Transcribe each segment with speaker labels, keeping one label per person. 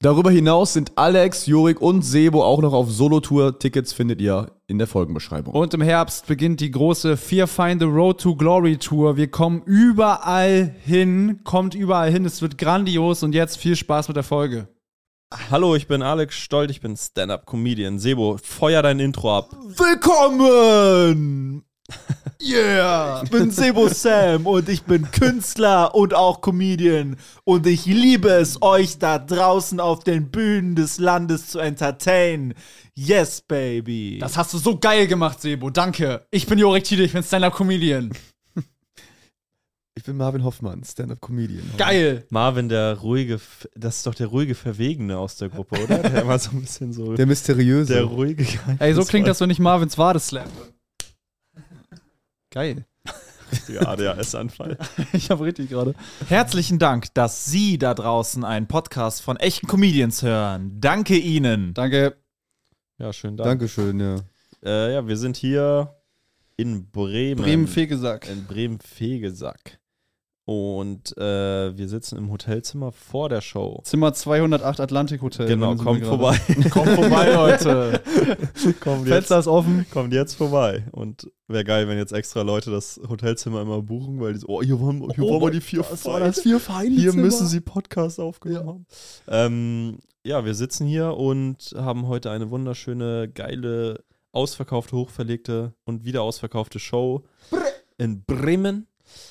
Speaker 1: Darüber hinaus sind Alex, Jurik und Sebo auch noch auf Solo-Tour. Tickets findet ihr in der Folgenbeschreibung.
Speaker 2: Und im Herbst beginnt die große Fear Find the Road to Glory Tour. Wir kommen überall hin, kommt überall hin. Es wird grandios und jetzt viel Spaß mit der Folge.
Speaker 3: Hallo, ich bin Alex Stolt, ich bin Stand-Up-Comedian. Sebo, feuer dein Intro ab.
Speaker 4: Willkommen! Yeah! Ich bin Sebo Sam und ich bin Künstler und auch Comedian. Und ich liebe es, euch da draußen auf den Bühnen des Landes zu entertainen. Yes, baby!
Speaker 2: Das hast du so geil gemacht, Sebo. Danke. Ich bin Jorik Tiede, ich bin Stand-Up-Comedian.
Speaker 1: Ich bin Marvin Hoffmann, Stand-Up-Comedian.
Speaker 2: Geil.
Speaker 3: Marvin, der ruhige, F- das ist doch der ruhige Verwegene aus der Gruppe, oder? Der immer so ein bisschen so.
Speaker 1: Der mysteriöse.
Speaker 3: der ruhige Geheimnis.
Speaker 2: Ey, so klingt das, wenn ich Marvins Wade slappe. Geil.
Speaker 3: Ja, der anfall
Speaker 2: Ich hab richtig gerade.
Speaker 4: Herzlichen Dank, dass Sie da draußen einen Podcast von echten Comedians hören. Danke Ihnen!
Speaker 2: Danke.
Speaker 3: Ja, schön Dank.
Speaker 1: Dankeschön, ja.
Speaker 3: Äh, ja, wir sind hier in Bremen.
Speaker 2: Fegesack.
Speaker 3: in Bremen-Fegesack. Und äh, wir sitzen im Hotelzimmer vor der Show.
Speaker 2: Zimmer 208 Atlantik Hotel.
Speaker 3: Genau,
Speaker 2: Sind Äh, wir
Speaker 3: kommt
Speaker 2: gerade.
Speaker 3: vorbei.
Speaker 4: Kommt vorbei, Leute!
Speaker 3: kommt,
Speaker 2: Fenster ist offen.
Speaker 3: kommt jetzt vorbei. Und wäre geil, wenn jetzt extra Leute das Hotelzimmer immer buchen, weil die so, oh, hier waren, hier waren wir die vier Feinde.
Speaker 1: vier Feinde.
Speaker 3: Hier müssen sie Podcast aufgenommen haben. Ähm, ja, wir sitzen hier und haben heute eine wunderschöne, geile, ausverkaufte, hochverlegte und wieder ausverkaufte Show in Bremen.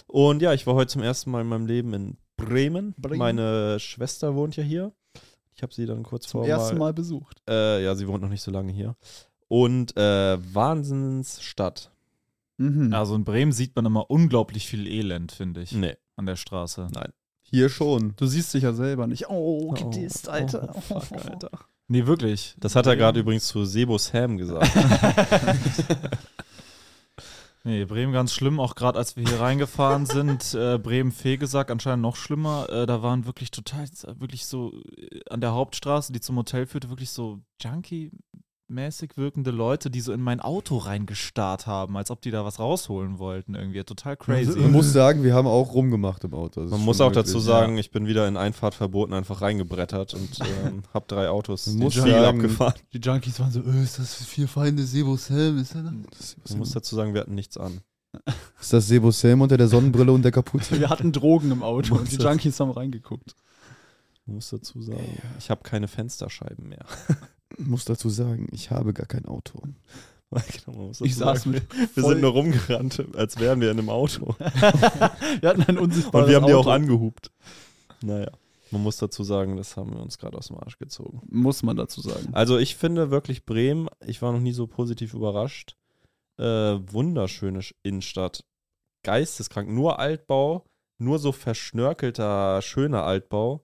Speaker 3: Und ja, ich war heute zum ersten Mal in meinem Leben in Bremen.
Speaker 2: Bremen.
Speaker 3: Meine Schwester wohnt ja hier. Ich habe sie dann kurz
Speaker 2: Zum
Speaker 3: vor
Speaker 2: ersten Mal besucht.
Speaker 3: Äh, ja, sie wohnt noch nicht so lange hier. Und äh, Wahnsinnsstadt.
Speaker 2: Mhm.
Speaker 4: Also in Bremen sieht man immer unglaublich viel Elend, finde ich,
Speaker 3: Nee.
Speaker 4: an der Straße.
Speaker 1: Hier schon.
Speaker 2: Du siehst dich ja selber nicht. Oh,
Speaker 3: gedisst, Alter. fuck, Alter.
Speaker 4: Nee, wirklich.
Speaker 3: Das hat er gerade übrigens zu Sebo Sam gesagt.
Speaker 4: Nee, Bremen ganz schlimm, auch gerade als wir hier reingefahren sind, äh, Bremen-Fegesack anscheinend noch schlimmer. Äh, da waren wirklich total, wirklich so äh, an der Hauptstraße, die zum Hotel führte, wirklich so Junkie-mäßig wirkende Leute, die so in mein Auto reingestarrt haben, als ob die da was rausholen wollten irgendwie. Total crazy.
Speaker 1: Man muss sagen, wir haben auch rumgemacht im Auto. Das ist
Speaker 3: Also, äh, Man muss
Speaker 1: schon
Speaker 3: auch dazu
Speaker 1: wirklich-
Speaker 3: sagen, ich bin wieder in Einfahrt verboten einfach reingebrettert und ähm, habe drei Autos
Speaker 1: Man
Speaker 3: den
Speaker 1: muss
Speaker 3: Spiegel
Speaker 1: sagen-
Speaker 3: abgefahren.
Speaker 2: Die Junkies waren so, äh, ist das für vier Feinde Sebo Sam? Ist das
Speaker 3: Man muss dazu sagen, wir hatten nichts an.
Speaker 1: Ist das Sebo Sam unter der Sonnenbrille und der Kapuze?
Speaker 2: Wir hatten Drogen im Auto und die
Speaker 3: Monster.
Speaker 2: Junkies haben reingeguckt.
Speaker 3: Man muss dazu sagen, ich habe keine Fensterscheiben mehr.
Speaker 1: muss dazu sagen, ich habe gar kein Auto.
Speaker 3: Genau, man muss dazu
Speaker 2: Ich saß
Speaker 3: sagen,
Speaker 2: mit.
Speaker 3: wir, wir sind nur rumgerannt, als wären wir in einem Auto.
Speaker 2: Wir hatten ein unsichtbares
Speaker 3: Und wir haben die
Speaker 2: Auto.
Speaker 3: auch angehupt. Naja. Man muss dazu sagen, das haben wir uns gerade aus dem Arsch gezogen.
Speaker 2: Muss man dazu sagen.
Speaker 3: Also ich finde wirklich Bremen, ich war noch nie so positiv überrascht. Äh, wunderschöne Sch- Innenstadt. Geisteskrank. Nur Altbau, nur so verschnörkelter, schöner Altbau.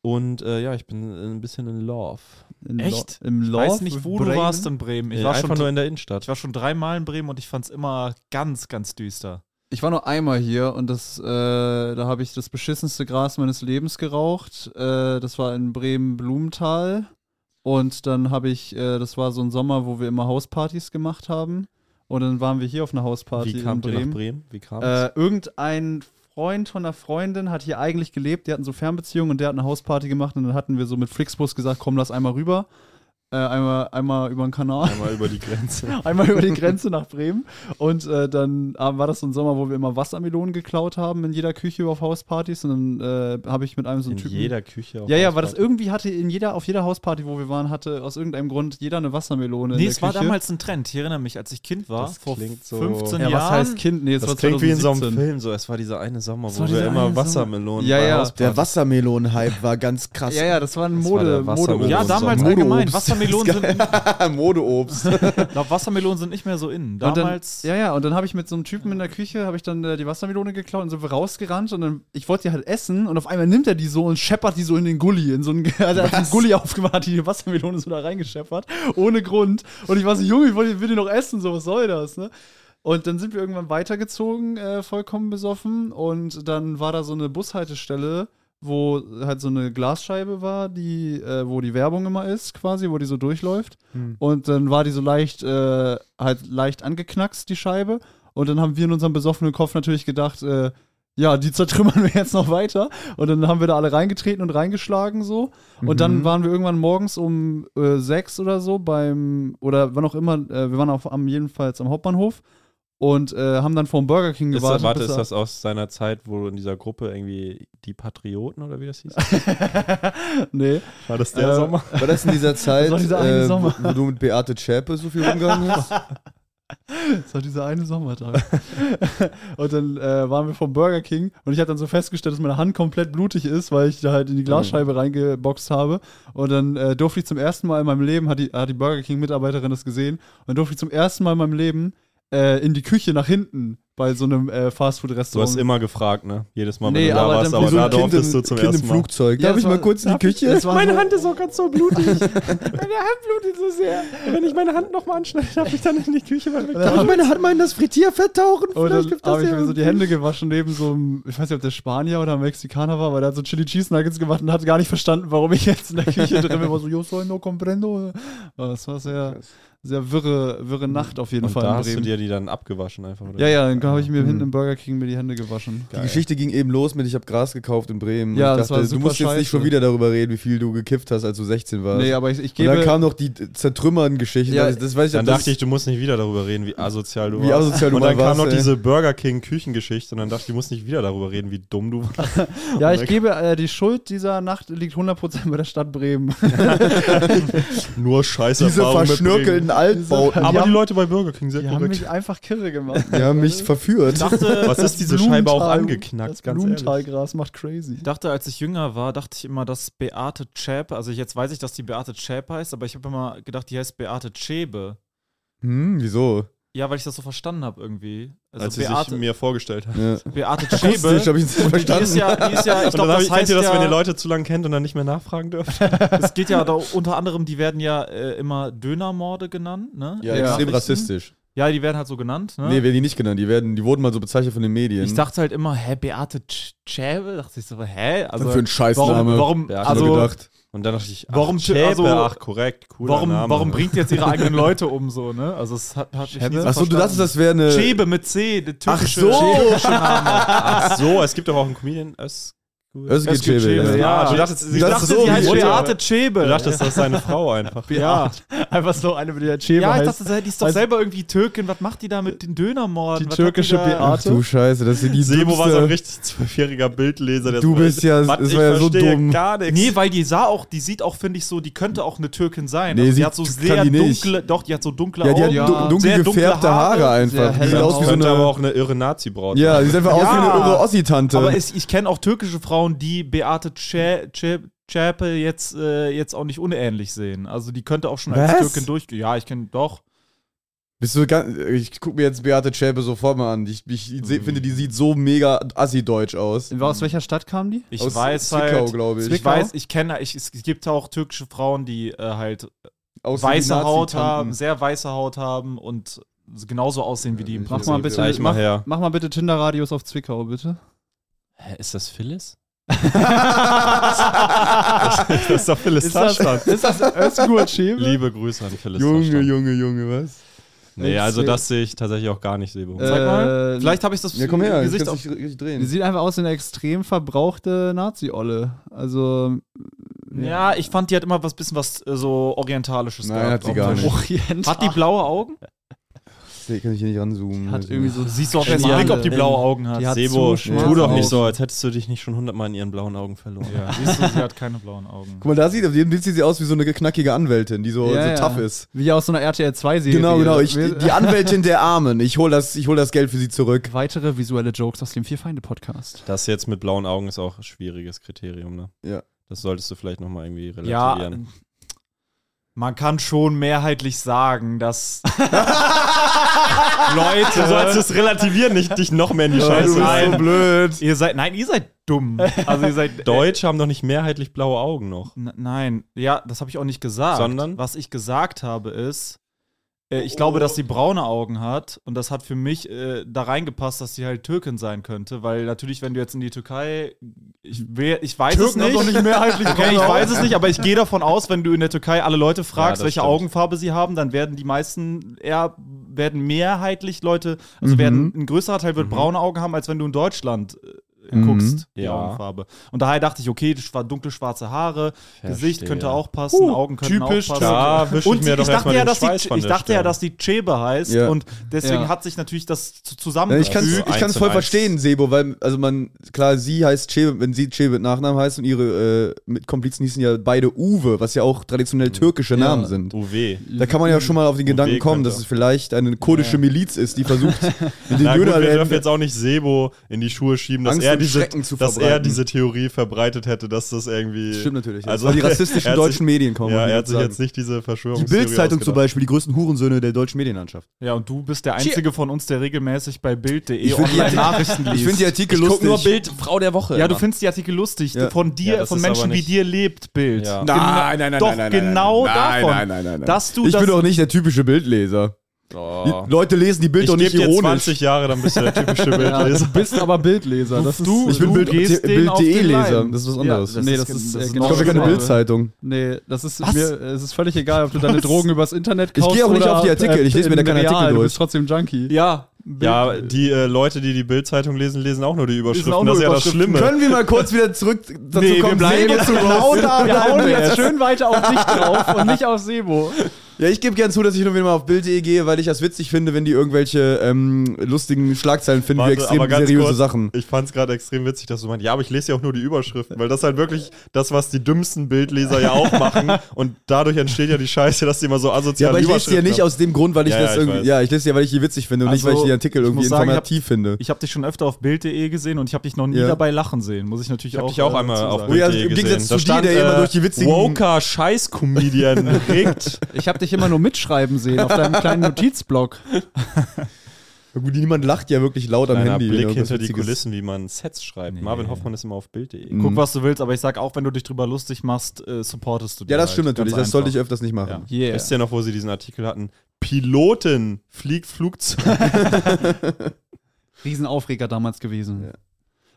Speaker 3: Und äh, ja, ich bin ein bisschen in Love.
Speaker 2: In
Speaker 4: Echt?
Speaker 2: Lo Im
Speaker 4: ich
Speaker 2: Love
Speaker 4: weiß nicht, wo
Speaker 2: Bremen?
Speaker 4: du warst in Bremen. Ich
Speaker 3: Äh,
Speaker 4: war,
Speaker 3: Einfach
Speaker 4: schon,
Speaker 3: nur in der
Speaker 4: ich
Speaker 3: Innenstadt.
Speaker 4: war schon dreimal in Bremen und ich fand es immer ganz, ganz düster.
Speaker 2: Ich war nur einmal hier und das, äh, da habe ich das beschissenste Gras meines Lebens geraucht. Äh, das war in Bremen-Blumenthal. Und dann habe ich, äh, das war so ein Sommer, wo wir immer Hauspartys gemacht haben. Und dann waren wir hier auf einer Hausparty
Speaker 3: Wie kam
Speaker 2: in
Speaker 3: ihr nach
Speaker 2: Bremen.
Speaker 3: Bremen? Wie kam
Speaker 2: Äh, irgendein Freund von einer Freundin hat hier eigentlich gelebt, die hatten so Fernbeziehungen und der hat eine Hausparty gemacht und dann hatten wir so mit Flixbus gesagt, komm, lass einmal rüber. Äh, einmal, einmal über den Kanal,
Speaker 3: Einmal über die Grenze.
Speaker 2: einmal über die Grenze nach Bremen. Und äh, dann äh, war das so ein Sommer, wo wir immer Wassermelonen geklaut haben in jeder Küche auf Hauspartys. Und dann äh, habe ich mit einem so
Speaker 3: In
Speaker 2: einen Typen.
Speaker 3: jeder Küche. auf
Speaker 2: ja, ja, war das
Speaker 3: Hausparty.
Speaker 2: irgendwie hatte in jeder, auf jeder Hausparty, wo wir waren, hatte aus irgendeinem Grund jeder eine Wassermelone. in
Speaker 4: Nee,
Speaker 2: der
Speaker 4: es war
Speaker 2: Küche.
Speaker 4: damals ein Trend. Ich erinnere mich, als ich Kind war,
Speaker 3: Das
Speaker 4: vor
Speaker 3: klingt so-
Speaker 4: 15
Speaker 2: Ja,
Speaker 4: Jahren.
Speaker 2: was heißt Kind? Nee, es
Speaker 3: Das,
Speaker 2: war
Speaker 3: klingt wie in so einem
Speaker 2: 2017.
Speaker 3: Film. So, es war dieser eine Sommer,
Speaker 2: Es
Speaker 3: wo
Speaker 2: war
Speaker 3: wir
Speaker 2: dieser eine
Speaker 3: immer
Speaker 2: Sommer.
Speaker 3: Wassermelonen
Speaker 2: Ja,
Speaker 3: bei
Speaker 2: ja.
Speaker 3: Hauspartys-
Speaker 1: Der Wassermelonen-Hype war ganz krass.
Speaker 2: Ja, ja, das war ein
Speaker 3: Das war
Speaker 2: Mode,
Speaker 3: der Wassermelon-
Speaker 2: Mode
Speaker 4: Ja,
Speaker 3: Modeobst.
Speaker 4: damals allgemein. Wassermelonen sind,
Speaker 1: Modeobst. Modeobst.
Speaker 4: ich glaub, Wassermelonen sind nicht mehr so in.
Speaker 2: Und
Speaker 4: Damals.
Speaker 2: Dann, ja, ja, und dann habe ich mit so einem Typen in der Küche, habe ich dann äh, die Wassermelone geklaut und sind wir rausgerannt und dann, ich wollte die halt essen und auf einmal nimmt er die so und scheppert die so in den Gully, in so einen, also er hat einen Gully aufgemacht, die Wassermelone so da reingescheppert, ohne Grund. Und ich war so, Junge, ich wollte, will die noch essen, so, was soll das, ne? Und dann sind wir irgendwann weitergezogen, äh, vollkommen besoffen. Und dann war da so eine Bushaltestelle, wo halt so eine Glasscheibe war, die, äh, wo die Werbung immer ist, quasi, wo die so durchläuft. Und dann war die so leicht, äh, halt leicht angeknackst, die Scheibe. Und dann haben wir in unserem besoffenen Kopf natürlich gedacht, äh, ja, die zertrümmern wir jetzt noch weiter. Und dann haben wir da alle reingetreten und reingeschlagen so. Und
Speaker 3: Mhm.
Speaker 2: dann waren wir irgendwann morgens um äh, sechs oder so beim, oder wann auch immer, äh, wir waren auf, am jedenfalls am Hauptbahnhof und äh, haben dann vor dem Burger King
Speaker 3: Ist,
Speaker 2: gewartet.
Speaker 3: warte,
Speaker 2: bis
Speaker 3: ist
Speaker 2: er-
Speaker 3: das aus seiner Zeit, wo in dieser Gruppe irgendwie die Patrioten oder wie das hieß?
Speaker 2: nee.
Speaker 3: War das
Speaker 2: Äh,
Speaker 1: War das in dieser Zeit,
Speaker 2: Das war dieser eine
Speaker 1: äh, wo,
Speaker 2: Sommer.
Speaker 1: wo du mit Beate Zschäpe so viel rumgegangen bist?
Speaker 2: Das war dieser eine Sommertag. und dann äh, waren wir vom Burger King und ich habe dann so festgestellt, dass meine Hand komplett blutig ist, weil ich da halt in die Glasscheibe
Speaker 1: Mhm.
Speaker 2: reingeboxt habe. Und dann äh, durfte ich zum ersten Mal in meinem Leben, hat die, hat die Burger King-Mitarbeiterin das gesehen, und dann durfte ich zum ersten Mal in meinem Leben äh, in die Küche nach hinten bei so einem äh,
Speaker 3: Du hast
Speaker 2: Fastfood-Restaurant.
Speaker 3: immer gefragt, ne? Jedes Mal, wenn
Speaker 2: Nee,
Speaker 3: du da
Speaker 2: aber
Speaker 3: warst,
Speaker 2: dann-
Speaker 3: aber
Speaker 2: wie so
Speaker 3: da
Speaker 2: ein Kind
Speaker 3: durftest du zum
Speaker 1: kind
Speaker 3: ersten
Speaker 1: im
Speaker 3: Mal.
Speaker 1: Flugzeug.
Speaker 2: Ja,
Speaker 1: Darf
Speaker 2: das
Speaker 1: ich mal
Speaker 2: war-
Speaker 1: kurz in die
Speaker 2: darf ich-
Speaker 1: Küche?
Speaker 2: das war so-
Speaker 5: Hand ist auch ganz so blutig. meine Hand blutet so sehr. Wenn ich meine Hand nochmal anschneide, darf ich dann in die Küche mal weg.
Speaker 1: Darf ich meine Hand mal in das Frittierfett tauchen?
Speaker 4: Oh,
Speaker 2: Und
Speaker 1: Vielleicht
Speaker 2: dann
Speaker 1: gibt das
Speaker 2: habe ich
Speaker 1: ja
Speaker 2: mir so die Hände gewaschen neben so einem, ich weiß nicht, ob der Spanier oder Mexikaner war, weil der hat so Chili Cheese Nuggets gemacht und hat gar nicht verstanden, warum ich jetzt in der Küche drin bin. War so, yo soy no comprendo. Aber Das war sehr, sehr wirre, wirre Nacht auf jeden
Speaker 3: Und
Speaker 2: Fall
Speaker 3: da
Speaker 2: in
Speaker 3: hast du
Speaker 2: Bremen.
Speaker 3: dir die dann abgewaschen einfach, oder?
Speaker 2: ja, ja, dann habe ich mir
Speaker 1: Mhm.
Speaker 2: hinten im Burger King mir die Hände gewaschen.
Speaker 1: Die Geschichte ging eben los mit, ich habe Gras gekauft in Bremen.
Speaker 2: Ja,
Speaker 1: Und ich
Speaker 2: das war
Speaker 1: du
Speaker 2: super
Speaker 1: musst jetzt
Speaker 2: scheiße.
Speaker 1: nicht schon wieder darüber reden, wie viel du gekifft hast, als du 16 warst.
Speaker 2: Nee, aber ich, ich
Speaker 1: und dann
Speaker 2: gebe.
Speaker 1: kam noch die Zertrümmern-Geschichte.
Speaker 2: Ja,
Speaker 1: das, das weiß ich
Speaker 3: Dann
Speaker 1: das-
Speaker 3: dachte ich, du musst nicht wieder darüber reden, wie asozial du
Speaker 1: Wie
Speaker 3: warst.
Speaker 1: asozial du
Speaker 3: und
Speaker 1: mal
Speaker 3: dann kam
Speaker 1: warst,
Speaker 3: noch
Speaker 1: ey.
Speaker 3: diese Burger King Küchengeschichte und dann dachte ich, du musst nicht wieder darüber reden, wie dumm du warst.
Speaker 2: Ja, ich gebe, äh, die Schuld dieser Nacht liegt 100% bei der Stadt Bremen.
Speaker 3: Nur scheiße
Speaker 1: diese verschnörkelten Altbauten.
Speaker 3: Aber
Speaker 2: Die
Speaker 3: die
Speaker 2: haben-
Speaker 3: Leute bei Burger King sehr
Speaker 2: Die haben
Speaker 3: korrekt.
Speaker 2: mich einfach kirre gemacht.
Speaker 1: Die haben mich verführt.
Speaker 4: Ich dachte,
Speaker 3: Was ist diese Scheibe auch
Speaker 2: Blumenthal-
Speaker 3: angeknackt,
Speaker 2: Das
Speaker 3: ganz ehrlich?
Speaker 2: Blumentalgras macht crazy.
Speaker 4: Ich dachte, als ich jünger war, dachte ich immer, dass Beate Chap, also jetzt weiß ich, dass die Beate Chap heißt, aber ich habe immer gedacht, die heißt Beate Chebe.
Speaker 1: Hm, wieso?
Speaker 4: Ja, weil ich das so verstanden habe irgendwie. Also
Speaker 3: Als sie sich
Speaker 4: Beate,
Speaker 3: mir vorgestellt hat.
Speaker 1: Ja.
Speaker 4: Beate
Speaker 1: Wusste ich,
Speaker 4: Chebe.
Speaker 1: hab ich jetzt nicht
Speaker 4: Die ist
Speaker 1: verstanden.
Speaker 4: ja, die ist ja, ich
Speaker 3: Und dann
Speaker 4: glaube,
Speaker 3: hab
Speaker 4: das
Speaker 3: ich, kennt
Speaker 4: heißt
Speaker 3: ihr das, wenn ihr
Speaker 4: ja,
Speaker 3: Leute zu lange kennt und dann nicht mehr nachfragen dürft?
Speaker 4: es geht ja da unter anderem, die werden ja äh, immer Dönermorde genannt, ne?
Speaker 1: Ja,
Speaker 2: Ja.
Speaker 1: extrem
Speaker 4: Nachrichten.
Speaker 1: rassistisch.
Speaker 4: Ja, die werden halt so genannt, ne?
Speaker 1: Nee, werden die nicht genannt. Die, werden, die wurden mal so bezeichnet von den Medien.
Speaker 4: ich dachte halt immer, hä, Beate Ch- Chäbe? Dachte ich so, hä? Also,
Speaker 1: Was für ein Scheißname.
Speaker 4: warum, warum,
Speaker 3: Beate
Speaker 1: Also,
Speaker 4: also,
Speaker 1: gedacht.
Speaker 3: Und dann dachte ich, ach,
Speaker 4: Warum-
Speaker 3: Schäpe,
Speaker 4: also-
Speaker 3: ach korrekt, cooler
Speaker 4: warum,
Speaker 3: Name.
Speaker 4: warum bringt die jetzt ihre eigenen Leute um so, ne? Also, es hat, hat ich nie so
Speaker 1: Achso, du dachtest, das wäre eine.
Speaker 4: Chebe mit C, der
Speaker 1: Ach
Speaker 4: türkische
Speaker 1: so.
Speaker 4: schäbische Name.
Speaker 3: Ach so, es gibt doch auch einen Comedian. Özgür.
Speaker 1: Özgür
Speaker 4: Özgür
Speaker 1: Chebe,
Speaker 4: Chebe,
Speaker 1: ja.
Speaker 4: ja.
Speaker 3: Ah, du dachtest,
Speaker 4: Ich
Speaker 3: sie
Speaker 1: Das
Speaker 4: dachte,
Speaker 1: ist so
Speaker 4: die
Speaker 1: wie
Speaker 4: heißt
Speaker 1: Mutter.
Speaker 4: Beate Chebe.
Speaker 3: Du dachtest, das ist seine Frau einfach.
Speaker 4: ja.
Speaker 2: Einfach so eine mit der Cheva
Speaker 4: Ja, ich
Speaker 2: heißt.
Speaker 4: dachte, die ist doch
Speaker 2: Also-
Speaker 4: selber irgendwie Türkin. Was macht die da mit den Dönermorden?
Speaker 2: Die
Speaker 4: Was hat
Speaker 2: türkische
Speaker 4: da-
Speaker 2: Beate.
Speaker 1: Ach du Scheiße, das sind die
Speaker 3: Sebo war so ein
Speaker 1: dümmste-
Speaker 3: richtig zwölfjähriger Bildleser. Der
Speaker 1: Du
Speaker 3: so-
Speaker 1: bist ja-
Speaker 3: Was,
Speaker 1: es
Speaker 3: ich
Speaker 1: war ja so
Speaker 3: verstehe
Speaker 1: dumm.
Speaker 3: gar nichts.
Speaker 4: Nee, weil die sah auch, die sieht auch, finde ich, so, die könnte auch eine Türkin sein.
Speaker 1: Nee,
Speaker 4: also, die
Speaker 1: sie
Speaker 4: hat so
Speaker 1: kann
Speaker 4: sehr
Speaker 1: die nicht.
Speaker 4: dunkle, doch, die hat so dunkle
Speaker 1: Ja, die hat
Speaker 4: Augen.
Speaker 2: Ja.
Speaker 1: dun-
Speaker 4: Sehr
Speaker 1: dunkel
Speaker 4: dunkle
Speaker 1: gefährte
Speaker 4: Haare,
Speaker 1: Haare,
Speaker 2: sehr
Speaker 1: einfach. Die sieht
Speaker 2: helle
Speaker 1: aus wie so
Speaker 3: könnte aber
Speaker 1: eine.
Speaker 3: auch eine irre Nazi-Braut
Speaker 1: Ja, die sieht einfach aus wie eine
Speaker 4: Ja.
Speaker 1: irre Ossi-Tante.
Speaker 4: Aber es, ich kenne auch türkische Frauen, die Beate Chä- Chä- Chapel jetzt, äh, jetzt auch nicht unähnlich sehen. Also die könnte auch schon als
Speaker 1: Was?
Speaker 4: Türkin durchgehen. Ja, ich kenne doch.
Speaker 1: Bist du ganz, ich guck mir jetzt Beate Schäpe sofort mal an. Ich, ich seh, finde, die sieht so mega assi-deutsch aus.
Speaker 2: Aus welcher Stadt kam die?
Speaker 4: Ich
Speaker 1: aus
Speaker 4: weiß
Speaker 1: Zwickau,
Speaker 4: halt.
Speaker 1: glaube ich.
Speaker 4: Ich weiß, ich kenne, ich, es gibt auch türkische Frauen, die äh, halt
Speaker 1: Aus
Speaker 4: weiße
Speaker 1: Nazi-Tanten.
Speaker 4: Haut haben, sehr weiße Haut haben und genauso aussehen wie die im
Speaker 1: Mach
Speaker 2: Mach
Speaker 4: Prinzip.
Speaker 2: mal bitte,
Speaker 3: Gleich mal
Speaker 2: mach,
Speaker 3: her.
Speaker 2: mach mal bitte Tinder-Radios auf Zwickau, bitte.
Speaker 4: Ist das Phyllis?
Speaker 3: Das ist doch Phyllis Tarstadt.
Speaker 2: ist das Özgur Schäbe?
Speaker 3: Liebe Grüße an Phyllis
Speaker 1: Junge,
Speaker 3: Tarstadt.
Speaker 1: Junge, Junge, was?
Speaker 3: Nee, also das sehe ich tatsächlich auch gar nicht, Sebo.
Speaker 2: Äh,
Speaker 4: Zeig mal.
Speaker 2: Äh,
Speaker 4: Vielleicht habe ich das
Speaker 1: Ja, komm her, ich
Speaker 4: Gesicht
Speaker 1: kannst
Speaker 4: auf.
Speaker 1: dich richtig
Speaker 2: Die
Speaker 1: drehen.
Speaker 2: sieht einfach aus wie eine extrem verbrauchte Nazi-Olle. Also,
Speaker 4: Ja, ich fand, die hat immer was bisschen was äh, so Orientalisches
Speaker 1: Nein, hat sie
Speaker 4: auf
Speaker 1: gar
Speaker 4: dem
Speaker 1: nicht.
Speaker 4: Tisch.
Speaker 2: Orient.
Speaker 4: Hat die blaue Augen?
Speaker 1: Nee, kann ich hier nicht ranzoomen.
Speaker 2: Hat
Speaker 1: Also.
Speaker 2: irgendwie so.
Speaker 4: Du siehst doch
Speaker 2: Genial.
Speaker 4: direkt, ob die blaue Augen hat.
Speaker 2: Die hat
Speaker 3: Sebo,
Speaker 2: zu schwarze
Speaker 3: tu doch nicht
Speaker 2: Augen.
Speaker 3: so, als hättest du dich nicht schon hundertmal in ihren blauen Augen verloren.
Speaker 4: ja, siehst du, sie hat keine blauen Augen.
Speaker 1: Guck mal, da sieht, auf jedem Bild sieht sie aus wie so eine knackige Anwältin, die so,
Speaker 2: Ja,
Speaker 1: so
Speaker 2: ja.
Speaker 1: tough ist.
Speaker 2: Wie aus so einer RTL 2-Serie.
Speaker 1: Genau, genau. Ich,
Speaker 2: Wir-
Speaker 1: die Anwältin der Armen. Ich hol das, ich hol das Geld für sie zurück.
Speaker 2: Weitere visuelle Jokes aus dem Vier-Feinde-Podcast.
Speaker 3: Das jetzt mit blauen Augen ist auch ein schwieriges Kriterium, ne?
Speaker 1: Ja.
Speaker 3: Das solltest du vielleicht nochmal irgendwie
Speaker 4: Ja, ähm,
Speaker 3: relativieren.
Speaker 4: man kann schon mehrheitlich sagen, dass Leute.
Speaker 3: Du sollst es relativieren, nicht dich noch mehr in die
Speaker 4: du bist
Speaker 3: Scheiße.
Speaker 4: Nein.
Speaker 1: so blöd.
Speaker 4: ihr seid, nein, ihr seid dumm. Also ihr seid
Speaker 3: Deutsche haben doch nicht mehrheitlich blaue Augen noch.
Speaker 4: N nein, ja, das habe ich auch nicht gesagt.
Speaker 3: Sondern?
Speaker 4: Was ich gesagt habe ist, äh, ich glaube, dass sie
Speaker 3: Oh.
Speaker 4: braune Augen hat und das hat für mich äh, da reingepasst, dass sie halt Türkin sein könnte, weil natürlich, wenn du jetzt in die Türkei, ich, will, ich weiß
Speaker 1: Türken haben
Speaker 4: es
Speaker 1: doch
Speaker 4: nicht.
Speaker 1: nicht mehrheitlich
Speaker 4: Okay, ich weiß es nicht, aber ich gehe davon aus, wenn du in der Türkei alle Leute fragst,
Speaker 3: genau. das
Speaker 4: welche
Speaker 3: stimmt.
Speaker 4: Augenfarbe sie haben, dann werden die meisten eher, werden mehrheitlich Leute, also
Speaker 3: Mhm.
Speaker 4: werden ein größerer Teil wird braune Augen haben, als wenn du in Deutschland äh,
Speaker 1: Mhm.
Speaker 4: guckst, die
Speaker 3: Ja.
Speaker 4: Augenfarbe. Und daher dachte ich, okay, schwa- dunkle schwarze Haare, Gesicht
Speaker 3: Verstehe.
Speaker 4: könnte auch passen, Augen könnten
Speaker 3: typisch,
Speaker 4: auch
Speaker 3: da
Speaker 4: passen.
Speaker 3: wisch ich mir doch
Speaker 4: ich dachte,
Speaker 3: erstmal
Speaker 4: ja,
Speaker 3: den
Speaker 4: dass die,
Speaker 3: Schweiß von
Speaker 4: ich
Speaker 3: der
Speaker 4: dachte ja,
Speaker 3: Stirn.
Speaker 4: dass die Chebe heißt
Speaker 1: Ja.
Speaker 4: und deswegen
Speaker 2: Ja.
Speaker 4: hat sich natürlich das zu-
Speaker 1: Ja,
Speaker 4: zusammen.
Speaker 1: Ne, ich kann es
Speaker 3: Also
Speaker 1: ich kann's
Speaker 3: eins und
Speaker 1: voll
Speaker 3: eins.
Speaker 1: verstehen, Sebo, weil, also man, klar, sie heißt Chebe, wenn sie Chebe mit Nachnamen heißt und ihre äh, Mitkomplizen hießen ja beide Uwe, was ja auch traditionell türkische Namen sind.
Speaker 3: Uwe.
Speaker 1: Da kann man ja schon mal auf den
Speaker 3: Uwe
Speaker 1: Gedanken kommen,
Speaker 3: könnte.
Speaker 1: dass es vielleicht eine kurdische Miliz ist, die versucht, mit den
Speaker 3: Na gut, wir
Speaker 1: Dönerläden
Speaker 3: dürfen jetzt auch nicht Sebo in die Schuhe schieben, dass,
Speaker 1: Angst
Speaker 3: er
Speaker 1: und
Speaker 3: diese,
Speaker 1: Schrecken zu
Speaker 3: dass er
Speaker 1: verbreiten.
Speaker 3: diese Theorie verbreitet hätte, dass das irgendwie.
Speaker 1: Stimmt natürlich. Also,
Speaker 3: Also-
Speaker 1: weil die rassistischen
Speaker 3: er hat sich-
Speaker 1: deutschen Medien kommen.
Speaker 3: Ja,
Speaker 1: muss ich
Speaker 3: er hat sich
Speaker 1: sagen.
Speaker 3: jetzt nicht diese Verschwörung.
Speaker 1: Die Bild-Zeitung zum Beispiel, die größten Hurensöhne der deutschen Medienlandschaft.
Speaker 4: Ja, und du bist der einzige von uns, der regelmäßig bei Bild.de
Speaker 1: Ich find die-
Speaker 4: Online-Nachrichten liest.
Speaker 1: Ich finde die Artikel
Speaker 6: Ich guck
Speaker 1: lustig.
Speaker 6: nur Bild Frau der Woche.
Speaker 4: ja, du
Speaker 6: immer.
Speaker 4: findest die Artikel lustig,
Speaker 1: Ja.
Speaker 4: von dir,
Speaker 3: Ja, das
Speaker 4: von
Speaker 3: ist
Speaker 4: Menschen
Speaker 3: aber
Speaker 4: wie
Speaker 3: nicht-
Speaker 4: dir lebt, Bild.
Speaker 3: Ja.
Speaker 4: Gena-
Speaker 1: Nein, nein, nein,
Speaker 4: Doch
Speaker 1: nein, nein,
Speaker 4: genau
Speaker 1: nein, nein,
Speaker 4: davon,
Speaker 1: nein, nein, nein, nein.
Speaker 4: dass du
Speaker 1: ich
Speaker 4: das
Speaker 1: bin doch nicht der typische Bildleser.
Speaker 4: Oh.
Speaker 1: Die Leute lesen die Bild
Speaker 3: Oh.
Speaker 1: doch
Speaker 3: Ich gebe
Speaker 1: nicht
Speaker 3: dir
Speaker 1: ironisch.
Speaker 3: 20 Jahre, dann bist du der typische Bildleser.
Speaker 2: bist aber Bildleser. Das ist,
Speaker 4: du-
Speaker 1: ich bin
Speaker 4: du
Speaker 1: Bild-
Speaker 4: gehst
Speaker 1: Bild.de
Speaker 4: denen auf den
Speaker 1: Leser.
Speaker 4: Leim.
Speaker 1: Das ist was anderes.
Speaker 4: Ja, das
Speaker 2: nee,
Speaker 4: ist
Speaker 2: das
Speaker 4: gen-
Speaker 2: ist,
Speaker 4: das
Speaker 2: äh,
Speaker 4: ist
Speaker 1: ich
Speaker 2: genau
Speaker 1: kaufe
Speaker 4: noch
Speaker 2: das
Speaker 1: keine
Speaker 4: schlimmer.
Speaker 2: Bild-
Speaker 1: Bildzeitung.
Speaker 2: Nee, das ist mir, es ist völlig egal, ob du deine Drogen übers Internet
Speaker 1: Ich
Speaker 2: kaufst.
Speaker 1: geh auch nicht
Speaker 2: oder
Speaker 1: auf die
Speaker 2: ab-
Speaker 1: Artikel, ich lese mir da
Speaker 2: in
Speaker 1: keine
Speaker 2: real,
Speaker 1: Artikel
Speaker 2: Du
Speaker 1: durch.
Speaker 2: bist trotzdem Junkie.
Speaker 4: Ja,
Speaker 3: Ja, die äh, Leute, die die Bild-Zeitung lesen, lesen auch nur die Überschriften.
Speaker 4: auch nur
Speaker 3: das ist ja das
Speaker 4: Überschriften.
Speaker 3: Schlimme.
Speaker 1: Können wir mal kurz wieder zurück dazu
Speaker 4: Nee, wir
Speaker 1: kommen?
Speaker 4: bleiben
Speaker 1: Sebo
Speaker 4: jetzt
Speaker 1: zu
Speaker 4: genau
Speaker 1: roasten?
Speaker 4: da,
Speaker 2: Wir
Speaker 4: Ja,
Speaker 2: hauen
Speaker 4: und
Speaker 2: jetzt schön weiter auf dich drauf und nicht auf Sebo.
Speaker 1: Ja, ich gebe gern zu, dass ich nur wieder mal auf Bild.de gehe, weil ich das witzig finde, wenn die irgendwelche ähm, lustigen Schlagzeilen finden, wie
Speaker 3: Warte, aber
Speaker 1: extrem
Speaker 3: ganz
Speaker 1: seriöse
Speaker 3: kurz,
Speaker 1: Sachen.
Speaker 3: Ich fand es gerade extrem witzig, dass du meinst, ja, aber ich lese ja auch nur die Überschriften, weil das ist halt wirklich das, was die dümmsten Bildleser ja auch machen. Und dadurch entsteht ja die Scheiße, dass die immer so
Speaker 1: Ja,
Speaker 3: asozial
Speaker 1: aber ich lese die ja nicht
Speaker 3: haben.
Speaker 1: aus dem Grund, weil ich
Speaker 3: Ja,
Speaker 1: das
Speaker 3: ja, ich
Speaker 1: irgendwie.
Speaker 3: weiß.
Speaker 1: ja, ich lese die ja, weil ich die witzig finde und nicht, weil
Speaker 4: Also,
Speaker 1: ich die Artikel
Speaker 4: ich
Speaker 1: irgendwie
Speaker 4: muss sagen, ich hab-
Speaker 1: informativ finde.
Speaker 4: Ich habe dich schon öfter auf Bild.de gesehen und ich habe dich noch nie
Speaker 1: Ja.
Speaker 4: dabei lachen sehen. Muss ich natürlich
Speaker 3: Ich hab
Speaker 4: auch.
Speaker 3: dich auch
Speaker 4: äh,
Speaker 3: einmal
Speaker 4: zusagen.
Speaker 3: auf
Speaker 1: Oh ja,
Speaker 3: Bild.de
Speaker 1: im Gegensatz
Speaker 3: gesehen. Da
Speaker 1: zu dir, der immer durch die witzigen-
Speaker 3: Woker Scheiß-Comedian regt.
Speaker 2: Ich habe dich immer nur mitschreiben sehen auf deinem kleinen Notizblock.
Speaker 1: Ja, gut, niemand lacht ja wirklich laut am
Speaker 3: Kleiner
Speaker 1: Handy. wenn
Speaker 3: Blick
Speaker 1: irgendwas
Speaker 3: hinter die
Speaker 1: Witziges-
Speaker 3: Kulissen, wie man Sets schreibt. Marvin Hoffmann ist immer auf Bild.de.
Speaker 4: Guck,
Speaker 1: Mhm.
Speaker 4: was du willst, aber ich sag auch, wenn du dich drüber lustig machst, äh, supportest du die
Speaker 1: Ja, das
Speaker 4: halt.
Speaker 1: stimmt natürlich.
Speaker 4: Ganz
Speaker 1: Das sollte ich
Speaker 4: einfach.
Speaker 1: öfters nicht machen.
Speaker 2: Yeah.
Speaker 3: Wisst ihr noch, wo sie diesen Artikel hatten? Pilotin fliegt Flugzeug.
Speaker 2: Riesenaufreger damals gewesen.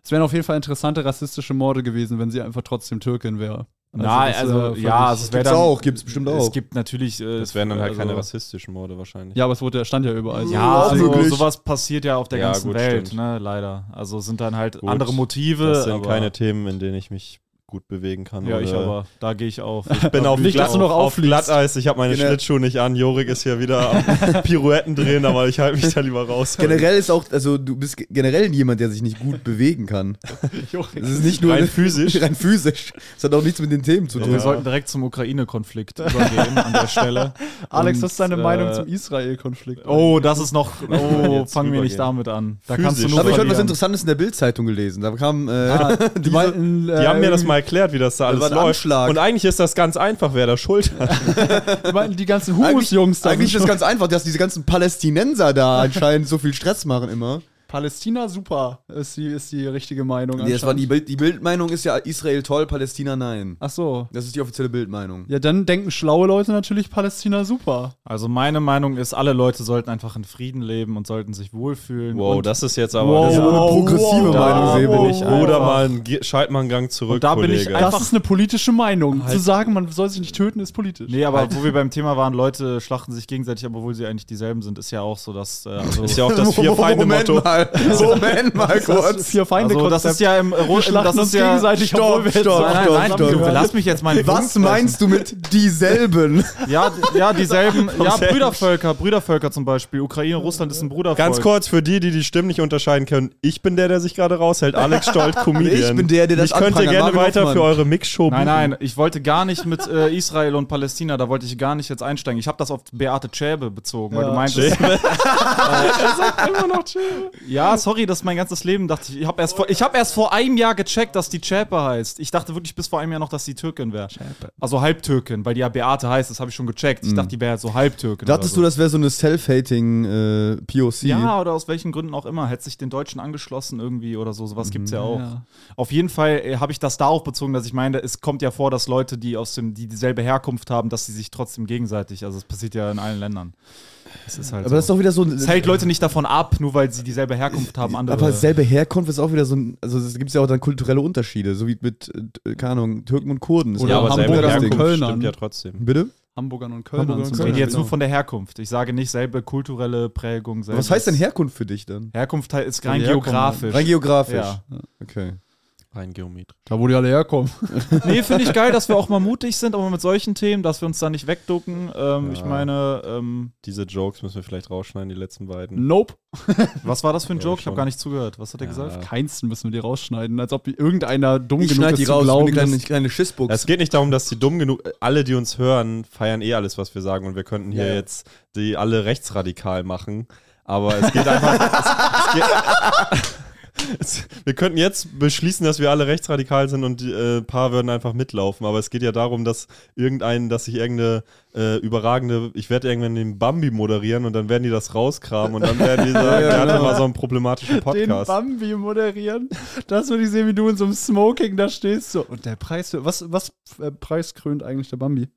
Speaker 2: Es wären auf jeden Fall interessante rassistische Morde gewesen, wenn sie einfach trotzdem Türkin wäre.
Speaker 4: Na,
Speaker 2: das,
Speaker 4: also,
Speaker 2: äh, völlig-
Speaker 4: ja, also es wäre
Speaker 1: Gibt's
Speaker 4: dann.
Speaker 1: auch, gibt's bestimmt
Speaker 4: Es
Speaker 1: auch.
Speaker 4: gibt natürlich. Äh,
Speaker 3: Das wären dann halt
Speaker 4: also-
Speaker 3: keine rassistischen Morde wahrscheinlich.
Speaker 2: ja, aber es wurde, stand ja überall. so.
Speaker 4: Ja,
Speaker 1: Auch
Speaker 4: also
Speaker 1: möglich.
Speaker 4: sowas passiert ja auf der
Speaker 3: Ja,
Speaker 4: ganzen
Speaker 3: gut,
Speaker 4: Welt,
Speaker 3: stimmt.
Speaker 4: ne? Leider. Also es sind dann halt
Speaker 3: Gut,
Speaker 4: andere Motive.
Speaker 3: das sind
Speaker 4: aber,
Speaker 3: keine Themen, in denen ich mich gut bewegen kann.
Speaker 4: Ja, ich
Speaker 3: oder-
Speaker 4: aber. Da gehe ich auf.
Speaker 3: Ich bin auf,
Speaker 2: Nicht, dass du noch
Speaker 3: auf Glatteis. Ich habe meine
Speaker 1: Genau.
Speaker 3: Schlittschuhe nicht an. Jorik ist hier wieder am Pirouetten drehen, aber ich halte mich da lieber raus.
Speaker 1: Generell ist auch, also du bist ge- generell jemand, der sich nicht gut bewegen kann. Das ist nicht nur
Speaker 3: Rein physisch.
Speaker 1: rein physisch. Das hat auch nichts mit den Themen zu
Speaker 4: Und wir
Speaker 1: tun.
Speaker 4: sollten direkt zum Ukraine-Konflikt übergehen an der Stelle.
Speaker 2: Alex,
Speaker 4: Und,
Speaker 2: was ist deine
Speaker 4: äh,
Speaker 2: Meinung zum Israel-Konflikt?
Speaker 4: Oh, das ist noch. Oh,
Speaker 3: Jetzt
Speaker 4: fangen wir nicht
Speaker 3: rübergehen.
Speaker 4: damit an. Da
Speaker 3: Physisch.
Speaker 4: kannst du nur.
Speaker 1: Aber ich heute was
Speaker 4: verlieren.
Speaker 1: Interessantes in der Bild-Zeitung gelesen. Da kam äh,
Speaker 2: die meinten, äh,
Speaker 3: Die haben mir das mal erklärt, wie das da alles
Speaker 1: war ein
Speaker 3: läuft.
Speaker 1: Anschlag.
Speaker 3: Und eigentlich ist das ganz einfach, wer da schuld hat.
Speaker 2: die, meinten die ganzen
Speaker 1: eigentlich,
Speaker 2: Humus-Jungs da.
Speaker 1: eigentlich ist
Speaker 2: sind
Speaker 1: das
Speaker 2: schon-
Speaker 1: ganz einfach, dass diese ganzen Palästinenser da anscheinend so viel Stress machen immer.
Speaker 2: Palästina super, ist die, ist die richtige Meinung.
Speaker 1: Nee, das war die
Speaker 2: anscheinend.
Speaker 1: Bild, die Bildmeinung ist ja Israel toll, Palästina nein.
Speaker 2: Ach so.
Speaker 1: Das ist die offizielle Bildmeinung.
Speaker 2: Ja, dann denken schlaue Leute natürlich Palästina super.
Speaker 4: Also meine Meinung ist, alle Leute sollten einfach in Frieden leben und sollten sich wohlfühlen. und
Speaker 3: das ist jetzt aber.
Speaker 1: Das ist aber eine
Speaker 4: Wow,
Speaker 1: progressive
Speaker 4: wow,
Speaker 1: Meinung,
Speaker 4: wow,
Speaker 1: Sebo.
Speaker 4: wow.
Speaker 1: Oder-
Speaker 3: Oder mal einen, Ge- schalt mal einen Gang zurück.
Speaker 4: Und da bin ich
Speaker 3: Kollege.
Speaker 4: ein-
Speaker 2: Das ist eine Halt. politische Meinung. Zu sagen, man soll sich nicht töten, ist politisch.
Speaker 4: Nee,
Speaker 3: halt
Speaker 4: aber wo wir beim Thema waren, Leute schlachten sich gegenseitig, obwohl sie eigentlich dieselben sind, ist ja auch so, dass äh, also,
Speaker 3: ist ja auch das vier Feinde
Speaker 1: Moment
Speaker 3: Motto.
Speaker 1: mal, Moment mal
Speaker 2: das
Speaker 1: kurz.
Speaker 2: vier Feinde
Speaker 4: also das ist ja im
Speaker 2: Wir
Speaker 4: Russland,
Speaker 2: schlachten
Speaker 4: das
Speaker 2: uns
Speaker 4: ist ja
Speaker 2: gegenseitig,
Speaker 1: Stopp,
Speaker 2: obwohl wir jetzt-
Speaker 1: stopp,
Speaker 4: Nein, nein,
Speaker 1: stopp,
Speaker 4: nein,
Speaker 1: stopp,
Speaker 4: Junge,
Speaker 1: stopp.
Speaker 4: lass mich jetzt meine
Speaker 1: Was meinst du mit dieselben?
Speaker 4: Ja, d- ja, dieselben, ja,
Speaker 3: selben-
Speaker 4: Brüdervölker, Brüdervölker zum Beispiel. Ukraine, Russland ist ein Brüdervolk.
Speaker 3: Ganz kurz für die, die die Stimmen nicht unterscheiden können. Ich bin der, der sich gerade raushält. Alex Stolt, Comedian.
Speaker 1: Ich bin der, der das
Speaker 3: Ich könnte
Speaker 1: anprangert.
Speaker 3: gerne
Speaker 1: Marvin
Speaker 3: weiter
Speaker 1: Hoffmann.
Speaker 3: für eure Mixshow
Speaker 4: Nein,
Speaker 3: buchen.
Speaker 4: nein, ich wollte gar nicht mit äh, Israel und Palästina, da wollte ich gar nicht jetzt einsteigen. Ich habe das auf Beate Schäbe bezogen, weil du meintest,
Speaker 3: Schäbe.
Speaker 5: Immer noch chill.
Speaker 4: Ja, sorry, das ist mein ganzes Leben. Dachte ich, ich habe erst, vor- ich hab erst vor einem Jahr gecheckt, dass die Chäpe heißt. Ich dachte wirklich bis vor einem Jahr noch, dass die Türkin wäre. Also Halbtürkin, weil die ja Beate heißt, das habe ich schon gecheckt. Ich dachte, die wäre halt so Halbtürkin.
Speaker 1: Dachtest du,
Speaker 4: oder
Speaker 1: das wäre so eine äh, Self-Hating-POC?
Speaker 4: so. Ja, oder aus welchen Gründen auch immer. Hätte sich den Deutschen angeschlossen irgendwie oder so. Sowas gibt's ja auch.
Speaker 2: Ja.
Speaker 4: Auf jeden Fall äh, habe ich das darauf bezogen, dass ich meine, es kommt ja vor, dass Leute, die aus dem, die dieselbe Herkunft haben, dass sie sich trotzdem gegenseitig. Also es passiert ja in allen Ländern. Es ist halt
Speaker 1: aber das ist
Speaker 4: so.
Speaker 1: doch wieder so ein.
Speaker 4: es hält Leute nicht davon ab, nur weil sie dieselbe Herkunft haben. Andere.
Speaker 1: Aber selbe Herkunft ist auch wieder so ein. Also es gibt ja auch dann kulturelle Unterschiede, so wie mit, äh, keine Ahnung, Türken und Kurden. Ist
Speaker 2: Oder
Speaker 1: ja auch
Speaker 2: aber
Speaker 1: ein
Speaker 2: selber
Speaker 1: Hamburger
Speaker 2: Herkunft.
Speaker 1: Ding.
Speaker 2: Kölnern.
Speaker 3: stimmt ja trotzdem.
Speaker 1: Bitte?
Speaker 2: Hamburgern und Kölnern
Speaker 1: Hamburgern und
Speaker 4: Ich
Speaker 2: zum
Speaker 1: Kölnern.
Speaker 4: rede jetzt
Speaker 2: Beispiel.
Speaker 4: nur von der Herkunft. Ich sage nicht selbe kulturelle Prägung. Selbe
Speaker 1: Was heißt denn Herkunft für dich dann?
Speaker 4: Herkunft halt ist rein
Speaker 2: Die Herkunft.
Speaker 4: geografisch.
Speaker 1: Rein geografisch. Ah,
Speaker 4: Ja.
Speaker 1: Okay.
Speaker 3: Rein geometrisch.
Speaker 2: Da, wo die alle herkommen.
Speaker 4: nee, finde ich geil, dass wir auch mal mutig sind, aber mit solchen Themen, dass wir uns da nicht wegducken. Ähm, Ich meine, ähm,
Speaker 3: Diese Jokes müssen wir vielleicht rausschneiden, die letzten beiden.
Speaker 2: Nope.
Speaker 4: was war das für ein
Speaker 3: Ja,
Speaker 4: Joke? Ich
Speaker 3: schon.
Speaker 4: habe gar nicht zugehört. Was hat er
Speaker 3: Ja.
Speaker 4: gesagt?
Speaker 2: Keinsten müssen wir die rausschneiden, als ob irgendeiner dumm
Speaker 1: Ich
Speaker 2: genug
Speaker 1: schneide
Speaker 2: ist
Speaker 1: die
Speaker 2: zu
Speaker 1: raus, ich bin eine
Speaker 2: glauben,
Speaker 1: kleine,
Speaker 2: dass
Speaker 1: kleine Schissbuchs.
Speaker 3: Es geht nicht darum, dass die dumm genug, alle, die uns hören, feiern eh alles, was wir sagen und wir könnten hier
Speaker 1: Ja, ja.
Speaker 3: jetzt die alle rechtsradikal machen, aber es geht einfach... es, es geht, es, wir könnten jetzt beschließen, dass wir alle rechtsradikal sind und die, äh, ein paar würden einfach mitlaufen, aber es geht ja darum, dass irgendein, dass sich irgendeine äh, überragende, ich werde irgendwann den Bambi moderieren und dann werden die das rauskramen und dann werden die sagen,
Speaker 1: Ja,
Speaker 3: der hatte
Speaker 1: genau.
Speaker 3: mal so einen problematischen
Speaker 2: den
Speaker 3: Podcast.
Speaker 2: Bambi moderieren. Das würde ich sehen, wie du in so einem Smoking da stehst. So. Und der Preis, für- was, was äh, Preis krönt eigentlich der Bambi?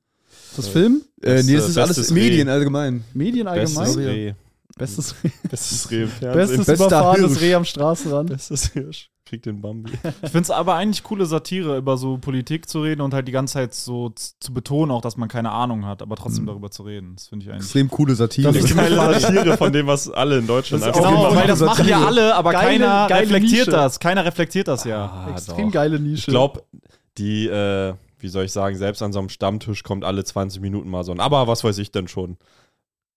Speaker 2: Ist Das Film?
Speaker 1: Äh, nee, das
Speaker 3: Beste-
Speaker 1: ist alles
Speaker 3: bestes
Speaker 1: Medien allgemein.
Speaker 2: Medien
Speaker 3: Bestes
Speaker 2: allgemein?
Speaker 3: Reh.
Speaker 2: Bestes,
Speaker 3: Bestes Reh im Fernsehen.
Speaker 2: bestes
Speaker 1: bester
Speaker 2: überfahrenes
Speaker 1: Hirsch.
Speaker 2: Reh am Straßenrand.
Speaker 3: Bestes Hirsch. Kriegt den Bambi.
Speaker 4: Ich finde es aber eigentlich coole Satire, über so Politik zu reden und halt die ganze Zeit so z- zu betonen, auch dass man keine Ahnung hat, aber trotzdem darüber zu reden. Das finde ich eigentlich.
Speaker 1: Extrem coole Satire.
Speaker 3: Das ist eine Satire von dem, was alle in Deutschland
Speaker 1: ist auch
Speaker 3: machen.
Speaker 1: immer-
Speaker 4: Genau, weil das machen ja alle, aber
Speaker 2: Geile-
Speaker 4: keiner
Speaker 2: geile
Speaker 4: reflektiert
Speaker 2: Nische.
Speaker 4: das. Keiner reflektiert das ja.
Speaker 3: Ah,
Speaker 2: Extrem
Speaker 3: doch.
Speaker 2: geile Nische.
Speaker 3: Ich glaube, die, äh, wie soll ich sagen, selbst an so einem Stammtisch kommt alle 20 Minuten mal so ein Aber, was weiß ich denn schon?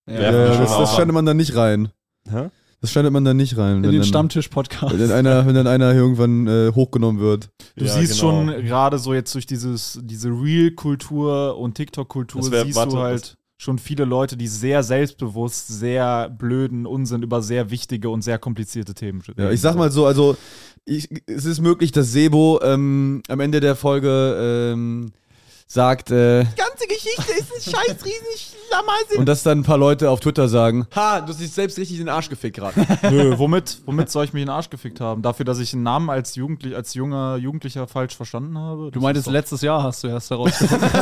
Speaker 2: ja.
Speaker 1: ja,
Speaker 3: Ja,
Speaker 1: das,
Speaker 3: schon
Speaker 1: das
Speaker 3: auch.
Speaker 1: schneidet man dann nicht rein.
Speaker 3: Hä?
Speaker 1: Das schneidet man dann nicht rein.
Speaker 2: in den
Speaker 1: dann,
Speaker 2: Stammtisch-Podcast.
Speaker 1: Wenn dann einer, wenn dann einer irgendwann äh, hochgenommen wird.
Speaker 4: Du
Speaker 3: Ja,
Speaker 4: siehst
Speaker 3: genau.
Speaker 4: schon gerade so jetzt durch dieses, diese Real-Kultur und TikTok-Kultur
Speaker 3: Das wär-
Speaker 4: siehst
Speaker 3: warte,
Speaker 4: du
Speaker 3: das-
Speaker 4: halt schon viele Leute, die sehr selbstbewusst, sehr blöden Unsinn über sehr wichtige und sehr komplizierte Themen
Speaker 1: Ja,
Speaker 4: reden.
Speaker 1: ich sag mal so, also ich, es ist möglich, dass Sebo ähm, am Ende der Folge ähm, sagt, äh,
Speaker 5: ganze Geschichte ist ein scheiß riesen Schlamassel.
Speaker 1: und dass dann ein paar Leute auf Twitter sagen, ha, du hast dich selbst richtig in den Arsch gefickt gerade.
Speaker 4: Nö, womit, womit soll ich mich in den Arsch gefickt haben? Dafür, dass ich einen Namen als Jugendlich, als junger Jugendlicher falsch verstanden habe?
Speaker 2: Du meintest, letztes Jahr hast du erst herausgefunden.
Speaker 4: ja,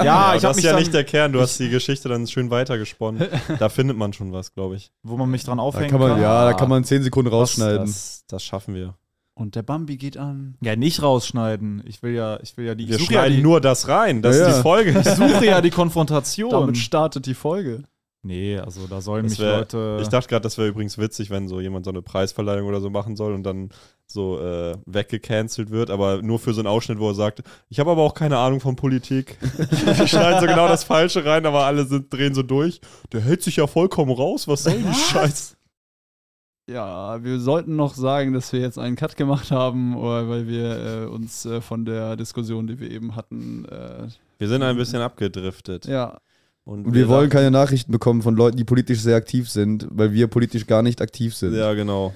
Speaker 4: Ah, ich
Speaker 3: das
Speaker 4: habe
Speaker 3: ist
Speaker 4: mich
Speaker 3: ja
Speaker 4: dann,
Speaker 3: nicht der Kern. Du hast die Geschichte dann schön weitergesponnen. da findet man schon was, glaube ich.
Speaker 4: wo man mich dran
Speaker 1: Da
Speaker 4: aufhängen
Speaker 1: kann
Speaker 4: kann.
Speaker 1: man, ja, da kann man 10 Sekunden
Speaker 3: Das,
Speaker 1: rausschneiden.
Speaker 3: das, das schaffen wir.
Speaker 2: Und der Bambi geht an.
Speaker 4: Ja, nicht rausschneiden. Ich will ja, ich will ja die,
Speaker 3: Wir
Speaker 4: ich suche ja
Speaker 3: schneiden
Speaker 4: die,
Speaker 3: nur das rein. Das
Speaker 1: Ja,
Speaker 3: ist
Speaker 1: ja.
Speaker 3: die Folge.
Speaker 4: ich suche ja die Konfrontation.
Speaker 2: Damit startet die Folge.
Speaker 4: nee, also da sollen
Speaker 3: Das
Speaker 4: mich
Speaker 3: wär-
Speaker 4: Leute.
Speaker 3: Ich dachte gerade, das wäre übrigens witzig, wenn so jemand so eine Preisverleihung oder so machen soll und dann so äh, weggecancelt wird, aber nur für so einen Ausschnitt, wo er sagt, ich habe aber auch keine Ahnung von Politik. Die schneiden so genau das Falsche rein, aber alle sind, drehen so durch. Der hält sich ja vollkommen raus, was soll die Scheiße?
Speaker 2: Ja, wir sollten noch sagen, dass wir jetzt einen Cut gemacht haben, oder weil wir äh, uns äh, von der Diskussion, die wir eben hatten, äh,
Speaker 3: Wir sind ein bisschen abgedriftet.
Speaker 2: ja,
Speaker 3: Und
Speaker 1: Und wir wollen keine Nachrichten bekommen von Leuten, die politisch sehr aktiv sind, weil wir politisch gar nicht aktiv sind.
Speaker 3: Ja, genau.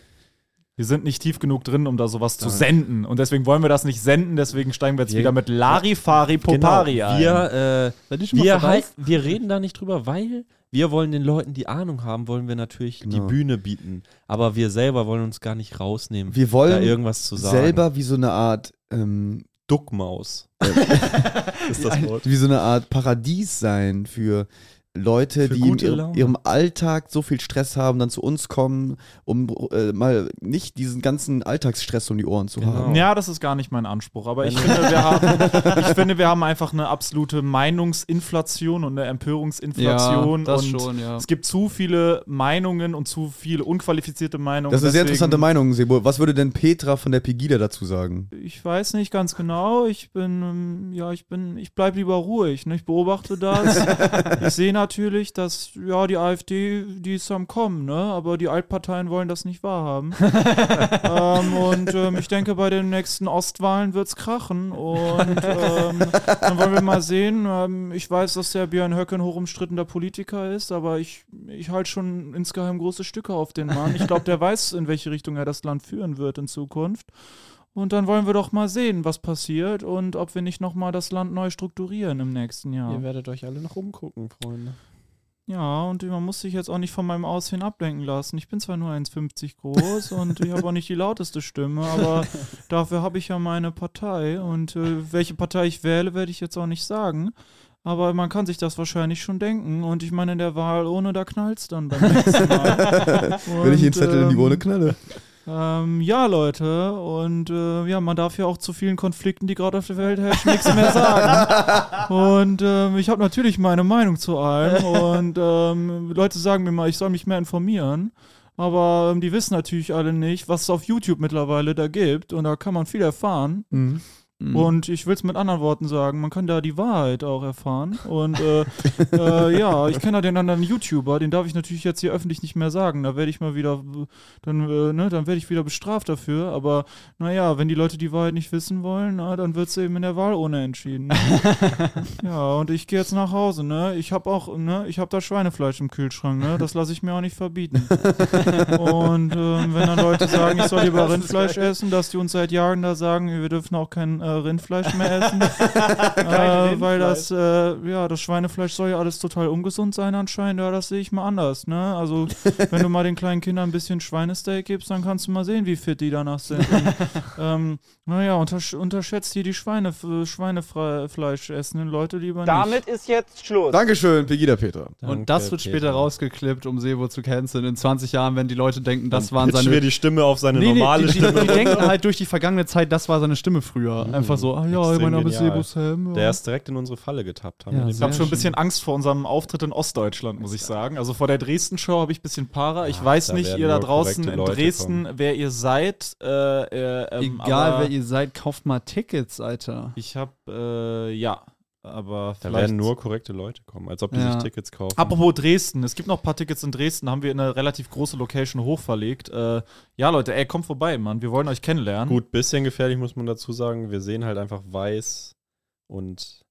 Speaker 4: Wir sind nicht tief genug drin, um da sowas zu senden. Und deswegen wollen wir das nicht senden, deswegen steigen wir jetzt
Speaker 3: Je-
Speaker 4: wieder mit Larifari
Speaker 3: Genau,
Speaker 4: Popari ein.
Speaker 6: Genau. Wir, äh,
Speaker 2: Wenn die schon mal
Speaker 6: wir,
Speaker 2: verreist-
Speaker 6: halt, wir reden da nicht drüber, weil wir wollen den Leuten, die Ahnung haben, wollen wir natürlich
Speaker 1: Genau.
Speaker 6: die Bühne bieten. Aber wir selber wollen uns gar nicht rausnehmen,
Speaker 1: Wir
Speaker 6: da
Speaker 1: wollen
Speaker 6: irgendwas zu sagen.
Speaker 1: Ähm, selber wie so eine Art ähm,
Speaker 3: Duckmaus. ist das Wort.
Speaker 1: wie so eine Art Paradies sein für Leute,
Speaker 6: Für
Speaker 1: die in
Speaker 6: gute
Speaker 1: ihrem,
Speaker 6: Laune.
Speaker 1: ihrem Alltag so viel Stress haben, dann zu uns kommen, um äh, mal nicht diesen ganzen Alltagsstress um die Ohren zu
Speaker 6: Genau.
Speaker 2: Oh.
Speaker 1: haben.
Speaker 4: Ja, das ist gar nicht mein Anspruch. Aber ich finde, wir haben, ich finde, wir haben einfach eine absolute Meinungsinflation und eine Empörungsinflation.
Speaker 2: ja, das
Speaker 4: und
Speaker 2: schon, ja.
Speaker 4: Es gibt zu viele Meinungen und zu viele unqualifizierte Meinungen.
Speaker 1: Das ist eine sehr
Speaker 4: Deswegen-
Speaker 1: interessante Meinung, Sebo. Was würde denn Petra von der Pegida dazu sagen?
Speaker 4: Ich weiß nicht ganz genau. Ich bin, ähm, ja, ich bin, ich bleibe lieber ruhig. Ne? Ich beobachte das. ich sehe natürlich, dass ja die AfD, die ist am Kommen, ne? aber die Altparteien wollen das nicht wahrhaben. ähm, und ähm, ich denke, bei den nächsten Ostwahlen wird es krachen. Und ähm, dann wollen wir mal sehen. Ähm, ich weiß, dass der Björn Höcke ein hochumstrittener Politiker ist, aber ich, ich halte schon insgeheim große Stücke auf den Mann. Ich glaube, der weiß, in welche Richtung er das Land führen wird in Zukunft. Und dann wollen wir doch mal sehen, was passiert und ob wir nicht nochmal das Land neu strukturieren im nächsten Jahr.
Speaker 5: Ihr werdet euch alle noch umgucken, Freunde.
Speaker 4: Ja, und man muss sich jetzt auch nicht von meinem Aussehen ablenken lassen. Ich bin zwar nur 1,50 groß und ich habe auch nicht die lauteste Stimme, aber dafür habe ich ja meine Partei. Und äh, welche Partei ich wähle, werde ich jetzt auch nicht sagen. Aber man kann sich das wahrscheinlich schon denken. Und ich meine, in der Wahl ohne, da knallt es dann beim nächsten Mal.
Speaker 1: Wenn ich den
Speaker 4: Und,
Speaker 1: Zettel in die
Speaker 4: ähm,
Speaker 1: Urne knalle.
Speaker 4: ähm, ja, Leute, und äh, ja, man darf ja auch zu vielen Konflikten, die gerade auf der Welt herrschen, nichts mehr sagen. Und ähm, ich habe natürlich meine Meinung zu allem. Und ähm, Leute sagen mir mal, ich soll mich mehr informieren. Aber ähm, die wissen natürlich alle nicht, was es auf YouTube mittlerweile da gibt. Und da kann man viel erfahren.
Speaker 1: Mhm.
Speaker 4: Und ich will es mit anderen Worten sagen, man kann da die Wahrheit auch erfahren. Und äh, äh, ja, ich kenne da den anderen YouTuber, den darf ich natürlich jetzt hier öffentlich nicht mehr sagen. Da werde ich mal wieder, dann, äh, ne, dann werde ich wieder bestraft dafür. Aber naja, wenn die Leute die Wahrheit nicht wissen wollen, na, dann wird es eben in der Wahl ohne entschieden. ja, und ich gehe jetzt nach Hause, ne? Ich habe auch, ne, ich habe da Schweinefleisch im Kühlschrank, ne? Das lasse ich mir auch nicht verbieten. Und ähm, wenn dann Leute sagen, ich soll lieber Rindfleisch essen, dass die uns seit Jahren da sagen, wir dürfen auch kein äh, Rindfleisch mehr essen, äh, weil das, äh, ja, das Schweinefleisch soll ja alles total ungesund sein anscheinend. Ja, das sehe ich mal anders. Ne? Also wenn du mal den kleinen Kindern ein bisschen Schweinesteak gibst, dann kannst du mal sehen, wie fit die danach sind. Und, ähm, naja, untersch unterschätzt hier die Schweine Schweinefleisch essenden Leute lieber nicht.
Speaker 7: Damit ist jetzt Schluss.
Speaker 1: Dankeschön, Pegida Petra.
Speaker 2: Und das wird später rausgeklippt, um Sebo zu canceln. In 20 Jahren, wenn die Leute denken, das waren
Speaker 3: Pitchen
Speaker 2: seine
Speaker 3: wir die Stimme auf seine
Speaker 2: Nee, nee,
Speaker 3: normale
Speaker 2: die,
Speaker 3: Stimme.
Speaker 2: Die, die denken halt durch die vergangene Zeit, das war seine Stimme früher. Einfach so, ah ja,
Speaker 3: Mhm. Extrem
Speaker 2: mein Name ist Sebo
Speaker 3: genial.
Speaker 2: Sam.
Speaker 3: Der ist direkt in unsere Falle getappt. Haben
Speaker 2: Ja,
Speaker 3: wir den
Speaker 4: Ich habe
Speaker 2: Sehr
Speaker 4: schon ein
Speaker 2: schön.
Speaker 4: bisschen Angst vor unserem Auftritt in Ostdeutschland, muss ich sagen. Also vor der Dresden-Show habe ich ein bisschen Para. Ich weiß
Speaker 3: da
Speaker 4: nicht,
Speaker 3: werden
Speaker 4: ihr da
Speaker 3: nur
Speaker 4: draußen
Speaker 3: korrekte
Speaker 4: in
Speaker 3: Leute
Speaker 4: Dresden, wer ihr seid. Äh, äh, ähm,
Speaker 2: Egal
Speaker 4: aber
Speaker 2: wer ihr seid, kauft mal Tickets, Alter.
Speaker 4: Ich habe, äh, ja, aber
Speaker 3: Da
Speaker 4: vielleicht.
Speaker 3: werden nur korrekte Leute kommen, als ob die
Speaker 2: Ja.
Speaker 3: sich Tickets kaufen.
Speaker 4: Apropos Dresden, es gibt noch ein paar Tickets in Dresden, haben wir in eine relativ große Location hochverlegt. Äh, ja, Leute, ey, kommt vorbei, Mann. Wir wollen euch kennenlernen.
Speaker 3: Gut, bisschen gefährlich muss man dazu sagen. Wir sehen halt einfach weiß und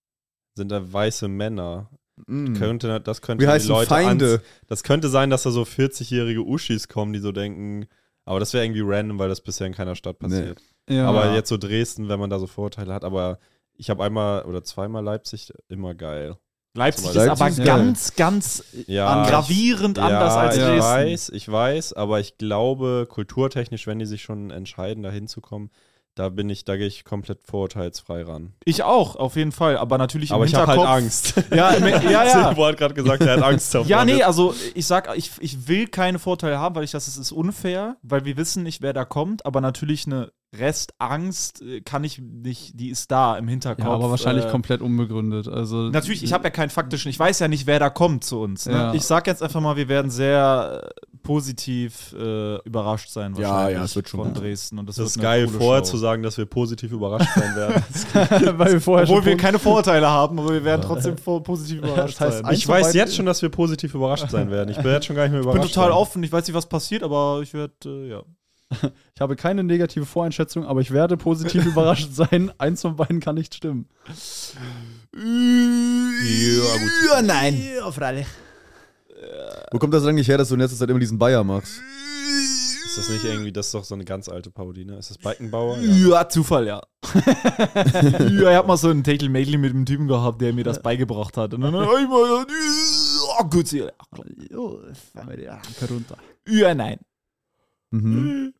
Speaker 3: sind da weiße Männer.
Speaker 2: Hm.
Speaker 1: Mhm.
Speaker 3: Könnte, das könnte
Speaker 1: Wir heißen Feinde.
Speaker 3: Das könnte sein, dass da so 40-jährige Uschis kommen, die so denken, aber das wäre irgendwie random, weil das bisher in keiner Stadt passiert.
Speaker 2: Ja.
Speaker 3: Aber jetzt so Dresden, wenn man da so Vorurteile hat, aber ich habe einmal oder zweimal Leipzig immer geil.
Speaker 4: Leipzig ist
Speaker 1: Leipzig
Speaker 4: aber
Speaker 1: ist geil.
Speaker 4: ganz, ganz
Speaker 3: Ja, ich-
Speaker 4: gravierend anders als
Speaker 3: ich
Speaker 4: Dresden.
Speaker 3: weiß, ich weiß, aber ich glaube, kulturtechnisch, wenn die sich schon entscheiden, da hinzukommen, da bin ich, da gehe ich komplett vorurteilsfrei ran.
Speaker 4: Ich auch, auf jeden Fall. Aber natürlich
Speaker 3: Aber
Speaker 4: im
Speaker 3: ich habe halt
Speaker 4: Hinterkopf.
Speaker 3: Angst.
Speaker 4: Ja, im- ja, ja.
Speaker 3: Silvo hat gerade gesagt, er hat Angst davor.
Speaker 4: Ja, nee,
Speaker 3: Jetzt-
Speaker 4: also ich sag, ich, ich will keine Vorteile haben, weil ich das es ist unfair, weil wir wissen nicht, wer da kommt, aber natürlich eine Restangst äh, kann ich nicht, die ist da im Hinterkopf.
Speaker 2: ja, aber wahrscheinlich
Speaker 4: äh,
Speaker 2: komplett unbegründet. Also
Speaker 4: Natürlich, ich habe ja keinen faktischen, ich weiß ja nicht, wer da kommt zu uns. Ne?
Speaker 2: Ja.
Speaker 4: Ich sag jetzt einfach mal, wir werden sehr äh, positiv äh, überrascht sein
Speaker 1: Ja,
Speaker 4: wahrscheinlich
Speaker 1: ja, es wird schon
Speaker 4: von
Speaker 1: gut.
Speaker 4: Dresden. Und das,
Speaker 3: das
Speaker 4: wird
Speaker 3: ist
Speaker 4: eine
Speaker 3: geil,
Speaker 4: coole
Speaker 3: vorher
Speaker 4: Show.
Speaker 3: zu sagen, dass wir positiv überrascht sein werden.
Speaker 2: weil wir vorher
Speaker 4: Obwohl wir keine Vorurteile haben, aber wir werden trotzdem vor, positiv überrascht
Speaker 2: heißt,
Speaker 4: sein.
Speaker 2: ein-
Speaker 4: Ich
Speaker 3: ich weiß jetzt schon, dass wir positiv überrascht sein werden. Ich bin jetzt schon gar nicht mehr
Speaker 4: bin
Speaker 3: überrascht.
Speaker 4: total
Speaker 3: worden.
Speaker 4: offen, ich weiß nicht, was passiert, aber ich werde, äh, ja.
Speaker 2: Ich habe keine negative Voreinschätzung, aber ich werde positiv überrascht sein. Eins von beiden kann nicht stimmen.
Speaker 1: Ja, gut. Ja, nein.
Speaker 5: Ja, freilich.
Speaker 1: Wo kommt das eigentlich her, dass du in letzter Zeit immer diesen Bayer machst?
Speaker 3: Ist das nicht irgendwie, das ist doch so eine ganz alte Parodie, ne? Ist das Beckenbauer?
Speaker 4: Ja, Zufall, ja. ja, ich hab mal so einen Techtel Mädel mit einem Typen gehabt, der mir das beigebracht hat. Und dann hab ich mal gesagt, ja, gut, ja,
Speaker 2: runter.
Speaker 4: ja, nein.
Speaker 1: Mhm.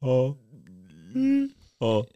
Speaker 3: Oh.
Speaker 2: Hm.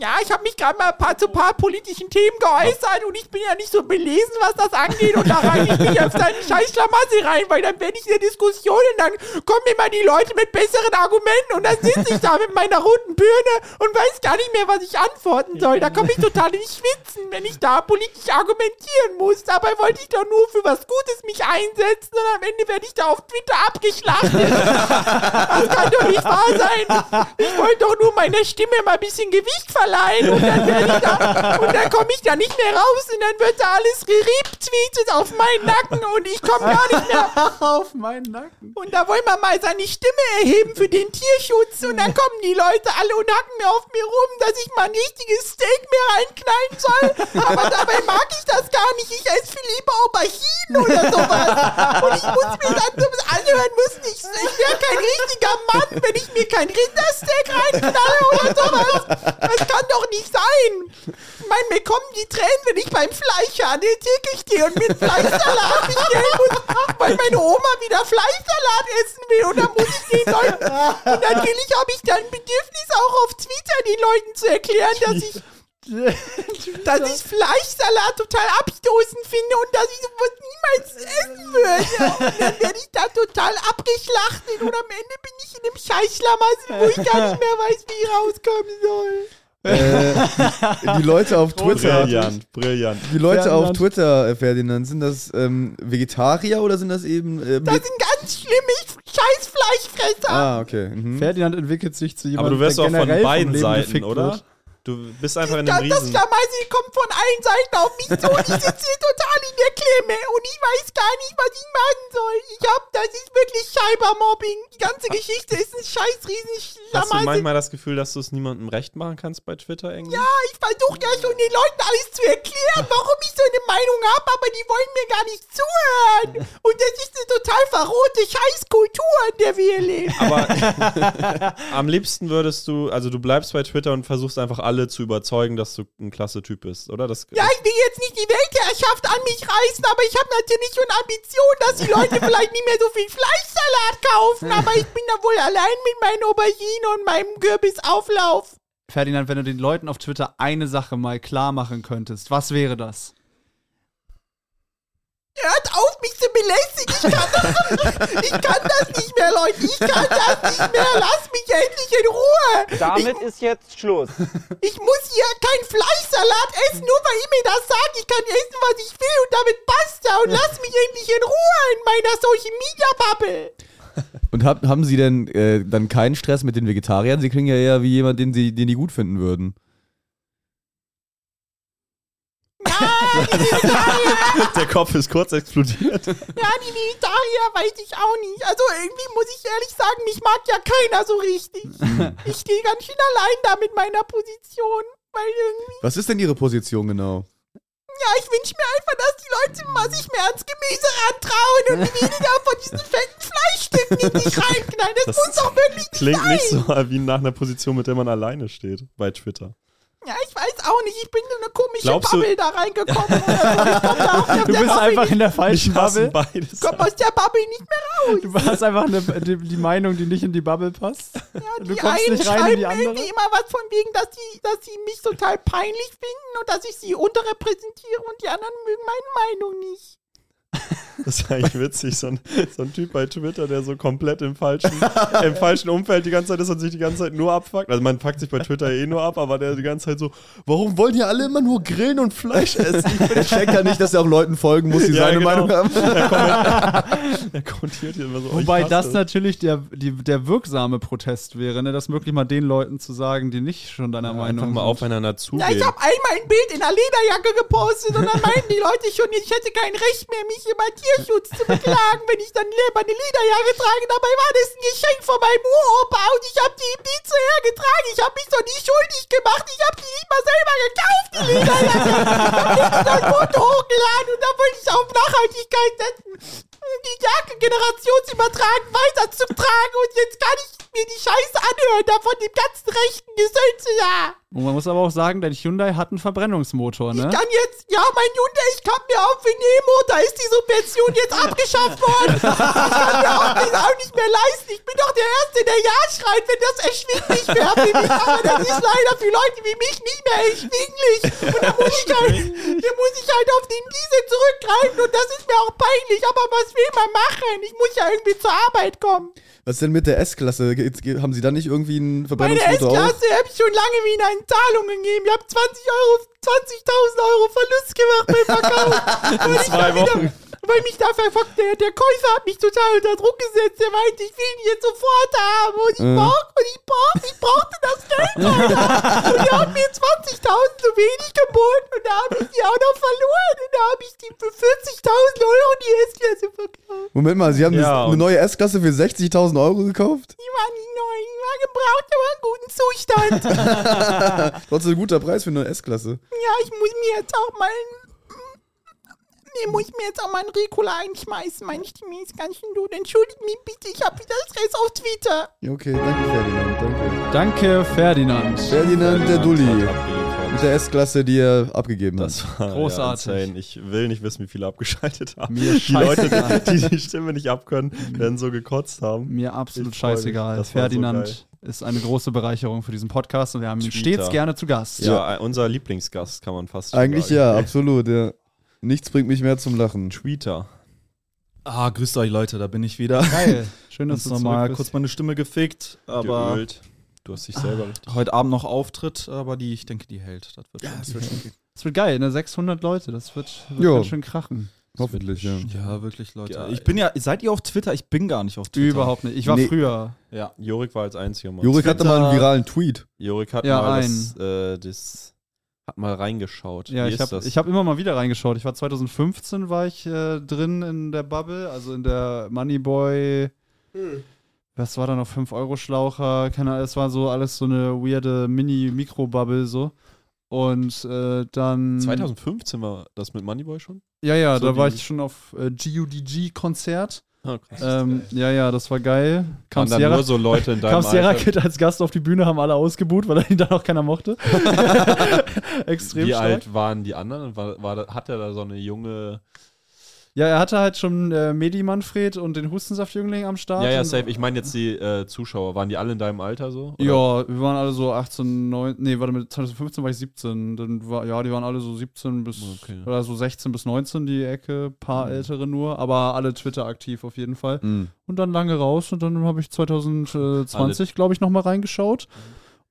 Speaker 4: Ja, ich habe mich gerade mal ein paar, zu ein paar politischen Themen geäußert und ich bin ja nicht so belesen, was das angeht. Und da rein ich mich auf deinen scheiß Schlamassel rein, weil dann werde ich in der Diskussion und dann kommen immer die Leute mit besseren Argumenten und dann sitze ich da mit meiner roten Birne und weiß gar nicht mehr, was ich antworten soll. Da komme ich total ins Schwitzen, wenn ich da politisch argumentieren muss. Dabei wollte ich doch nur für was Gutes mich einsetzen und am Ende werde ich da auf Twitter abgeschlachtet. Das kann doch nicht wahr sein. Ich wollte doch nur meiner Stimme mal ein bisschen Gewicht
Speaker 5: verleihen und dann, werd ich da, und dann komme ich da nicht mehr raus und dann wird da alles geretweetet auf meinen Nacken und ich komme gar nicht mehr.
Speaker 2: Auf meinen Nacken.
Speaker 5: Und da wollen wir mal seine Stimme erheben für den Tierschutz und dann kommen die Leute alle und hacken mir auf mir rum, dass ich mal ein richtiges Steak mir reinknallen soll. Aber dabei mag ich das gar nicht. Ich esse viel lieber Auberginen oder sowas. Und ich muss mir dann das anhören müssen. Ich, ich wäre kein richtiger Mann, wenn ich mir kein Rindersteak reinknalle oder sowas. Das kann doch nicht sein. Ich meine, mir kommen die Tränen, wenn ich beim Fleischhandel täglich stehe und mit Fleischsalat mich gehen muss, weil meine Oma wieder Fleischsalat essen will. Und dann muss ich den Leuten. Und natürlich habe ich dann Bedürfnis, auch auf Twitter den Leuten zu erklären, dass ich dass ich Fleischsalat total abstoßend finde und dass ich sowas niemals essen würde. Und dann werde ich da total abgeschlachtet und am Ende bin ich in einem Scheißlamassel, wo ich gar nicht mehr weiß, wie ich rauskommen soll.
Speaker 1: Äh, Die Leute auf Twitter,
Speaker 3: Brillant, brillant.
Speaker 1: die Leute auf
Speaker 5: Ferdinand.
Speaker 1: Twitter, äh, Ferdinand, sind das ähm, Vegetarier oder sind das eben. ähm,
Speaker 5: Das sind ganz schlimme Scheißfleischfresser.
Speaker 1: ah, okay. Mhm.
Speaker 2: Ferdinand entwickelt sich zu
Speaker 3: Aber
Speaker 2: jemandem,
Speaker 3: du wirst
Speaker 2: der
Speaker 3: auch von
Speaker 2: generell vom
Speaker 3: beiden
Speaker 2: Leben
Speaker 3: Seiten,
Speaker 2: gefickt
Speaker 3: oder?
Speaker 2: wird.
Speaker 3: Du bist einfach in
Speaker 5: Das,
Speaker 3: einem
Speaker 5: das
Speaker 3: Riesen.
Speaker 5: Schlamassel kommt von allen Seiten auf mich zu und ich sitze hier total in der Klemme und ich weiß gar nicht, was ich machen soll. Ich hab, das ist wirklich Cybermobbing. Die ganze Geschichte ist ein scheiß
Speaker 3: Hast du
Speaker 5: Riesenschlamassel.
Speaker 3: manchmal das Gefühl, dass du es niemandem recht machen kannst bei Twitter irgendwie?
Speaker 5: Ja, ich versuche ja schon den Leuten alles zu erklären, warum ich so eine Meinung habe, aber die wollen mir gar nicht zuhören. Und das ist eine total verrohte Scheißkultur, in der wir hier leben.
Speaker 3: Aber am liebsten würdest du, also du bleibst bei Twitter und versuchst einfach alle zu überzeugen, dass du ein klasse Typ bist, oder? Das,
Speaker 5: Ja, ich will jetzt nicht die Weltherrschaft an mich reißen, aber ich habe natürlich schon Ambitionen, dass die Leute vielleicht nicht mehr so viel Fleischsalat kaufen, aber ich bin da wohl allein mit meinen Auberginen und meinem Kürbisauflauf.
Speaker 2: Ferdinand, wenn du den Leuten auf Twitter eine Sache mal klar machen könntest, was wäre das?
Speaker 5: Hört auf, mich zu belästigen. Ich kann, das, ich kann das nicht mehr, Leute. Ich kann das nicht mehr. Lasst mich endlich in Ruhe.
Speaker 7: Damit ist jetzt Schluss.
Speaker 5: Ich muss hier keinen Fleischsalat essen, nur weil ihr mir das sagt. Ich kann essen, was ich will und damit basta. Und lasst mich endlich in Ruhe in meiner Social-Media-Bubble.
Speaker 1: Und hab, haben sie denn äh, dann keinen Stress mit den Vegetariern? Sie klingen ja eher wie jemand, den sie den die gut finden würden.
Speaker 3: Der Kopf ist kurz explodiert.
Speaker 5: Ja, die Vegetarier weiß ich auch nicht. Also irgendwie muss ich ehrlich sagen, mich mag ja keiner so richtig. Ich stehe ganz schön allein da mit meiner Position. Weil irgendwie,
Speaker 1: Was ist denn ihre Position genau?
Speaker 5: ja, ich wünsche mir einfach, dass die Leute mal sich mehr ans Gemüse rantrauen und weniger von diesen fetten Fleischstücken in dich reinknallen. Das,
Speaker 3: Das
Speaker 5: muss doch wirklich nicht
Speaker 3: Klingt
Speaker 5: sein.
Speaker 3: nicht so wie nach einer Position, mit der man alleine steht bei Twitter.
Speaker 5: Ja, ich weiß auch nicht. Ich bin in eine komische
Speaker 3: Glaubst du-
Speaker 5: Bubble da reingekommen. Oder so. Ich komme da auch
Speaker 2: Du bist einfach in der falschen
Speaker 3: Ich hasse
Speaker 2: Bubble.
Speaker 3: beides.
Speaker 5: komm aus der Bubble nicht mehr raus.
Speaker 2: Du hast einfach eine, die, die Meinung, die nicht in die Bubble passt.
Speaker 5: Ja,
Speaker 2: Du
Speaker 5: die
Speaker 2: kommst
Speaker 5: einen
Speaker 2: nicht rein in
Speaker 5: schreiben
Speaker 2: die andere?
Speaker 5: irgendwie immer was von wegen, dass sie, dass sie mich total peinlich finden und dass ich sie unterrepräsentiere und die anderen mögen meine Meinung nicht.
Speaker 3: Das ist eigentlich witzig, so ein, so ein Typ bei Twitter, der so komplett im falschen, im falschen Umfeld die ganze Zeit ist und sich die ganze Zeit nur abfuckt. Also man fuckt sich bei Twitter eh nur ab, aber der die ganze Zeit so, warum wollen hier alle immer nur grillen und Fleisch essen?
Speaker 1: Ich check ja nicht, dass er auch Leuten folgen muss, die
Speaker 3: Ja,
Speaker 1: seine
Speaker 3: genau.
Speaker 1: Meinung haben.
Speaker 3: Der, kommen- der kommentiert hier immer so. oh, ich
Speaker 2: Wobei
Speaker 3: hasse
Speaker 2: das natürlich der, die, der wirksame Protest wäre, ne? das wirklich mal den Leuten zu sagen, die nicht schon deiner Meinung
Speaker 6: Einfach mal
Speaker 2: sind.
Speaker 6: aufeinander
Speaker 5: Ja,
Speaker 6: zugehen.
Speaker 5: ich habe einmal ein Bild in einer Lederjacke gepostet und dann meinten die Leute schon, ich hätte kein Recht mehr, mich über Tierschutz zu beklagen, wenn ich dann lieber eine Lederjacke trage. Dabei war das ein Geschenk von meinem Uropa und ich habe die ihm nie zu hergetragen. Ich habe mich doch nicht schuldig gemacht. Ich habe die nicht mal selber gekauft, die Lederjacke. Ich habe dann ein Foto hochgeladen und da wollte ich auf Nachhaltigkeit setzen. Die Jacke generationsübertragen weiter zu tragen und jetzt kann ich mir die Scheiße anhören, da von dem ganzen rechten Gesölze da.
Speaker 2: Und man muss aber auch sagen, dein Hyundai hat einen Verbrennungsmotor, ne?
Speaker 5: Ich kann jetzt, ja, mein Junge, ich kann mir auch für Nemo, da ist die Subvention jetzt abgeschafft worden. Ich kann mir auch das auch nicht mehr leisten. Ich bin doch der Erste, der Ja schreit, wenn das erschwinglich wäre für mich. Aber das ist leider für Leute wie mich nicht mehr erschwinglich. Und da muss ich halt, da muss ich halt auf den Diesel zurückgreifen und das ist mir auch peinlich. Aber was will man machen? Ich muss ja irgendwie zur Arbeit kommen.
Speaker 1: Was ist denn mit der S-Klasse? Ge- ge- Haben sie da nicht irgendwie einen
Speaker 5: Meine
Speaker 1: Verbrennungsmotor? auch?
Speaker 5: S-Klasse habe ich schon lange wieder in Zahlungen gegeben. Ich habe 20 Euro, 20.000 Euro Verlust gemacht beim Verkauf. Und ich war
Speaker 3: Zwei
Speaker 5: wieder,
Speaker 3: Wochen.
Speaker 5: weil mich da verfolgt, der, der Käufer hat mich total unter Druck gesetzt. Der meinte, ich will ihn jetzt sofort haben und ich brauch, und ich brauch, ich brauchte das Geld. Alter. und er hat mir 20.000 zu wenig geboten und da habe ich die auch noch verloren und da habe ich die für 40.000 Euro die S-Klasse verkauft.
Speaker 1: Moment mal, Sie haben
Speaker 3: Ja,
Speaker 1: das, eine
Speaker 3: und-
Speaker 1: neue S-Klasse für 60.000 Euro gekauft?
Speaker 5: Die waren nicht neu, die waren gebraucht, aber in gutem Zustand.
Speaker 1: Trotzdem ein guter Preis für eine S-Klasse.
Speaker 5: Ja, ich muss mir jetzt auch mal. ein- Nee, muss ich mir jetzt auch mal einen Ricola einschmeißen. Meine Stimme ist ganz schön gut. Entschuldigt mich bitte, ich habe wieder Stress auf Twitter.
Speaker 1: Ja, okay, danke Ferdinand, danke.
Speaker 2: Danke, Ferdinand.
Speaker 1: Ferdinand, der Dulli.
Speaker 3: Hat abgeliefert.
Speaker 1: Mit der S-Klasse, die er abgegeben hat.
Speaker 3: Das war
Speaker 2: Großartig.
Speaker 3: Ja, insane. ich will nicht wissen, wie viele abgeschaltet haben.
Speaker 2: Mir
Speaker 3: die Leute, die die Stimme nicht abkönnen, werden so gekotzt haben.
Speaker 2: Mir absolut
Speaker 3: Ich freu mich.
Speaker 2: scheißegal.
Speaker 3: Das war so
Speaker 2: Ferdinand ist eine große Bereicherung für diesen Podcast und wir haben ihn
Speaker 3: Tweeter.
Speaker 2: stets gerne zu Gast.
Speaker 3: Ja, unser Lieblingsgast kann man fast schon
Speaker 1: Eigentlich
Speaker 3: sagen.
Speaker 1: ja, absolut, ja. Nichts bringt mich mehr zum Lachen.
Speaker 3: Tweeter.
Speaker 7: Ah, grüßt euch Leute, da bin ich wieder.
Speaker 2: Geil. Schön, dass
Speaker 7: Ganz
Speaker 2: du
Speaker 7: normal
Speaker 2: zurück
Speaker 7: kurz
Speaker 2: bist.
Speaker 7: meine Stimme gefickt, aber
Speaker 3: Geölt. Du hast dich selber richtig.
Speaker 7: heute Abend noch Auftritt, aber die, ich denke, die hält. Das wird schon.
Speaker 2: Das wird geil, ne? 600 Leute, das wird, wird
Speaker 1: Jo.
Speaker 2: ganz schön krachen.
Speaker 1: Hoffentlich, ja.
Speaker 7: Ja, wirklich, Leute.
Speaker 3: Geil.
Speaker 7: Ich bin ja, seid ihr auf Twitter? Ich bin gar nicht auf Twitter.
Speaker 2: Überhaupt nicht. Ich war
Speaker 1: Nee.
Speaker 2: früher.
Speaker 3: Ja, Jorik war als einziger mal.
Speaker 1: Jurik hatte mal einen viralen Tweet.
Speaker 3: Jorik hat
Speaker 2: Ja,
Speaker 3: mal das, äh, das hat mal reingeschaut.
Speaker 2: Ja, ich habe hab immer mal wieder reingeschaut. Ich war 2015 war ich äh, drin in der Bubble, also in der Moneyboy. Was war da noch? 5-Euro-Schlaucher, keine Ahnung, es war so alles so eine weirde Mini-Mikro-Bubble so. Und äh, dann.
Speaker 3: 2015 war das mit Moneyboy schon?
Speaker 2: Ja, ja,
Speaker 3: so
Speaker 2: da war
Speaker 3: die-
Speaker 2: ich schon auf äh, GUDG-Konzert.
Speaker 3: Ah, krass.
Speaker 2: Ähm, ja, ja, das war geil. Kam
Speaker 3: Waren dann
Speaker 2: Sierra,
Speaker 3: nur so Leute in deinem
Speaker 2: kam Sierra
Speaker 3: Alter,
Speaker 2: Kid als Gast auf die Bühne, haben alle ausgebuht, weil ihn da noch keiner mochte. Extrem
Speaker 3: Wie
Speaker 2: stark.
Speaker 3: alt waren die anderen? War, war, da- hat er da so eine junge.
Speaker 2: Ja, er hatte halt schon äh, Medi Manfred und den Hustensaftjüngling am Start.
Speaker 3: Ja, ja,
Speaker 2: Und-
Speaker 3: safe. Ich meine jetzt die äh, Zuschauer. Waren die alle in deinem Alter so? Oder-
Speaker 2: Ja, wir waren alle so 18, 19, nee, warte, mit 2015 war ich 17. Dann war, ja, die waren alle so 17 bis,
Speaker 3: Okay, Mhm. ja.
Speaker 2: oder so 16 bis 19 die Ecke, paar ältere nur, aber alle Twitter aktiv auf jeden Fall.
Speaker 3: Mhm.
Speaker 2: Und dann lange raus und dann habe ich 2020, glaube ich, nochmal reingeschaut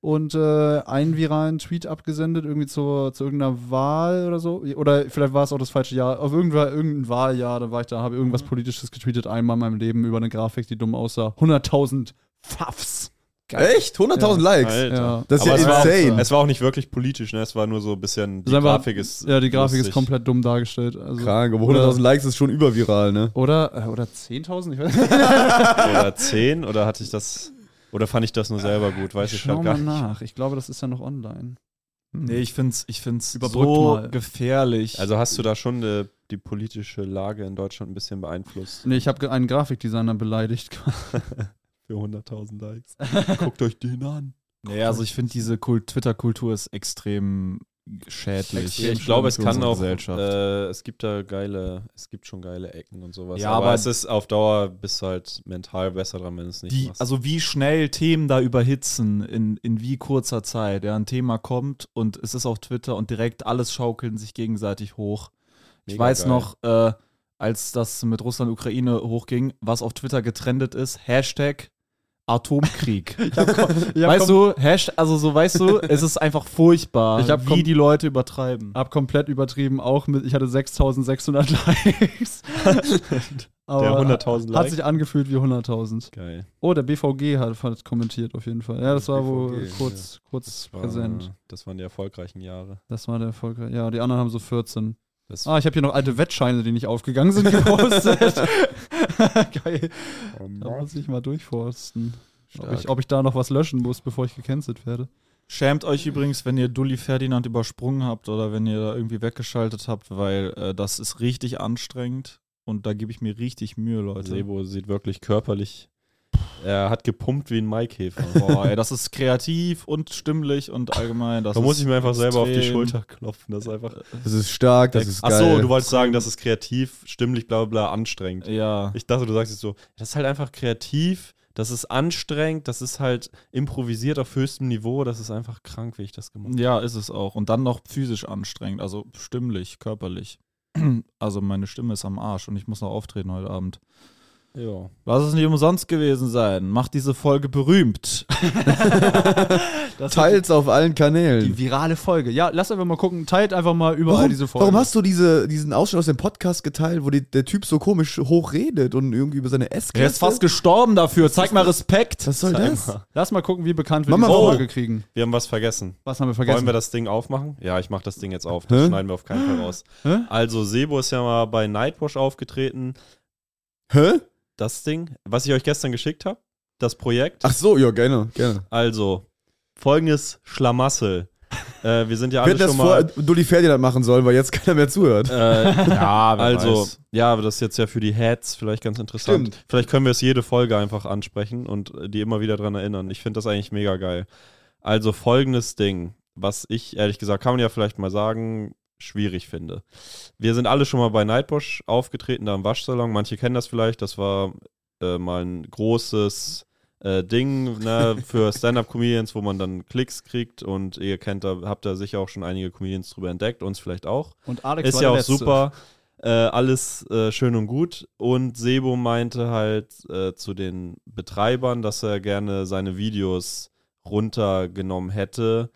Speaker 3: Mhm.
Speaker 2: und äh, einen viralen Tweet abgesendet, irgendwie zur, zu irgendeiner Wahl oder so. Oder vielleicht war es auch das falsche Jahr, auf irgendwer, irgendein Wahljahr, da war ich da, habe
Speaker 3: Mhm.
Speaker 2: irgendwas Politisches getweetet, einmal in meinem Leben über eine Grafik, die dumm aussah. 100.000 Pfaffs.
Speaker 1: Echt? 100.000 Likes?
Speaker 3: Alter.
Speaker 2: Ja.
Speaker 1: Das ist ja
Speaker 3: Aber es war auch-
Speaker 1: insane.
Speaker 3: Es war auch nicht wirklich politisch, ne? Es war nur so ein bisschen. Die
Speaker 2: Das ist einfach-
Speaker 3: Grafik ist.
Speaker 2: Ja, die Grafik
Speaker 3: lustig.
Speaker 2: ist komplett dumm dargestellt. Also.
Speaker 1: Krank, aber 100.000 Likes ist schon überviral, ne?
Speaker 2: Oder, äh, oder 10.000? Ich weiß nicht.
Speaker 3: Oder 10 oder hatte ich das. Oder fand ich das nur selber gut? Weiß ich
Speaker 2: Schau
Speaker 3: gerade gar
Speaker 2: mal
Speaker 3: nicht.
Speaker 2: nach. Ich glaube, das ist ja noch online.
Speaker 7: Nee, ich find's, ich find's
Speaker 2: Überbrückt
Speaker 7: so
Speaker 2: mal.
Speaker 7: gefährlich.
Speaker 3: Also hast du da schon äh, die politische Lage in Deutschland ein bisschen beeinflusst?
Speaker 2: Nee, ich habe einen Grafikdesigner beleidigt.
Speaker 3: Für 100.000 Likes. Guckt euch den an.
Speaker 7: nee, also ich finde diese Kult Twitter-Kultur ist extrem schädlich.
Speaker 3: Ich, glaube, es kann auch. Äh, es gibt da geile, es gibt schon geile Ecken und sowas.
Speaker 7: Ja,
Speaker 3: aber,
Speaker 7: aber-
Speaker 3: es ist auf Dauer bist du halt mental besser dran, wenn du es nicht
Speaker 7: die,
Speaker 3: machst.
Speaker 7: also wie schnell Themen da überhitzen, in, in wie kurzer Zeit. Ja, ein Thema kommt und es ist auf Twitter und direkt alles schaukeln sich gegenseitig hoch. Ich
Speaker 3: Mega
Speaker 7: weiß
Speaker 3: geil.
Speaker 7: noch, äh, als das mit Russland Ukraine hochging, was auf Twitter getrendet ist, Hashtag Atomkrieg. weißt du, Hashtag, also so weißt du, es ist einfach furchtbar,
Speaker 2: Ich hab
Speaker 7: wie
Speaker 2: kom-
Speaker 7: die Leute übertreiben.
Speaker 2: Hab komplett übertrieben, auch mit, ich hatte 6.600 Likes. Aber
Speaker 7: äh,
Speaker 3: Der 100.000
Speaker 2: Hat
Speaker 3: Likes.
Speaker 2: sich angefühlt wie 100.000.
Speaker 3: Geil.
Speaker 2: Oh, der BVG hat, hat kommentiert auf jeden Fall. Ja, das war wohl
Speaker 3: BVG,
Speaker 2: kurz, kurz
Speaker 3: Das, war,
Speaker 2: präsent.
Speaker 3: das waren die erfolgreichen Jahre.
Speaker 2: Das war der Erfolg. Ja, die anderen haben so 14.
Speaker 3: Das-
Speaker 2: ah, ich habe hier noch alte Wettscheine, die nicht aufgegangen sind, gepostet. Geil.
Speaker 3: Oh
Speaker 2: Da muss ich mal durchforsten. Ob ich, ob ich da noch was löschen muss, bevor ich gecancelt werde.
Speaker 7: Schämt euch übrigens, wenn ihr Dulli Ferdinand übersprungen habt oder wenn ihr da irgendwie weggeschaltet habt, weil äh, das ist richtig anstrengend und da gebe ich mir richtig Mühe, Leute.
Speaker 3: Also Sebo sieht wirklich körperlich. Er hat gepumpt wie ein Maikäfer.
Speaker 7: Boah, ey, das ist kreativ und stimmlich und allgemein. Das
Speaker 3: da muss
Speaker 7: ist
Speaker 3: ich mir einfach selber auf die
Speaker 7: extrem-
Speaker 3: Schulter klopfen. Das ist einfach.
Speaker 1: Das ist stark, das ist geil.
Speaker 3: Achso, du wolltest sagen, das ist kreativ, stimmlich, bla bla bla, anstrengend.
Speaker 7: Ja.
Speaker 3: Ich dachte, du sagst jetzt so, das ist halt einfach kreativ, das ist anstrengend, das ist halt improvisiert auf höchstem Niveau, das ist einfach krank, wie ich das gemacht
Speaker 7: Ja, ist es auch. Und dann noch physisch anstrengend, also stimmlich, körperlich. Also meine Stimme ist am Arsch und ich muss noch auftreten heute Abend.
Speaker 3: Ja.
Speaker 7: Lass es nicht umsonst gewesen sein. Macht diese Folge berühmt.
Speaker 1: Teils auf allen Kanälen.
Speaker 2: Die virale Folge. Ja, lasst einfach mal gucken. Teilt einfach mal überall
Speaker 1: Warum,
Speaker 2: diese Folge.
Speaker 1: warum hast du diese, diesen Ausschnitt aus dem Podcast geteilt, wo die, der Typ so komisch hoch redet und irgendwie über seine Essklasse?
Speaker 7: Er ist fast gestorben dafür. Zeig mal Respekt.
Speaker 1: Was soll das?
Speaker 3: Timer.
Speaker 2: Lass mal gucken, wie bekannt wir
Speaker 1: Mama,
Speaker 2: diese
Speaker 1: warum-
Speaker 2: Folge kriegen.
Speaker 3: Wir haben was vergessen.
Speaker 2: Was haben wir vergessen?
Speaker 3: Wollen wir das Ding aufmachen? Ja, ich mach das Ding jetzt auf. Das
Speaker 1: Hä?
Speaker 3: schneiden wir auf keinen Fall raus.
Speaker 2: Hä?
Speaker 3: Also, Sebo ist ja mal bei Nightwash aufgetreten.
Speaker 1: Hä?
Speaker 3: Das Ding, was ich euch gestern geschickt habe, das Projekt.
Speaker 1: Ach so, ja, gerne, gerne.
Speaker 3: Also, folgendes Schlamassel. äh, wir sind ja
Speaker 1: Wir
Speaker 3: alle
Speaker 1: hätten das
Speaker 3: schon
Speaker 1: vor
Speaker 3: mal.
Speaker 1: Dulli Ferdinand machen sollen, weil jetzt keiner mehr zuhört.
Speaker 3: Äh,
Speaker 7: Ja, wer
Speaker 3: also,
Speaker 7: weiß.
Speaker 3: ja, aber das ist jetzt ja für die Heads vielleicht ganz interessant.
Speaker 1: Stimmt.
Speaker 3: Vielleicht können wir es jede Folge einfach ansprechen und äh, die immer wieder dran erinnern. Ich finde das eigentlich mega geil. Also folgendes Ding, was ich ehrlich gesagt, kann man ja vielleicht mal sagen, schwierig finde. Wir sind alle schon mal bei Nightbush aufgetreten, da im Waschsalon. Manche kennen das vielleicht. Das war äh, mal ein großes äh, Ding ne, für Stand-Up-Comedians, wo man dann Klicks kriegt. Und ihr kennt da, habt da sicher auch schon einige Comedians drüber entdeckt, uns vielleicht auch.
Speaker 2: Und Alex
Speaker 3: Ist
Speaker 2: war
Speaker 3: ja
Speaker 2: der
Speaker 3: auch
Speaker 2: Letzte.
Speaker 3: super. Äh, alles äh, schön und gut. Und Sebo meinte halt äh, zu den Betreibern, dass er gerne seine Videos runtergenommen hätte.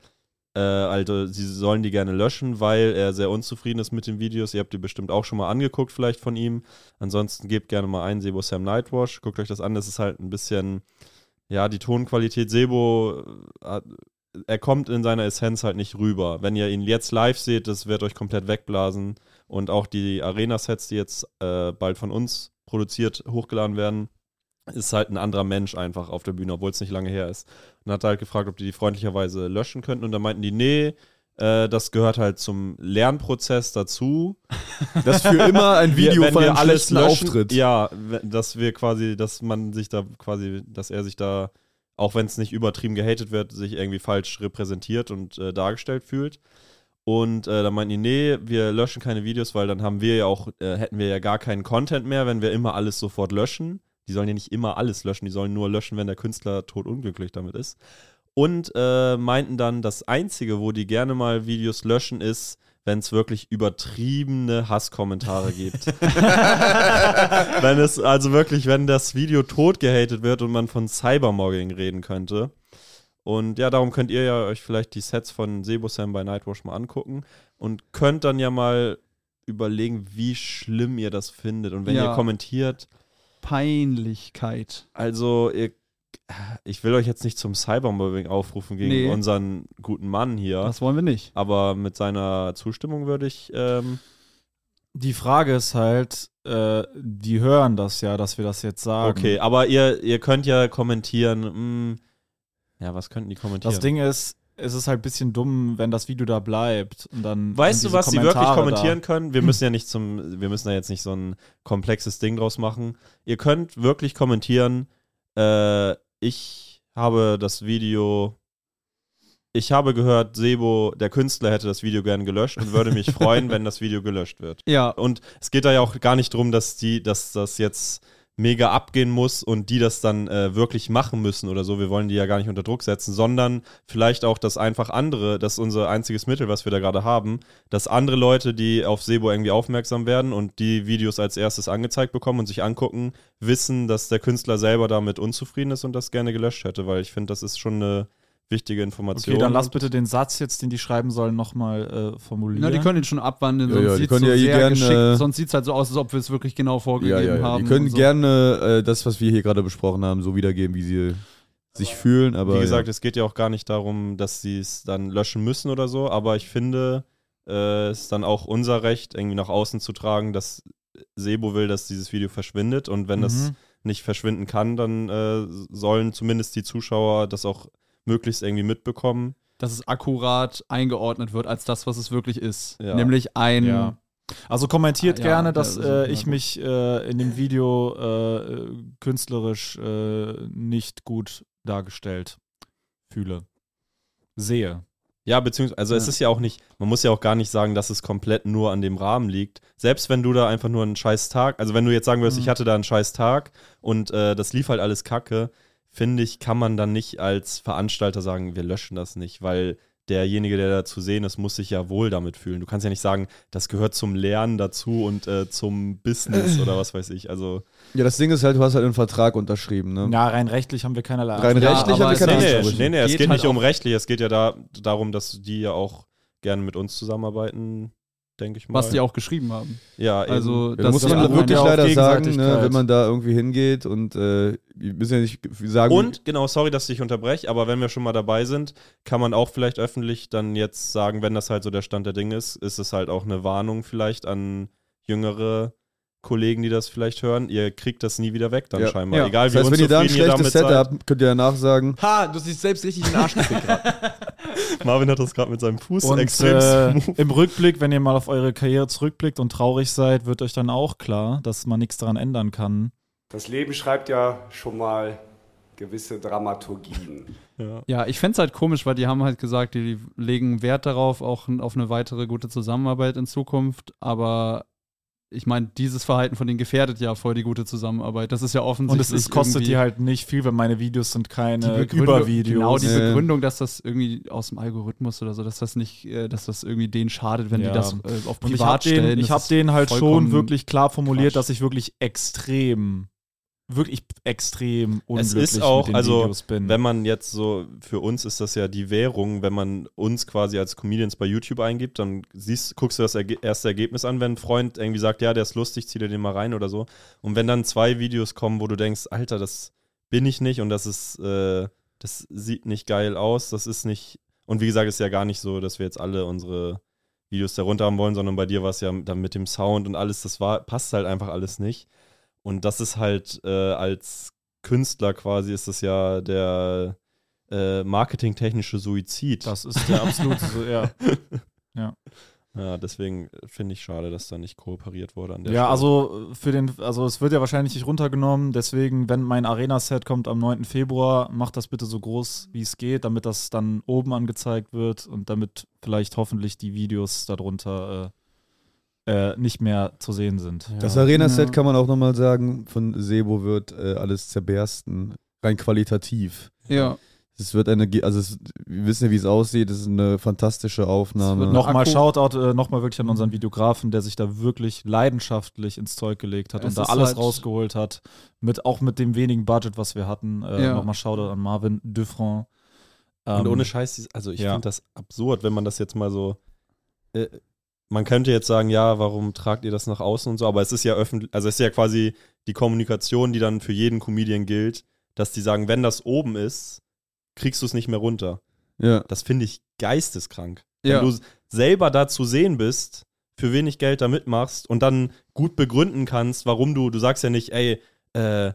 Speaker 3: Äh, also, sie sollen die gerne löschen, weil er sehr unzufrieden ist mit den Videos. Ihr habt die bestimmt auch schon mal angeguckt, vielleicht von ihm. Ansonsten gebt gerne mal ein Sebo Sam Nightwash. Guckt euch das an. Das ist halt ein bisschen, ja, die Tonqualität. Sebo äh, hat, er kommt in seiner Essenz halt nicht rüber. Wenn ihr ihn jetzt live seht, das wird euch komplett wegblasen. Und auch die Arena-Sets, die jetzt äh, bald von uns produziert, hochgeladen werden, ist halt ein anderer Mensch einfach auf der Bühne, obwohl es nicht lange her ist. Und hat halt gefragt, ob die die freundlicherweise löschen könnten. Und dann meinten die, nee, äh, das gehört halt zum Lernprozess dazu.
Speaker 1: Das für immer ein Video
Speaker 3: wenn
Speaker 1: von
Speaker 3: wir
Speaker 1: einem
Speaker 3: alles
Speaker 1: schlechten
Speaker 3: löschen,
Speaker 1: Auftritt.
Speaker 3: Ja, we- dass wir quasi, dass man sich da quasi, dass er sich da, auch wenn es nicht übertrieben gehatet wird, sich irgendwie falsch repräsentiert und äh, dargestellt fühlt. Und äh, dann meinten die, nee, wir löschen keine Videos, weil dann haben wir ja auch, äh, hätten wir ja gar keinen Content mehr, wenn wir immer alles sofort löschen. Die sollen ja nicht immer alles löschen, die sollen nur löschen, wenn der Künstler tot unglücklich damit ist. Und äh, meinten dann, das Einzige, wo die gerne mal Videos löschen, ist, wenn es wirklich übertriebene Hasskommentare gibt. wenn es, also wirklich, wenn das Video tot gehatet wird und man von Cybermogging reden könnte. Und ja, darum könnt ihr ja euch vielleicht die Sets von Sebosam bei Nightwash mal angucken und könnt dann ja mal überlegen, wie schlimm ihr das findet. Und wenn
Speaker 2: Ja.
Speaker 3: ihr kommentiert,
Speaker 2: Peinlichkeit.
Speaker 3: also ihr, ich will euch jetzt nicht zum Cybermobbing aufrufen gegen
Speaker 2: Nee.
Speaker 3: unseren guten Mann hier.
Speaker 2: Das wollen wir nicht.
Speaker 3: Aber mit seiner Zustimmung würde ich. Ähm,
Speaker 7: Die Frage ist halt, äh, ähm, die hören das ja, dass wir das jetzt sagen.
Speaker 3: okay, aber ihr, ihr könnt ja kommentieren. mm, ja, was könnten die kommentieren?
Speaker 7: Das Ding ist, es ist halt ein bisschen dumm, wenn das Video da bleibt und dann.
Speaker 3: weißt
Speaker 7: sind
Speaker 3: du, was
Speaker 7: diese
Speaker 3: sie wirklich
Speaker 7: Kommentare
Speaker 3: kommentieren können? Wir müssen ja nicht zum, wir müssen da jetzt nicht so ein komplexes Ding draus machen. Ihr könnt wirklich kommentieren. Äh, ich habe das Video. Ich habe gehört, Sebo, der Künstler, hätte das Video gern gelöscht und würde mich freuen, wenn das Video gelöscht wird.
Speaker 2: Ja,
Speaker 3: Und es geht da ja auch gar nicht drum, dass die, dass das jetzt mega abgehen muss und die das dann äh, wirklich machen müssen oder so. Wir wollen die ja gar nicht unter Druck setzen, sondern vielleicht auch, dass einfach andere, das ist unser einziges Mittel, was wir da gerade haben, dass andere Leute, die auf Sebo irgendwie aufmerksam werden und die Videos als erstes angezeigt bekommen und sich angucken, wissen, dass der Künstler selber damit unzufrieden ist und das gerne gelöscht hätte, weil ich finde, das ist schon eine wichtige
Speaker 7: Da.
Speaker 3: Information.
Speaker 7: Okay, dann lass bitte den Satz jetzt, den die schreiben sollen, nochmal äh, formulieren.
Speaker 2: Na, die können ihn schon abwandeln,
Speaker 1: Ja,
Speaker 2: sonst
Speaker 1: ja, die
Speaker 2: sieht's
Speaker 1: können
Speaker 2: so
Speaker 1: ja eh
Speaker 2: sehr
Speaker 1: gern,
Speaker 2: geschickt,
Speaker 1: äh,
Speaker 2: sonst sieht's halt so aus, als ob wir es wirklich genau
Speaker 1: ja,
Speaker 2: vorgegeben
Speaker 1: ja, ja.
Speaker 2: haben.
Speaker 1: Die können
Speaker 2: und so.
Speaker 1: gerne äh, das, was wir hier gerade besprochen haben, so wiedergeben, wie sie sich fühlen. Aber
Speaker 3: Wie gesagt,
Speaker 1: ja.
Speaker 3: es geht ja auch gar nicht darum, dass sie es dann löschen müssen oder so, aber ich finde, äh, es ist dann auch unser Recht, irgendwie nach außen zu tragen, dass Sebo will, dass dieses Video verschwindet und wenn das
Speaker 7: Mhm.
Speaker 3: nicht verschwinden kann, dann äh, sollen zumindest die Zuschauer das auch möglichst irgendwie mitbekommen.
Speaker 2: Dass es akkurat eingeordnet wird als das, was es wirklich ist.
Speaker 3: Ja.
Speaker 2: Nämlich ein.
Speaker 7: Ja. Also kommentiert
Speaker 2: Ah, ja,
Speaker 7: gerne,
Speaker 2: ja, das
Speaker 7: dass
Speaker 2: ist
Speaker 7: äh,
Speaker 2: immer
Speaker 7: ich
Speaker 2: gut.
Speaker 7: mich äh, in dem Video äh, äh, künstlerisch äh, nicht gut dargestellt fühle. Sehe.
Speaker 3: Ja, beziehungsweise, also es
Speaker 7: Ja.
Speaker 3: ist ja auch nicht, man muss ja auch gar nicht sagen, dass es komplett nur an dem Rahmen liegt. Selbst wenn du da einfach nur einen scheiß Tag, also wenn du jetzt sagen würdest, ich hatte da einen scheiß Tag und äh, das lief halt alles kacke, finde ich, kann man dann nicht als Veranstalter sagen, wir löschen das nicht, weil derjenige, der da zu sehen ist, muss sich ja wohl damit fühlen. Du kannst ja nicht sagen, das gehört zum Lernen dazu und äh, zum Business oder was weiß ich. Also
Speaker 1: Ja, das Ding ist halt, du hast halt einen Vertrag unterschrieben, ne?
Speaker 4: Ja, rein rechtlich haben wir keinerlei
Speaker 1: Rein
Speaker 2: Ja,
Speaker 1: rechtlich
Speaker 2: aber
Speaker 1: haben wir
Speaker 2: es-
Speaker 1: keine
Speaker 3: Nee,
Speaker 1: Angst,
Speaker 3: nee,
Speaker 1: glaube ich.
Speaker 3: nee, nee, es
Speaker 4: Geht
Speaker 3: geht,
Speaker 4: halt
Speaker 3: nicht um rechtlich, es geht ja da, darum, dass die ja auch gerne mit uns zusammenarbeiten, denke ich mal.
Speaker 2: was die auch geschrieben haben.
Speaker 3: ja, eben.
Speaker 2: Also,
Speaker 1: Ja, da muss
Speaker 2: die
Speaker 1: man
Speaker 2: anderen-
Speaker 1: wirklich
Speaker 4: ja auf
Speaker 1: leider sagen, ne,
Speaker 4: Gegenseitigkeit.
Speaker 1: wenn man da irgendwie hingeht und äh, wir müssen ja nicht sagen,
Speaker 3: Und, genau, sorry, dass ich unterbreche, aber wenn wir schon mal dabei sind, kann man auch vielleicht öffentlich dann jetzt sagen, wenn das halt so der Stand der Dinge ist, ist es halt auch eine Warnung vielleicht an jüngere Kollegen, die das vielleicht hören. Ihr kriegt das nie wieder weg dann
Speaker 1: Ja.
Speaker 3: scheinbar.
Speaker 2: Ja.
Speaker 3: Egal
Speaker 1: das
Speaker 3: wie
Speaker 1: heißt, wenn ihr da ein
Speaker 3: unzufrieden ihr
Speaker 1: schlechtes
Speaker 3: damit
Speaker 1: Set
Speaker 3: seid.
Speaker 1: habt, könnt ihr danach sagen,
Speaker 6: Ha, du siehst selbst richtig in den Arsch gekriegt.
Speaker 3: Marvin hat das gerade mit seinem Fuß
Speaker 4: Und
Speaker 3: extrem
Speaker 4: äh,
Speaker 3: smooth.
Speaker 4: im Rückblick, wenn ihr mal auf eure Karriere zurückblickt und traurig seid, wird euch dann auch klar, dass man nichts daran ändern kann.
Speaker 8: Das Leben schreibt ja schon mal gewisse Dramaturgien.
Speaker 2: Ja, ich fänd's halt komisch, weil die haben halt gesagt, die legen Wert darauf, auch n- auf eine weitere gute Zusammenarbeit in Zukunft. Aber ich meine, dieses Verhalten von denen gefährdet ja voll die gute Zusammenarbeit. Das ist ja
Speaker 4: Und
Speaker 2: offensichtlich.
Speaker 4: es ist, kostet
Speaker 2: irgendwie
Speaker 4: die halt nicht viel, weil meine Videos sind
Speaker 2: die
Speaker 4: keine
Speaker 2: Begründung-
Speaker 4: Übervideos. Ähm.
Speaker 2: Genau, die
Speaker 1: Ja.
Speaker 2: Begründung, dass das irgendwie aus dem Algorithmus oder so, dass das nicht, äh, dass das irgendwie denen schadet, wenn
Speaker 4: Ja.
Speaker 2: die das äh, auf
Speaker 4: und ich habe
Speaker 2: privat
Speaker 4: den,
Speaker 2: stellen.
Speaker 4: ich
Speaker 2: Das
Speaker 4: hab
Speaker 2: ist
Speaker 4: den halt schon
Speaker 2: vollkommen
Speaker 4: wirklich klar formuliert,
Speaker 2: Quatsch.
Speaker 4: dass ich wirklich extrem, wirklich extrem
Speaker 3: Es
Speaker 4: unglücklich
Speaker 3: ist auch,
Speaker 4: mit den
Speaker 3: also,
Speaker 4: Videos bin.
Speaker 3: Wenn man jetzt so, für uns ist das ja die Währung, wenn man uns quasi als Comedians bei YouTube eingibt, dann siehst, guckst du das Erge erste Ergebnis an, wenn ein Freund irgendwie sagt, ja, der ist lustig, zieh dir den mal rein oder so. Und wenn dann zwei Videos kommen, wo du denkst, Alter, das bin ich nicht und das ist, äh, das sieht nicht geil aus, das ist nicht, und wie gesagt, ist ja gar nicht so, dass wir jetzt alle unsere Videos darunter haben wollen, sondern bei dir war es ja dann mit dem Sound und alles, das war, passt halt einfach alles nicht. Und das ist halt äh, als Künstler quasi ist das ja der äh, marketingtechnische Suizid.
Speaker 4: das ist der absolute, so- ja.
Speaker 3: Ja, deswegen äh, finde ich schade, dass da nicht kooperiert wurde an der
Speaker 4: Ja,
Speaker 3: Stelle.
Speaker 4: also für den, also es wird ja wahrscheinlich nicht runtergenommen, deswegen, wenn mein Arena-Set kommt am 9. Februar, macht das bitte so groß, wie es geht, damit das dann oben angezeigt wird und damit vielleicht hoffentlich die Videos darunter äh, äh, nicht mehr zu sehen sind.
Speaker 1: das Arena-Set
Speaker 3: Mhm.
Speaker 2: Ja.
Speaker 1: kann man auch nochmal sagen, von Sebo wird äh, alles zerbersten, rein qualitativ.
Speaker 2: Ja,
Speaker 1: Es wird eine, ge- also es, wir wissen ja, wie es aussieht, es ist eine fantastische Aufnahme.
Speaker 2: Es wird
Speaker 4: Nochmal
Speaker 2: Akku-
Speaker 4: Shoutout, äh, nochmal wirklich an unseren Videografen, der sich da wirklich leidenschaftlich ins Zeug gelegt hat
Speaker 2: Es
Speaker 4: und da
Speaker 2: ist
Speaker 4: alles
Speaker 2: halt-
Speaker 4: rausgeholt hat. Mit, auch mit dem wenigen Budget, was wir hatten. Äh,
Speaker 2: Ja.
Speaker 4: Nochmal Shoutout an Marvin Dufran.
Speaker 3: Und
Speaker 4: Ähm,
Speaker 3: ohne Scheiß, dies- also ich
Speaker 4: ja.
Speaker 3: finde das absurd, wenn man das jetzt mal so. Äh, man könnte jetzt sagen, ja, warum tragt ihr das nach außen und so, aber es ist ja öffentlich, also es ist ja quasi die Kommunikation, die dann für jeden Comedian gilt, dass die sagen, wenn das oben ist, kriegst du es nicht mehr runter.
Speaker 1: ja.
Speaker 3: Das finde ich geisteskrank.
Speaker 2: ja.
Speaker 3: Wenn du selber da zu sehen bist, für wenig Geld da mitmachst und dann gut begründen kannst, warum du, du sagst ja nicht, ey, äh,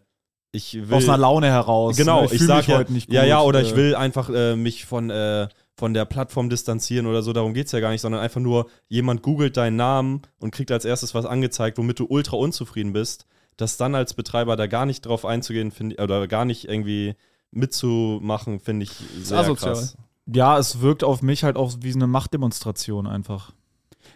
Speaker 3: ich will.
Speaker 4: aus einer Laune heraus.
Speaker 3: Genau,
Speaker 4: ne?
Speaker 3: ich,
Speaker 4: fühl
Speaker 3: sag
Speaker 4: mich
Speaker 3: ja,
Speaker 4: heute nicht gut.
Speaker 3: ja, ja, oder ich
Speaker 4: äh,
Speaker 3: will einfach äh, mich von, äh, von der Plattform distanzieren oder so, darum geht's ja gar nicht, sondern einfach nur, jemand googelt deinen Namen und kriegt als erstes was angezeigt, womit du ultra unzufrieden bist, dass dann als Betreiber da gar nicht drauf einzugehen, finde ich, oder gar nicht irgendwie mitzumachen, finde ich sehr
Speaker 2: asozial.
Speaker 3: krass.
Speaker 4: Ja, es wirkt auf mich halt auch wie eine Machtdemonstration einfach.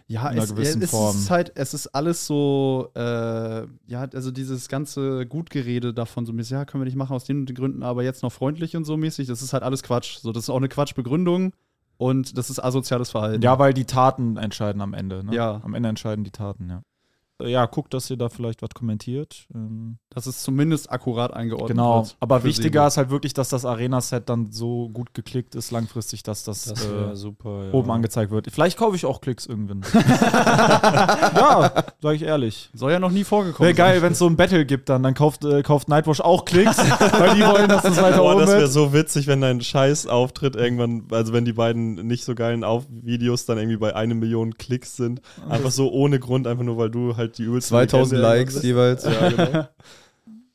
Speaker 2: Ja,
Speaker 4: in einer
Speaker 2: es,
Speaker 4: gewissen
Speaker 2: es
Speaker 4: Form.
Speaker 2: ist halt, es ist alles so, äh, ja, also dieses ganze Gutgerede davon, so mäßig, ja, können wir nicht machen aus den und den Gründen, aber jetzt noch freundlich und so mäßig, das ist halt alles Quatsch. So, das ist auch eine Quatschbegründung und das ist asoziales Verhalten.
Speaker 4: Ja, weil die Taten entscheiden am Ende. Ne?
Speaker 2: Ja.
Speaker 4: Am Ende entscheiden die Taten, ja. Äh, Ja, guckt, dass ihr da vielleicht was kommentiert. Ähm,
Speaker 2: Das ist zumindest akkurat eingeordnet.
Speaker 4: genau.
Speaker 2: wird
Speaker 4: Aber
Speaker 2: für
Speaker 4: wichtiger
Speaker 2: Sebo.
Speaker 4: ist halt wirklich, dass das Arena-Set dann so gut geklickt ist langfristig, dass das, äh,
Speaker 3: super,
Speaker 4: oben angezeigt wird. Vielleicht kaufe ich auch Klicks irgendwann. ja, sage ich ehrlich.
Speaker 2: Soll ja noch nie vorgekommen
Speaker 4: Wäre geil, wenn es so ein Battle gibt dann. Dann kauft, äh, kauft Nightwatch auch Klicks, weil die wollen, dass das weiter
Speaker 3: Boah,
Speaker 4: oben
Speaker 3: das
Speaker 4: wird.
Speaker 3: wäre so witzig, wenn dein Scheiß-Auftritt irgendwann, also wenn die beiden nicht so geilen Auf Videos dann irgendwie bei eine Million Klicks sind. Einfach so ohne Grund, einfach nur weil du halt die übelste
Speaker 1: 2000
Speaker 3: Legende
Speaker 1: Likes jeweils.
Speaker 3: Ja,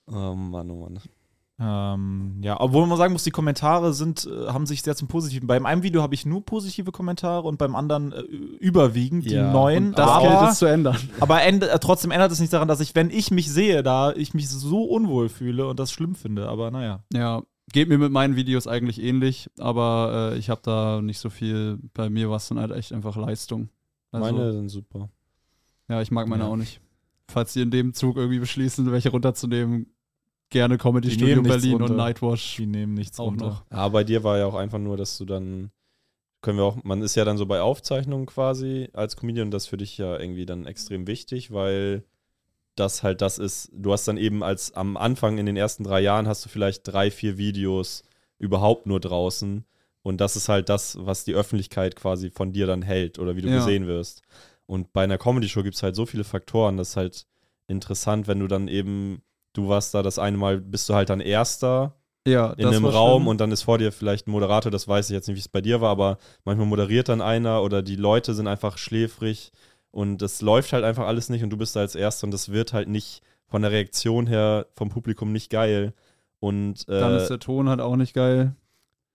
Speaker 3: genau. oh Mann, oh Mann.
Speaker 4: Ähm, ja, obwohl man sagen muss, die Kommentare sind, äh, haben sich sehr zum Positiven. Bei einem Video habe ich nur positive Kommentare und beim anderen äh, überwiegend die
Speaker 3: Ja,
Speaker 4: neuen.
Speaker 2: sind. Das gilt
Speaker 4: aber
Speaker 2: es zu ändern.
Speaker 4: aber änd- äh, trotzdem ändert es nichts daran, dass ich, wenn ich mich sehe, da ich mich so unwohl fühle und das schlimm finde. Aber naja.
Speaker 2: Ja, geht mir mit meinen Videos eigentlich ähnlich, aber äh, ich habe da nicht so viel. Bei mir war es dann halt echt einfach Leistung. Also,
Speaker 3: meine sind super.
Speaker 2: Ja, ich mag meine auch nicht. Falls ihr in dem Zug irgendwie beschließen, welche runterzunehmen, gerne Comedy
Speaker 4: Die
Speaker 2: Studio
Speaker 4: nehmen nichts
Speaker 2: Berlin und
Speaker 4: runter.
Speaker 2: Nightwash
Speaker 4: Die nehmen nichts
Speaker 2: auch
Speaker 4: runter.
Speaker 2: noch.
Speaker 3: Aber bei dir war ja auch einfach nur, dass du dann Können wir auch, man ist ja dann so bei Aufzeichnungen quasi als Comedian, das ist für dich ja irgendwie dann extrem wichtig, weil das halt das ist, du hast dann eben als am Anfang in den ersten drei Jahren hast du vielleicht drei, vier Videos überhaupt nur draußen und das ist halt das, was die Öffentlichkeit quasi von dir dann hält oder wie du
Speaker 2: Ja.
Speaker 3: gesehen wirst. Und bei einer Comedy-Show gibt es halt so viele Faktoren, das ist halt interessant, wenn du dann eben, du warst da das eine Mal, bist du halt dann Erster
Speaker 2: Ja,
Speaker 3: in einem Raum und dann ist vor dir vielleicht ein Moderator, das weiß ich jetzt nicht, wie es bei dir war, aber manchmal moderiert dann einer oder die Leute sind einfach schläfrig und das läuft halt einfach alles nicht und du bist da als Erster und das wird halt nicht von der Reaktion her vom Publikum nicht geil. Und äh,
Speaker 2: dann ist der Ton halt auch nicht geil.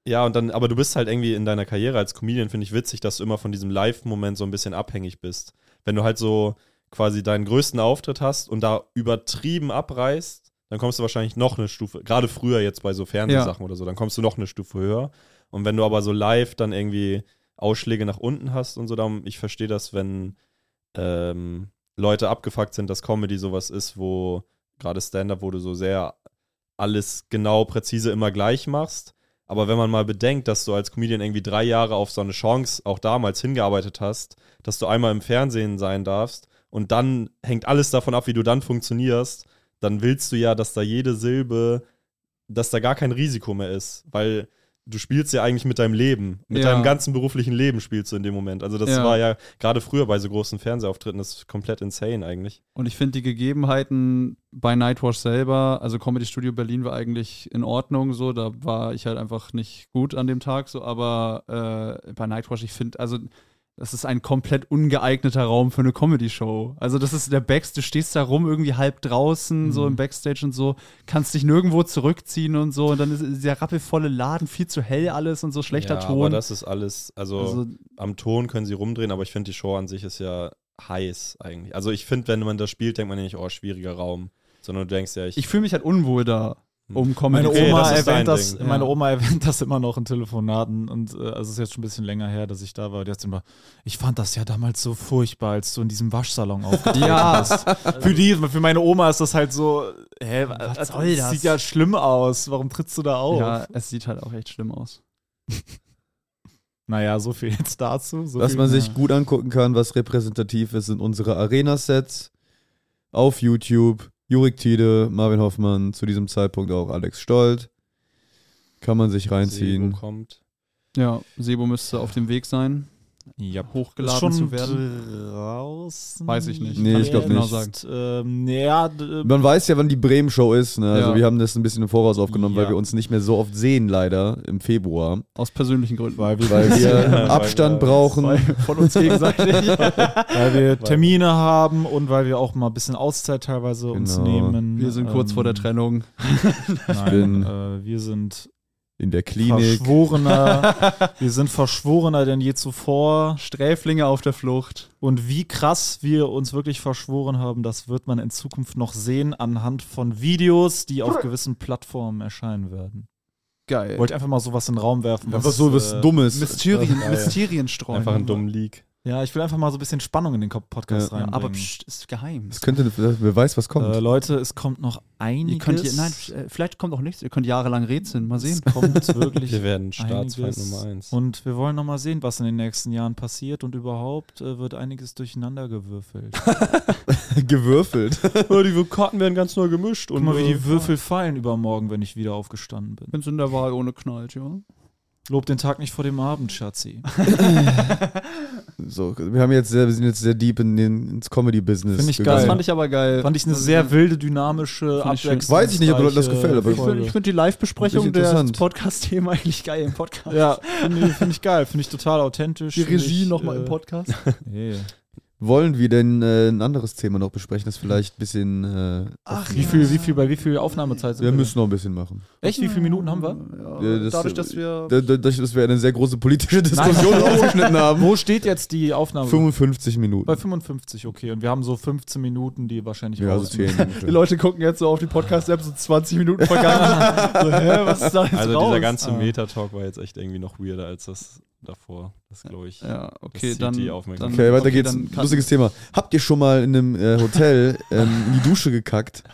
Speaker 3: ja, und dann, aber du bist halt irgendwie in deiner Karriere als Comedian, finde ich witzig, dass du immer von diesem Live-Moment so ein bisschen abhängig bist. Wenn du halt so quasi deinen größten Auftritt hast und da übertrieben abreißt, dann kommst du wahrscheinlich noch eine Stufe, gerade früher jetzt bei so Fernsehsachen oder so, dann kommst du noch eine Stufe höher. Und wenn du aber so live dann irgendwie Ausschläge nach unten hast und so, dann, ich verstehe das, wenn ähm, Leute abgefuckt sind, dass Comedy sowas ist, wo gerade Stand-up, wo du so sehr alles genau, präzise immer gleich machst. Aber wenn man mal bedenkt, dass du als Comedian irgendwie drei Jahre auf so eine Chance auch damals hingearbeitet hast, dass du einmal im Fernsehen sein darfst und dann hängt alles davon ab, wie du dann funktionierst, dann willst du ja, dass da jede Silbe, dass da gar kein Risiko mehr ist, weil du spielst ja eigentlich mit deinem Leben, mit
Speaker 2: Ja.
Speaker 3: deinem ganzen beruflichen Leben spielst du in dem Moment. Also das
Speaker 2: Ja.
Speaker 3: war ja gerade früher bei so großen Fernsehauftritten, das ist komplett insane eigentlich.
Speaker 2: Und ich finde die Gegebenheiten bei Nightwash selber, also Comedy Studio Berlin war eigentlich in Ordnung, so, da war ich halt einfach nicht gut an dem Tag, so, aber äh, bei Nightwash, ich finde, also das ist ein komplett ungeeigneter Raum für eine Comedy-Show. Also das ist der Backstage, du stehst da rum irgendwie halb draußen,
Speaker 3: Mhm.
Speaker 2: so im Backstage und so, kannst dich nirgendwo zurückziehen und so und dann ist dieser rappelvolle Laden, viel zu hell alles und so, schlechter
Speaker 3: ja, Aber
Speaker 2: Ton.
Speaker 3: das ist alles,
Speaker 2: also,
Speaker 3: am Ton können sie rumdrehen, aber ich finde, die Show an sich ist ja heiß eigentlich. Also ich finde, wenn man das spielt, denkt man ja nicht, oh, schwieriger Raum. Sondern du denkst ja, ich.
Speaker 2: ich fühle mich halt unwohl da,
Speaker 3: Hm.
Speaker 2: um Comedy
Speaker 4: Meine
Speaker 3: Okay,
Speaker 4: Oma
Speaker 3: das ist dein
Speaker 4: erwähnt das, äh,
Speaker 3: Ding,
Speaker 4: meine
Speaker 2: ja.
Speaker 4: Oma erwähnt das immer noch in Telefonaten und äh, also es ist jetzt schon ein bisschen länger her, dass ich da war. Die hat immer, ich fand das ja damals so furchtbar, als du in diesem Waschsalon aufgetreten
Speaker 2: Ja.
Speaker 4: bist. Für die, für meine Oma ist das halt so, hä,
Speaker 2: Was soll das?
Speaker 4: sieht ja schlimm aus. Warum trittst du da auf?
Speaker 2: Ja, es sieht halt auch echt schlimm aus.
Speaker 4: Naja, so viel jetzt dazu. So
Speaker 1: Dass
Speaker 4: viel,
Speaker 1: man sich gut angucken kann, was repräsentativ ist, sind unsere Arena-Sets auf YouTube. Jurik Tiede, Marvin Hoffmann, zu diesem Zeitpunkt auch Alex Stolt. Kann man sich
Speaker 3: Sebo
Speaker 1: reinziehen.
Speaker 3: kommt.
Speaker 2: Ja, Sebo müsste auf dem Weg sein,
Speaker 4: ja,
Speaker 2: hochgeladen zu werden.
Speaker 4: draußen.
Speaker 2: Weiß ich nicht.
Speaker 1: Nee,
Speaker 4: Kann
Speaker 1: ich glaub
Speaker 4: genau
Speaker 1: nicht.
Speaker 4: sagen. Ähm, ja, d-
Speaker 1: Man weiß ja, wann die Bremen-Show ist. Ne? Also
Speaker 2: Ja.
Speaker 1: wir haben das ein bisschen im Voraus aufgenommen,
Speaker 4: Ja.
Speaker 1: weil wir uns nicht mehr so oft sehen, leider, im Februar.
Speaker 2: Aus persönlichen Gründen. Weil wir
Speaker 1: Weil wir
Speaker 3: Ja,
Speaker 1: Abstand
Speaker 3: weil-
Speaker 1: brauchen.
Speaker 2: von uns gegenseitig.
Speaker 4: weil wir Termine haben und weil wir auch mal ein bisschen Auszeit teilweise uns
Speaker 1: Genau.
Speaker 4: nehmen.
Speaker 2: Wir sind kurz
Speaker 4: Ähm,
Speaker 2: vor der Trennung.
Speaker 4: Nein,
Speaker 1: bin-
Speaker 4: äh, wir sind
Speaker 1: in der Klinik.
Speaker 4: verschworener, wir sind verschworener denn je zuvor.
Speaker 2: Sträflinge auf der Flucht.
Speaker 4: Und wie krass wir uns wirklich verschworen haben, das wird man in Zukunft noch sehen anhand von Videos, die auf gewissen Plattformen erscheinen werden.
Speaker 2: Geil.
Speaker 4: Wollte ich einfach mal sowas in den Raum werfen.
Speaker 1: Einfach so was
Speaker 4: äh,
Speaker 1: Dummes.
Speaker 2: Mysterien,
Speaker 3: Geil.
Speaker 2: Mysterien streuen.
Speaker 3: Einfach einen dummen Leak.
Speaker 4: Ja, ich will einfach mal so ein bisschen Spannung in den Kop- Podcast
Speaker 1: Ja,
Speaker 4: rein.
Speaker 2: Aber pst, ist geheim.
Speaker 1: Das könnte, wer weiß, was kommt.
Speaker 4: äh, Leute, es kommt noch einiges.
Speaker 2: Ihr könnt hier, nein, äh, vielleicht kommt auch nichts. Ihr könnt jahrelang rätseln. Mal sehen.
Speaker 4: es kommt wirklich
Speaker 3: Wir werden Staatsfeind
Speaker 4: einiges.
Speaker 3: Nummer 1.
Speaker 4: Und wir wollen noch mal sehen, was in den nächsten Jahren passiert und überhaupt äh, wird einiges durcheinander gewürfelt.
Speaker 2: Äh.
Speaker 1: Gewürfelt.
Speaker 3: die Karten werden ganz neu gemischt. äh,
Speaker 4: Guck mal, wie die Würfel fallen übermorgen, wenn ich wieder aufgestanden bin.
Speaker 2: Wenn es in der Wahl ohne knallt, ja.
Speaker 4: Lob den Tag nicht vor dem Abend, Schatzi.
Speaker 1: So, wir haben jetzt sehr, wir sind jetzt sehr deep in den, ins Comedy-Business.
Speaker 4: Find ich
Speaker 1: gegangen.
Speaker 2: Das
Speaker 4: Geil.
Speaker 2: fand ich aber geil.
Speaker 4: Fand ich eine sehr wilde, dynamische
Speaker 2: Fand ich schön.
Speaker 4: Abwechslung.
Speaker 1: Weiß ich nicht, ob Leuten das gefällt, aber-
Speaker 2: ich finde find die Live-Besprechung
Speaker 1: Finde ich
Speaker 2: des
Speaker 1: interessant.
Speaker 2: Podcast-Thema eigentlich geil im Podcast.
Speaker 4: ja, finde ich, find ich geil. Finde ich total authentisch. äh,
Speaker 2: Die Regie
Speaker 4: noch
Speaker 2: nochmal
Speaker 4: mal
Speaker 2: im Podcast.
Speaker 4: Yeah.
Speaker 1: Wollen wir denn äh, ein anderes Thema noch besprechen, das vielleicht ein bisschen. Äh,
Speaker 4: Ach, wie viel, wie viel, bei wie viel Aufnahmezeit sind
Speaker 1: wir
Speaker 4: denn?
Speaker 1: müssen noch ein bisschen machen.
Speaker 4: Echt, wie viele Minuten haben wir?
Speaker 1: Ja, das-
Speaker 2: Äh, Dadurch, dass wir
Speaker 1: Da- da- Dadurch, dass wir eine sehr große politische Diskussion ausgeschnitten haben.
Speaker 4: Wo steht jetzt die Aufnahme?
Speaker 1: 55
Speaker 4: Bei
Speaker 1: Minuten.
Speaker 4: 55, okay. Und wir haben so 15 Minuten, die wahrscheinlich
Speaker 1: Ja, also
Speaker 4: raus-
Speaker 1: 10
Speaker 2: Die
Speaker 1: Minuten.
Speaker 2: Leute gucken jetzt so auf die Podcast-App, so 20 Minuten vergangen. so, hä, was ist da jetzt
Speaker 3: Also
Speaker 2: raus?
Speaker 3: dieser ganze
Speaker 4: Ah.
Speaker 3: Meta-Talk war jetzt echt irgendwie noch weirder als das davor. Das glaube ich.
Speaker 2: Ja,
Speaker 3: Das
Speaker 2: okay,
Speaker 3: zieht
Speaker 2: dann.
Speaker 3: die
Speaker 2: dann-
Speaker 3: Aufmerksamkeit.
Speaker 1: Okay, weiter
Speaker 2: okay,
Speaker 1: geht's.
Speaker 2: dann kann-
Speaker 1: Lustiges Thema. Habt ihr schon mal in einem äh, Hotel ähm, in die Dusche gekackt?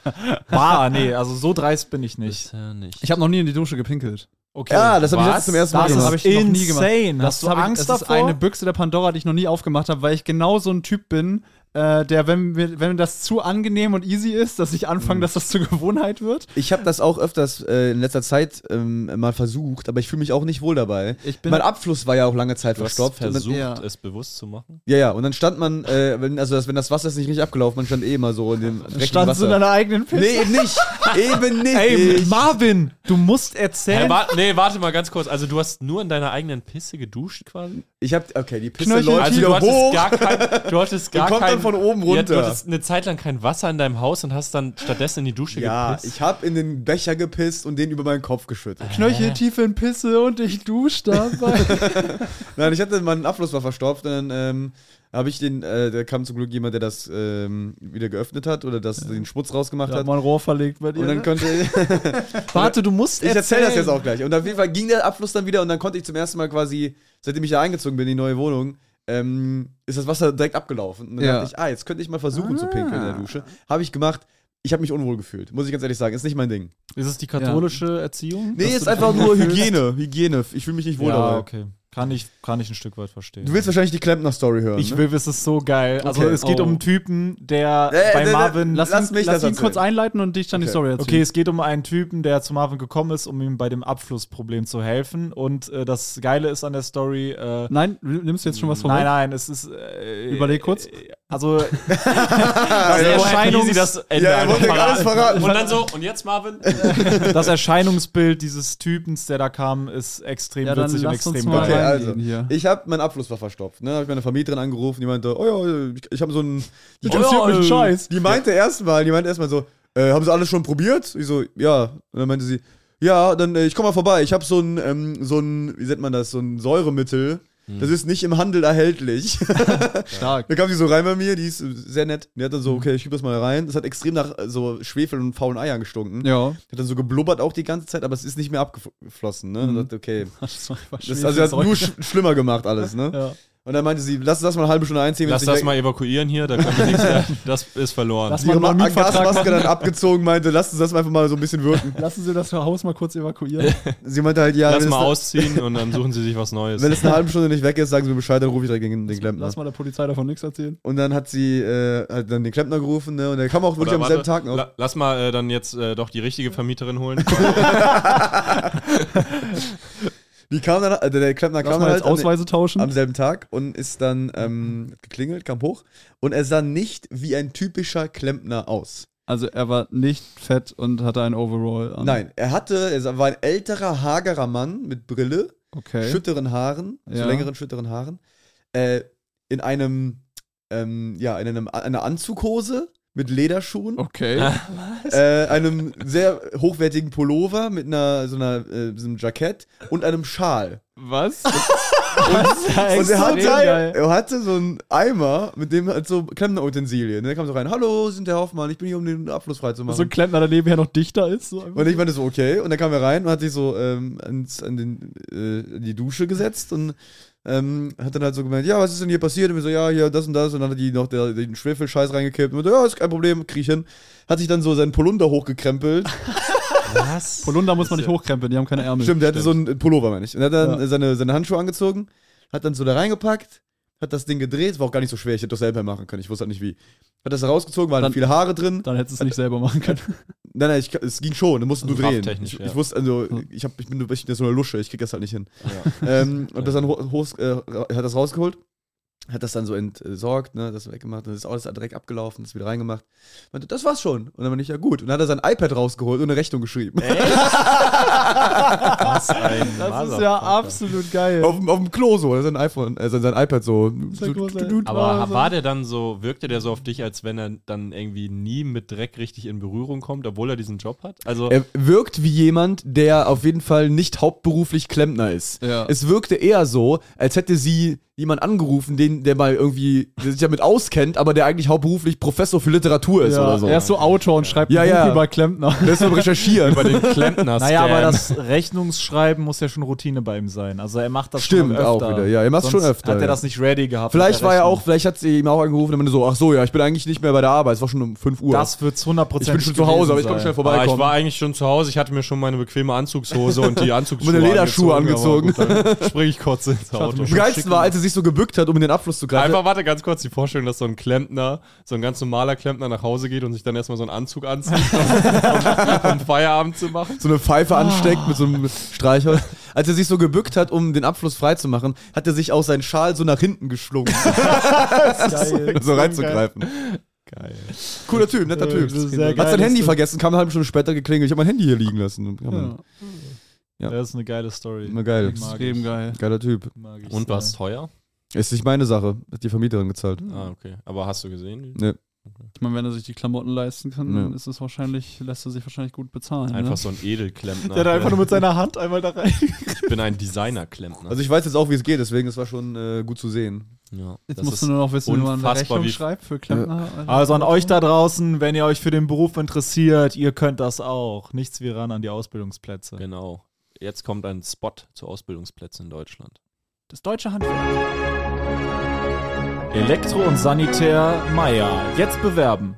Speaker 4: Bah, nee, also so dreist bin ich nicht.
Speaker 6: Bisher nicht.
Speaker 2: Ich habe noch nie in die Dusche gepinkelt. Okay.
Speaker 1: Ja, Ah, das habe ich jetzt zum ersten Mal
Speaker 2: Das
Speaker 1: gemacht.
Speaker 2: habe ich noch nie gemacht.
Speaker 4: Insane. Hast du
Speaker 2: hab ich-
Speaker 4: Angst
Speaker 2: Genau. das
Speaker 4: davor?
Speaker 2: ist eine Büchse der Pandora, die ich noch nie aufgemacht habe, weil ich genau so ein Typ bin, äh, der, wenn, mir- wenn das zu angenehm und easy ist, dass ich anfange,
Speaker 1: Mhm.
Speaker 2: dass das zur Gewohnheit wird.
Speaker 1: Ich habe das auch öfters äh, in letzter Zeit ähm, mal versucht, aber ich fühle mich auch nicht wohl dabei.
Speaker 2: Ich bin-
Speaker 1: mein Abfluss war ja auch lange Zeit
Speaker 9: Du hast
Speaker 1: verstopft. und dann-
Speaker 9: versucht,
Speaker 2: ja.
Speaker 9: es bewusst zu machen.
Speaker 1: Ja, ja, und dann stand man, äh, wenn, also das, wenn das Wasser ist nicht richtig abgelaufen, man stand eh immer so in dem dreckigen
Speaker 2: Standst du in
Speaker 1: Wasser.
Speaker 2: deiner eigenen Pisse?
Speaker 1: nee, eben nicht. eben nicht.
Speaker 4: Ey,
Speaker 1: Ich-
Speaker 4: Marvin, du musst erzählen.
Speaker 3: Hä, warte, nee, warte mal ganz kurz. Also du hast nur in deiner eigenen Pisse geduscht quasi?
Speaker 1: ich hab, okay, die Pisse
Speaker 2: Knöchel-
Speaker 1: läuft
Speaker 3: Also du
Speaker 1: wieder
Speaker 3: hattest
Speaker 1: hoch.
Speaker 3: gar kein, du hattest gar
Speaker 1: Und kommt
Speaker 3: kein,
Speaker 1: dann von oben
Speaker 3: Ja, du
Speaker 1: runter.
Speaker 3: hattest eine Zeit lang kein Wasser in deinem Haus und hast dann stattdessen in die Dusche
Speaker 1: Ja,
Speaker 3: gepisst. Äh.
Speaker 1: ich hab in den Becher gepisst und den über meinen Kopf geschüttet.
Speaker 2: Knöcheltief in Pisse und ich dusche dabei.
Speaker 1: Nein, ich hatte, mein Abfluss war verstopft und dann ähm, habe ich den, äh, da kam zum Glück jemand, der das ähm, wieder geöffnet hat oder das, den Schmutz rausgemacht
Speaker 2: da
Speaker 1: hat.
Speaker 2: hat man ein Rohr verlegt bei dir.
Speaker 1: Und dann konnte
Speaker 4: Warte, du musst
Speaker 1: ich erzähle das jetzt auch gleich. Und auf jeden Fall ging der Abfluss dann wieder und dann konnte ich zum ersten Mal quasi, seitdem ich da eingezogen bin in die neue Wohnung, ähm, ist das Wasser direkt abgelaufen. Und dann
Speaker 10: Ja.
Speaker 1: dachte ich, ah, jetzt könnte ich mal versuchen zu pinkeln in
Speaker 2: Ah.
Speaker 1: der Dusche. Habe ich gemacht. Ich habe mich unwohl gefühlt, muss ich ganz ehrlich sagen. Ist nicht mein Ding.
Speaker 2: ist es die katholische Erziehung?
Speaker 1: Nee, ist einfach nur Hygiene. Hygiene. Ich fühle mich nicht wohl dabei.
Speaker 2: okay. Kann ich, kann ich ein Stück weit verstehen.
Speaker 1: Du willst wahrscheinlich die Klempner-Story hören.
Speaker 4: Ich
Speaker 1: ne?
Speaker 4: will, es ist so geil. Also
Speaker 1: Okay.
Speaker 4: es
Speaker 2: oh.
Speaker 4: geht um einen Typen, der
Speaker 1: Äh,
Speaker 4: bei
Speaker 1: äh, äh,
Speaker 4: Marvin.
Speaker 1: lass
Speaker 4: Lass ihn-
Speaker 1: mich
Speaker 2: Lass
Speaker 1: das
Speaker 2: ihn kurz
Speaker 1: erzählen.
Speaker 2: einleiten und dich dann die
Speaker 1: Okay.
Speaker 2: Story erzählen.
Speaker 4: Okay, es geht um einen Typen, der zu Marvin gekommen ist, um ihm bei dem Abflussproblem zu helfen. Und äh, das Geile ist an der Story. Äh,
Speaker 2: Nein, nimmst du jetzt schon was vorbei?
Speaker 4: nein, nein, es ist. Äh,
Speaker 2: Überleg kurz.
Speaker 4: äh, Also
Speaker 3: Also
Speaker 4: ja,
Speaker 3: vorher
Speaker 4: Erscheinungs-
Speaker 3: easy das Ende
Speaker 1: Ja, er
Speaker 3: einfach
Speaker 1: wollte alles verraten.
Speaker 3: Und dann so, und jetzt Marvin?
Speaker 4: das Erscheinungsbild dieses Typens, der da kam, ist extrem
Speaker 2: Ja, dann
Speaker 4: witzig und
Speaker 2: lass uns
Speaker 4: extrem
Speaker 2: mal
Speaker 4: geil.
Speaker 1: Okay,
Speaker 2: reingehen
Speaker 1: also,
Speaker 2: hier.
Speaker 1: ich habe, mein Abfluss war verstopft. Ne? Habe ich meine Vermieterin angerufen, die meinte, oh ja, ich, ich habe so einen. Die,
Speaker 2: Interessiert mich Scheiß.
Speaker 1: die meinte erstmal, die meinte erstmal so, äh, haben sie alles schon probiert? Ich so, ja. Und dann meinte sie, ja, dann äh, ich komme mal vorbei. Ich habe so ein, ähm, so ein, wie nennt man das, so ein Säuremittel.
Speaker 2: Hm.
Speaker 1: Das ist nicht im Handel erhältlich.
Speaker 2: Stark.
Speaker 1: Da kam die so rein bei mir, die ist äh, sehr nett. Die hat dann
Speaker 2: Hm.
Speaker 1: so, okay, ich schieb das mal rein. Das hat extrem nach äh, so Schwefel und faulen Eiern gestunken.
Speaker 2: Ja.
Speaker 1: Hat dann so geblubbert auch die ganze Zeit, aber es ist nicht mehr abgeflossen.
Speaker 2: Hm.
Speaker 1: Ne? Und dachte, okay,
Speaker 2: Das war einfach
Speaker 1: das,
Speaker 2: schwierig.
Speaker 1: also das hat nur sch schlimmer gemacht alles, ne?
Speaker 2: Ja.
Speaker 1: Und dann meinte sie, lass das mal eine halbe Stunde einziehen. wenn
Speaker 3: Lass
Speaker 1: es nicht
Speaker 3: das
Speaker 1: weg-
Speaker 3: mal evakuieren hier, da können wir nichts mehr. Das ist verloren.
Speaker 2: Lass
Speaker 1: ihre
Speaker 2: mal einen
Speaker 1: Ma-
Speaker 2: Mietvertrag
Speaker 1: Gasmaske dann abgezogen, meinte, lass uns das einfach mal so ein bisschen wirken.
Speaker 2: Lassen Sie das Haus mal kurz evakuieren.
Speaker 1: sie meinte halt, ja,
Speaker 3: Lass
Speaker 1: wenn es,
Speaker 3: mal
Speaker 1: ne-
Speaker 3: ausziehen und dann suchen sie sich was Neues.
Speaker 1: wenn es eine halbe Stunde nicht weg ist, sagen sie mir Bescheid, dann rufe ich direkt den, den Klempner.
Speaker 2: Lass mal der Polizei davon nichts erzählen.
Speaker 1: Und dann hat sie äh, hat dann den Klempner gerufen, ne? Und der kam auch
Speaker 3: Oder
Speaker 1: wirklich am
Speaker 3: warte,
Speaker 1: selben Tag noch.
Speaker 3: la- Lass mal äh, dann jetzt äh, doch die richtige Vermieterin holen.
Speaker 1: Die kam dann, äh, der Klempner
Speaker 2: Lass
Speaker 1: kam
Speaker 2: mal
Speaker 1: dann
Speaker 2: jetzt
Speaker 1: halt an,
Speaker 2: Ausweise tauschen.
Speaker 1: am selben Tag und ist dann ähm, geklingelt, kam hoch. Und er sah nicht wie ein typischer Klempner aus.
Speaker 10: Also er war nicht fett und hatte ein Overall
Speaker 2: Ah.
Speaker 10: an.
Speaker 1: Nein, er hatte, er war ein älterer, hagerer Mann mit Brille.
Speaker 10: Okay.
Speaker 1: schütteren Haaren,
Speaker 10: Ja.
Speaker 1: zu längeren schütteren Haaren, äh, in einem, ähm, ja, in einem, einer Anzughose mit Lederschuhen,
Speaker 10: Oh, Okay.
Speaker 1: äh, einem sehr hochwertigen Pullover mit einer, so einer, äh, so einem Jackett und einem Schal.
Speaker 10: Was?
Speaker 1: Und er hatte,
Speaker 2: geil.
Speaker 1: er hatte so einen Eimer, mit dem halt so Klempnerutensilien. Der kam so rein, hallo, sind der Hoffmann, ich bin hier, um den Abfluss frei zu machen.
Speaker 2: so ein Klempner, der nebenher noch dichter ist. So einfach.
Speaker 1: Und ich meinte so, okay. Und dann kam er rein und hat sich so ähm, ans, an den, äh, in die Dusche gesetzt und ähm, hat dann halt so gemeint, ja, was ist denn hier passiert? Und wir so, ja, hier, das und das. Und dann hat die noch der, den Schwefelscheiß reingekippt. Und wir so, ja, ist kein Problem, krieg ich hin. Hat sich dann so seinen Polunder hochgekrempelt.
Speaker 2: Polunder muss man nicht hochkrempeln, die haben keine Ärmel.
Speaker 1: Stimmt, der hatte so einen Pullover, meine ich. Und hat dann
Speaker 2: Ja.
Speaker 1: äh, seine, seine Handschuhe angezogen, hat dann so da reingepackt, hat das Ding gedreht. War auch gar nicht so schwer, ich hätte das selber machen können, ich wusste halt nicht wie. Hat das rausgezogen, waren
Speaker 2: Dann-
Speaker 1: viele Haare drin.
Speaker 2: Dann hättest du es nicht selber machen können.
Speaker 1: Nein, nein, ich, es ging schon, du musst
Speaker 3: Also
Speaker 1: nur drehen.
Speaker 3: rafftechnisch,
Speaker 1: Ich,
Speaker 3: ja. Hm.
Speaker 1: ich wusste, also ich, hab, ich bin ich bin so eine Lusche, ich krieg das halt nicht hin. Ähm, und das dann ho- hoch, äh, ra- hat das rausgeholt, hat das dann so entsorgt, ne, das weggemacht, dann ist alles direkt abgelaufen, ist wieder reingemacht. Meinte, das war's schon. Und dann bin ich ja gut. Und dann hat er sein iPad rausgeholt und eine Rechnung geschrieben.
Speaker 3: Was ein
Speaker 2: Das ist ja absolut geil.
Speaker 1: Auf, dem- auf dem Klo so, oder sein iPhone, äh, sein, sein iPad so.
Speaker 2: ist ja
Speaker 1: so
Speaker 2: großartig.
Speaker 1: du- du-
Speaker 3: Aber war der dann so, wirkte der so auf dich, als wenn er dann irgendwie nie mit Dreck richtig in Berührung kommt, obwohl er diesen Job hat? Also,
Speaker 1: Er wirkt wie jemand, der auf jeden Fall nicht hauptberuflich Klempner ist.
Speaker 10: Ja.
Speaker 1: Es wirkte eher so, als hätte sie jemand angerufen, den, der mal irgendwie, der sich damit auskennt, aber der eigentlich hauptberuflich Professor für Literatur ist oder so.
Speaker 2: also Er ist so Autor und
Speaker 1: Also,
Speaker 2: schreibt
Speaker 1: Ja,
Speaker 2: ein Buch
Speaker 1: ja.
Speaker 2: über Klempner.
Speaker 1: Deshalb recherchieren. Über den Klempner.
Speaker 4: Naja, aber das Rechnungsschreiben muss ja schon Routine bei ihm sein. Also er macht das
Speaker 1: Stimmt,
Speaker 4: schon öfter.
Speaker 1: auch wieder. Ja, er macht's
Speaker 4: Sonst
Speaker 1: schon öfter,
Speaker 4: Hat er
Speaker 1: ja.
Speaker 4: das nicht ready gehabt? mit
Speaker 1: Vielleicht
Speaker 4: der
Speaker 1: war er
Speaker 4: Rechnung.
Speaker 1: auch, vielleicht hat sie ihm auch angerufen und meinte so, ach so, ja, ich bin eigentlich nicht mehr bei der Arbeit, es war schon um 5 Uhr.
Speaker 4: Das wird's 100%
Speaker 1: ich bin schon zu Hause, aber ich komme schnell
Speaker 3: Ah, ich
Speaker 1: vorbeikommen.
Speaker 3: war eigentlich schon zu Hause. Ich hatte mir schon meine bequeme Anzugshose und die Anzugsschuhe
Speaker 1: Meine Lederschuhe
Speaker 3: angezogen. aber gut, dann springe ich kurz ins Auto.
Speaker 1: Am geilsten war, als er sich so gebückt hat, um in den Abfluss zu greifen.
Speaker 3: Einfach, warte, ganz kurz, die Vorstellung, dass so ein Klempner, so ein ganz normaler Klempner nach Hause geht und sich dann erstmal so einen Anzug anzieht, um, um Feierabend zu machen.
Speaker 1: so eine Pfeife ansteckt mit so einem Streichholz. Als er sich so gebückt hat, um den Abfluss freizumachen, hat er sich auch seinen Schal so nach hinten geschlungen. so reinzugreifen.
Speaker 3: Geil.
Speaker 1: Cooler Typ, netter Typ.
Speaker 2: sehr
Speaker 1: Hat sein
Speaker 2: geil.
Speaker 1: Handy vergessen, kam eine halbe Stunde später geklingelt. Ich habe mein Handy hier liegen lassen. Ja, Mann.
Speaker 4: Das ist eine geile Story.
Speaker 1: Na geil.
Speaker 2: Extrem geil.
Speaker 1: Geiler Typ.
Speaker 4: Mag ich
Speaker 3: Und
Speaker 4: sehr.
Speaker 3: war's teuer?
Speaker 1: Ist nicht meine Sache. Hat die Vermieterin gezahlt.
Speaker 3: Ah, okay. Aber hast du gesehen?
Speaker 2: Ich meine, wenn er sich die Klamotten leisten kann,
Speaker 1: Ja.
Speaker 2: dann ist es wahrscheinlich, lässt er sich wahrscheinlich gut bezahlen.
Speaker 3: Einfach
Speaker 2: ne?
Speaker 3: so ein Edelklempner.
Speaker 4: Der hat einfach nur mit seiner Hand einmal da rein.
Speaker 3: ich bin ein Designerklempner.
Speaker 1: Also ich weiß jetzt auch, wie es geht, deswegen es war schon äh, gut zu sehen.
Speaker 3: ja,
Speaker 2: Jetzt
Speaker 3: das
Speaker 2: musst
Speaker 3: ist
Speaker 2: du nur noch wissen, wie man eine
Speaker 3: unfassbar,
Speaker 2: Rechnung
Speaker 3: wie-
Speaker 2: schreibt für Klempner.
Speaker 4: Also an euch da draußen, wenn ihr euch für den Beruf interessiert, ihr könnt das auch. Nichts wie ran an die Ausbildungsplätze.
Speaker 3: genau. Jetzt kommt ein Spot zu Ausbildungsplätzen in Deutschland.
Speaker 2: Das deutsche Handwerk.
Speaker 4: Elektro und Sanitär Meier. Jetzt bewerben.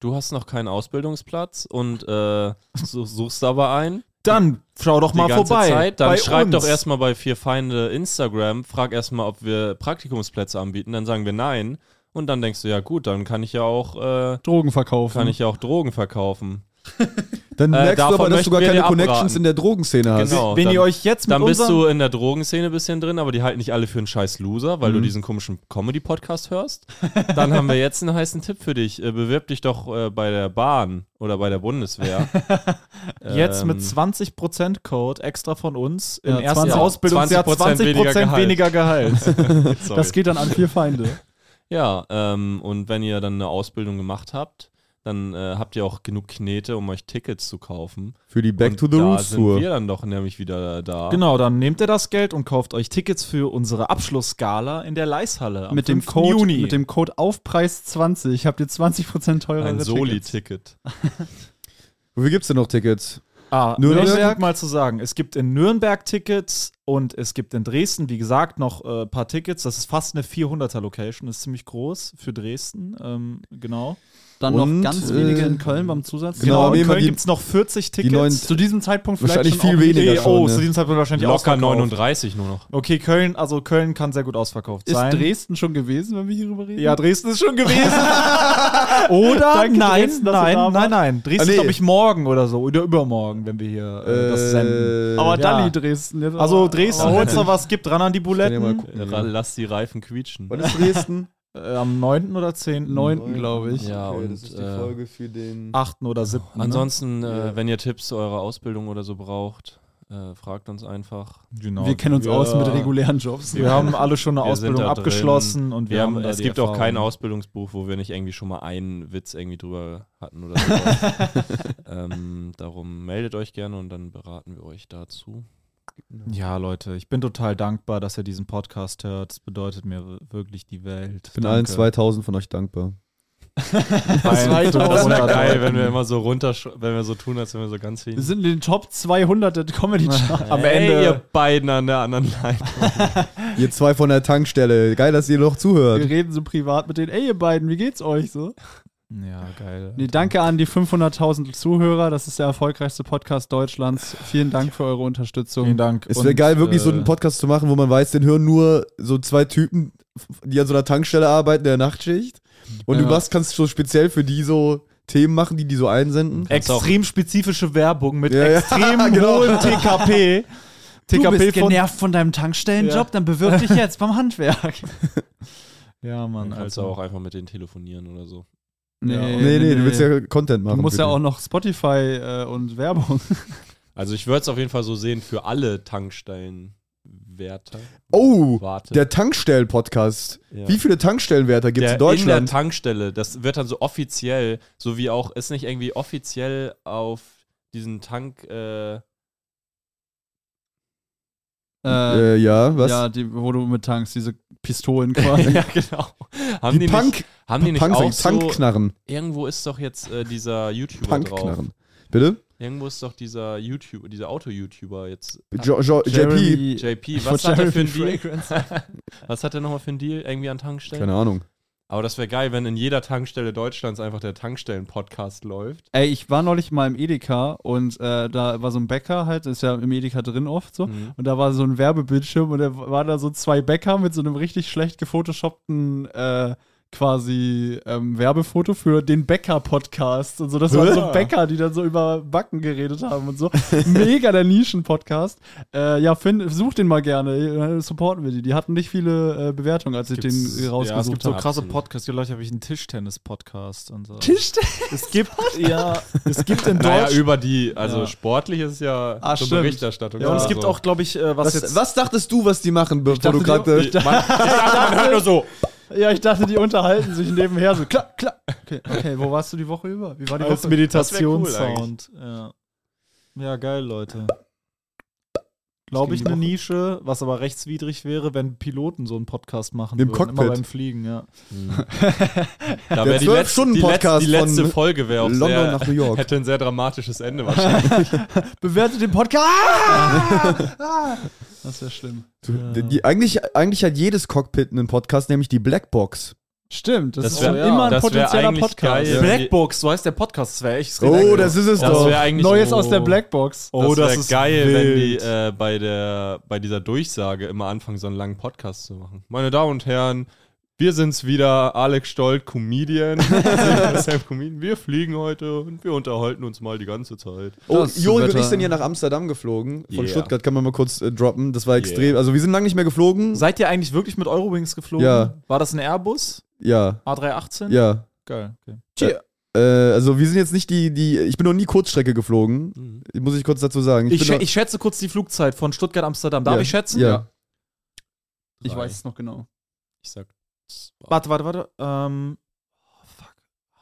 Speaker 3: Du hast noch keinen Ausbildungsplatz und äh, so- suchst aber einen.
Speaker 4: Dann schau doch
Speaker 3: Die
Speaker 4: mal
Speaker 3: ganze
Speaker 4: vorbei.
Speaker 3: Zeit. Dann
Speaker 4: bei
Speaker 3: schreib
Speaker 4: uns.
Speaker 3: doch erstmal bei Vier Feinde Instagram, frag erstmal, ob wir Praktikumsplätze anbieten. Dann sagen wir nein. Und dann denkst du, ja gut, dann kann ich ja auch, äh,
Speaker 2: Drogen verkaufen.
Speaker 3: kann ich ja auch Drogen verkaufen.
Speaker 1: Dann
Speaker 3: Äh,
Speaker 1: merkst du aber,
Speaker 3: davon
Speaker 1: dass du gar
Speaker 3: möchten
Speaker 1: keine
Speaker 3: wir dir abraten.
Speaker 1: Connections in der Drogenszene hast.
Speaker 3: Genau.
Speaker 4: Wenn
Speaker 3: dann-
Speaker 4: ihr euch jetzt mit
Speaker 3: Dann bist
Speaker 4: unserem-
Speaker 3: du in der Drogenszene ein bisschen drin, aber die halten nicht alle für einen scheiß Loser,
Speaker 4: Mhm.
Speaker 3: weil du diesen komischen Comedy-Podcast hörst. Dann haben wir jetzt einen heißen Tipp für dich. Äh, Bewirb dich doch äh, bei der Bahn oder bei der Bundeswehr.
Speaker 4: jetzt
Speaker 3: Ähm,
Speaker 4: mit 20% Code extra von uns im
Speaker 2: Ja,
Speaker 4: ersten
Speaker 2: 20
Speaker 4: Ausbildungsjahr 20%
Speaker 3: 20%
Speaker 4: weniger
Speaker 3: weniger
Speaker 4: Gehalt.
Speaker 3: Gehalt. Sorry.
Speaker 2: Das geht dann an vier Feinde.
Speaker 3: Ja, ähm, und wenn ihr dann eine Ausbildung gemacht habt, dann äh, habt ihr auch genug Knete, um euch Tickets zu kaufen.
Speaker 1: Für die Back
Speaker 3: und
Speaker 1: to the
Speaker 3: da
Speaker 1: Roots
Speaker 3: sind
Speaker 1: Tour.
Speaker 3: wir dann doch nämlich wieder da.
Speaker 4: Genau, dann nehmt ihr das Geld und kauft euch Tickets für unsere Abschlussgala in der Leishalle am
Speaker 2: mit, dem
Speaker 4: 5.
Speaker 2: Code,
Speaker 4: Juni.
Speaker 2: mit dem Code Aufpreis 20 habt ihr 20% teurere
Speaker 3: Ein
Speaker 2: Tickets.
Speaker 3: Soli-Ticket.
Speaker 1: Wie gibt's denn noch Tickets?
Speaker 4: Ah,
Speaker 1: Nürnberg?
Speaker 4: Nürnberg mal zu sagen. Es gibt in Nürnberg Tickets und es gibt in Dresden, wie gesagt, noch äh, ein paar Tickets. Das ist fast eine 400er Location, ist ziemlich groß für Dresden. Ähm, genau.
Speaker 2: Dann
Speaker 1: Und,
Speaker 2: noch ganz wenige
Speaker 1: äh,
Speaker 2: in Köln beim Zusatz.
Speaker 1: Genau, aber
Speaker 4: in
Speaker 1: nehmen wir
Speaker 4: Köln
Speaker 1: die-
Speaker 4: gibt es noch 40 Tickets.
Speaker 1: neuen-
Speaker 2: Zu diesem Zeitpunkt vielleicht
Speaker 1: Wahrscheinlich
Speaker 2: schon
Speaker 1: viel
Speaker 2: auch-
Speaker 1: weniger
Speaker 4: Eh,
Speaker 1: schon.
Speaker 4: oh,
Speaker 1: ne?
Speaker 4: zu diesem Zeitpunkt wahrscheinlich
Speaker 3: Locker
Speaker 4: ausverkauft.
Speaker 3: 39 nur noch.
Speaker 4: Okay, Köln, also Köln kann sehr gut ausverkauft
Speaker 2: Ist
Speaker 4: sein.
Speaker 2: Dresden schon gewesen, wenn wir hierüber reden?
Speaker 4: ja, Dresden ist schon gewesen. oder?
Speaker 2: Danke,
Speaker 4: nein,
Speaker 2: Dresden, dass ihr
Speaker 4: nein,
Speaker 2: da
Speaker 4: nein,
Speaker 2: wart.
Speaker 4: nein, Dresden
Speaker 1: Ah, nee.
Speaker 4: ist, glaube ich, morgen oder so. Oder übermorgen, wenn wir hier äh, das senden.
Speaker 1: Äh,
Speaker 2: aber
Speaker 4: ja.
Speaker 2: Dalli Dresden. Jetzt
Speaker 4: Also
Speaker 2: aber-
Speaker 4: Dresden,
Speaker 2: aber-
Speaker 4: wenn es noch was gibt, ran an die
Speaker 1: kann ja mal
Speaker 4: Buletten.
Speaker 1: gucken.
Speaker 3: Ra- Lass die Reifen quietschen.
Speaker 1: Wann ist Dresden?
Speaker 4: Äh, am 9. oder 10.
Speaker 2: 9. glaube ich.
Speaker 3: Ja,
Speaker 1: okay,
Speaker 3: und,
Speaker 1: das ist die
Speaker 3: äh,
Speaker 1: Folge für den.
Speaker 4: 8. oder
Speaker 2: ne?
Speaker 4: 7.
Speaker 3: Ansonsten, äh, wenn ihr Tipps zu eurer Ausbildung oder so braucht, äh, fragt uns einfach.
Speaker 4: ne? genau.
Speaker 2: Wir kennen uns
Speaker 4: Ja.
Speaker 2: aus mit regulären Jobs.
Speaker 4: Wir haben alle schon eine
Speaker 3: Wir sind
Speaker 4: Ausbildung
Speaker 3: da drin.
Speaker 4: abgeschlossen und wir,
Speaker 3: Wir haben,
Speaker 4: haben da
Speaker 3: es
Speaker 4: die
Speaker 3: gibt auch
Speaker 4: Erfahrung.
Speaker 3: kein Ausbildungsbuch, wo wir nicht irgendwie schon mal einen Witz irgendwie drüber hatten oder so. ähm, darum meldet euch gerne und dann beraten wir euch dazu.
Speaker 4: Ja, Leute, ich bin total dankbar, dass ihr diesen Podcast hört. Es bedeutet mir wirklich die Welt.
Speaker 1: bin allen 2000 von euch dankbar.
Speaker 4: Das
Speaker 2: wär
Speaker 1: Oh,
Speaker 3: geil, wenn wir immer so runter, wenn wir so tun, als wenn wir so ganz
Speaker 2: Wir
Speaker 3: viel.
Speaker 2: sind in den Top 200 der comedy charts
Speaker 3: Am Ende ihr beiden an der anderen Leitung.
Speaker 1: Ihr zwei von der Tankstelle. Geil, dass ihr noch
Speaker 2: Wir
Speaker 1: zuhört.
Speaker 2: reden so privat mit denen. Ey, ihr beiden, wie geht's euch so?
Speaker 4: Ja, geil.
Speaker 2: Nee, danke an die 500.000 Zuhörer. Das ist der erfolgreichste Podcast Deutschlands. Vielen Dank für eure Unterstützung.
Speaker 4: Vielen Dank.
Speaker 1: Es wäre
Speaker 4: Und,
Speaker 1: geil, wirklich so
Speaker 4: äh,
Speaker 1: einen Podcast zu machen, wo man weiß, den hören nur so zwei Typen, die an so einer Tankstelle arbeiten in der Nachtschicht. Und
Speaker 2: Ja.
Speaker 1: du machst, kannst so speziell für die so Themen machen, die die so
Speaker 4: Äh,
Speaker 1: einsenden.
Speaker 4: extrem spezifische Werbung mit
Speaker 1: Ja, ja.
Speaker 4: extrem
Speaker 1: Genau.
Speaker 4: hohem TKP.
Speaker 2: Du
Speaker 4: TKP
Speaker 2: bist
Speaker 4: von.
Speaker 2: genervt von deinem Tankstellenjob,
Speaker 4: Ja.
Speaker 2: dann bewirb dich jetzt beim Handwerk.
Speaker 4: Ja, Mann,
Speaker 3: Kannst du
Speaker 4: also.
Speaker 3: auch einfach mit denen telefonieren oder so.
Speaker 2: Nee,
Speaker 1: Nee, nee, du willst ja Content machen.
Speaker 2: Du musst ja
Speaker 1: bitte.
Speaker 2: auch noch Spotify äh, und Werbung.
Speaker 3: Also ich würde es auf jeden Fall so sehen für alle Tankstellenwärter.
Speaker 1: Oh,
Speaker 3: Warte.
Speaker 1: der Tankstellen-Podcast.
Speaker 3: Ja.
Speaker 1: Wie viele Tankstellenwärter gibt es
Speaker 3: der
Speaker 1: in
Speaker 3: In
Speaker 1: Deutschland?
Speaker 3: der Tankstelle, das wird dann so offiziell, so wie auch, ist nicht irgendwie offiziell auf diesen Tank, äh,
Speaker 2: Äh,
Speaker 1: Äh, ja, was?
Speaker 2: Ja, die, wo du mit Tanks, diese Pistolen quasi.
Speaker 3: ja, genau. Haben
Speaker 1: Die
Speaker 3: die,
Speaker 1: Punk-
Speaker 3: nicht, haben die nicht
Speaker 1: Punk,
Speaker 3: auch so,
Speaker 1: Punkknarren.
Speaker 3: irgendwo ist doch jetzt äh, dieser YouTuber drauf.
Speaker 1: Punkknarren. Bitte?
Speaker 3: Irgendwo ist doch dieser YouTuber, dieser Auto-YouTuber jetzt.
Speaker 1: Jo, jo, JP.
Speaker 2: Jeremy-
Speaker 3: JP,
Speaker 2: Von
Speaker 3: was hat er für einen
Speaker 2: Jeremy
Speaker 3: Deal? was hat er nochmal für einen Deal? Irgendwie an Tankstellen?
Speaker 1: Keine Ahnung.
Speaker 3: Aber das wäre geil, wenn in jeder Tankstelle Deutschlands einfach der Tankstellen-Podcast läuft.
Speaker 2: Ey, ich war neulich mal im Edeka und äh, da war so ein Bäcker halt, ist ja im Edeka drin oft so.
Speaker 4: Mhm.
Speaker 2: Und da war so ein Werbebildschirm und da waren da so zwei Bäcker mit so einem richtig schlecht gefotoshoppten äh, quasi ähm, Werbefoto für den Bäcker-Podcast. Und so, das waren so Bäcker, die dann so über Backen geredet haben und so. Mega der Nischen-Podcast. Äh, ja, Finn, such den mal gerne, äh, supporten wir die. Die hatten nicht viele äh, Bewertungen, als ich
Speaker 4: Gibt's-
Speaker 2: den
Speaker 4: Ja, es
Speaker 2: rausgesucht
Speaker 4: gibt so
Speaker 2: habe.
Speaker 4: krasse
Speaker 3: Absolut.
Speaker 4: Podcasts. Hier Leute, habe ich einen Tischtennis-Podcast und so.
Speaker 2: Tischtennis?
Speaker 4: Es gibt, ja, es gibt in
Speaker 3: Naja,
Speaker 4: Deutschland.
Speaker 3: über die, also
Speaker 4: Ja.
Speaker 3: sportlich ist ja
Speaker 2: Ah,
Speaker 3: so
Speaker 2: stimmt.
Speaker 3: Berichterstattung.
Speaker 4: Ja, und es
Speaker 3: Also,
Speaker 4: gibt auch, glaube ich, äh, was,
Speaker 1: Was,
Speaker 4: jetzt.
Speaker 1: was dachtest du, was die machen, bevor du äh, gerade.
Speaker 3: Man, man hört nur so.
Speaker 2: Ja, ich dachte, die unterhalten sich nebenher so. Klar, klar. Okay, okay wo warst du die Woche über? Wie war die
Speaker 4: als
Speaker 2: Woche?
Speaker 4: Meditationssound. ja. ja, geil, Leute. Glaube ich,
Speaker 2: ging die
Speaker 4: eine
Speaker 2: Woche.
Speaker 4: Nische, was aber rechtswidrig wäre, wenn Piloten so einen Podcast machen
Speaker 1: Im
Speaker 4: würden. Immer
Speaker 1: Cockpit.
Speaker 4: beim Fliegen, ja.
Speaker 3: Da
Speaker 1: Der
Speaker 3: wär die, letzte, die, letzte,
Speaker 1: 12-Stunden-Podcast
Speaker 3: die letzte
Speaker 1: von
Speaker 3: Folge wäre auch
Speaker 1: London
Speaker 3: sehr,
Speaker 1: nach New York.
Speaker 3: hätte ein sehr dramatisches Ende wahrscheinlich.
Speaker 2: Bewertet den Podcast. Ah! Das wäre schlimm.
Speaker 1: Du, die, eigentlich, eigentlich hat jedes Cockpit einen Podcast, nämlich die Blackbox.
Speaker 2: Stimmt, das,
Speaker 3: Das
Speaker 2: ist
Speaker 3: wär-
Speaker 2: auch
Speaker 3: ja,
Speaker 2: immer ein
Speaker 3: das wär
Speaker 2: potenzieller
Speaker 3: eigentlich
Speaker 2: Podcast.
Speaker 3: geil.
Speaker 4: Blackbox, so heißt der Podcast. Das wäre echt.
Speaker 1: Oh, das ist es
Speaker 3: Das
Speaker 1: doch.
Speaker 3: wäre eigentlich
Speaker 2: Neues
Speaker 3: so-
Speaker 2: aus der Blackbox.
Speaker 3: Das
Speaker 4: Oh, das
Speaker 3: wär
Speaker 4: ist
Speaker 3: geil, wenn die
Speaker 4: wild.
Speaker 3: äh, bei, der, bei dieser Durchsage immer anfangen, so einen langen Podcast zu machen. Meine Damen und Herren, wir sind's wieder, Alex Stolt, Comedian. Sam Comedian. wir fliegen heute und wir unterhalten uns mal die ganze Zeit.
Speaker 1: Oh,
Speaker 2: Das
Speaker 1: Joel und
Speaker 2: Wetter.
Speaker 1: ich sind ja nach Amsterdam geflogen. Von
Speaker 3: Yeah.
Speaker 1: Stuttgart kann man mal kurz äh, droppen. Das war extrem. Also wir sind lange nicht mehr geflogen.
Speaker 4: Seid ihr eigentlich wirklich mit Eurowings geflogen?
Speaker 1: Ja.
Speaker 4: War das ein Airbus?
Speaker 1: Ja,
Speaker 4: A318?
Speaker 1: ja.
Speaker 4: Geil. Okay.
Speaker 1: Äh, also wir sind jetzt nicht die, die. Ich bin noch nie Kurzstrecke geflogen.
Speaker 3: Mhm.
Speaker 1: Muss ich kurz dazu sagen.
Speaker 4: Ich,
Speaker 1: bin
Speaker 4: schä-
Speaker 1: noch,
Speaker 4: ich schätze kurz die Flugzeit von Stuttgart, Amsterdam. Darf
Speaker 1: Ja.
Speaker 4: ich schätzen?
Speaker 1: ja.
Speaker 2: Ich weiß es noch genau.
Speaker 3: Ich sag.
Speaker 4: Warte, warte, warte. Ähm, oh, fuck.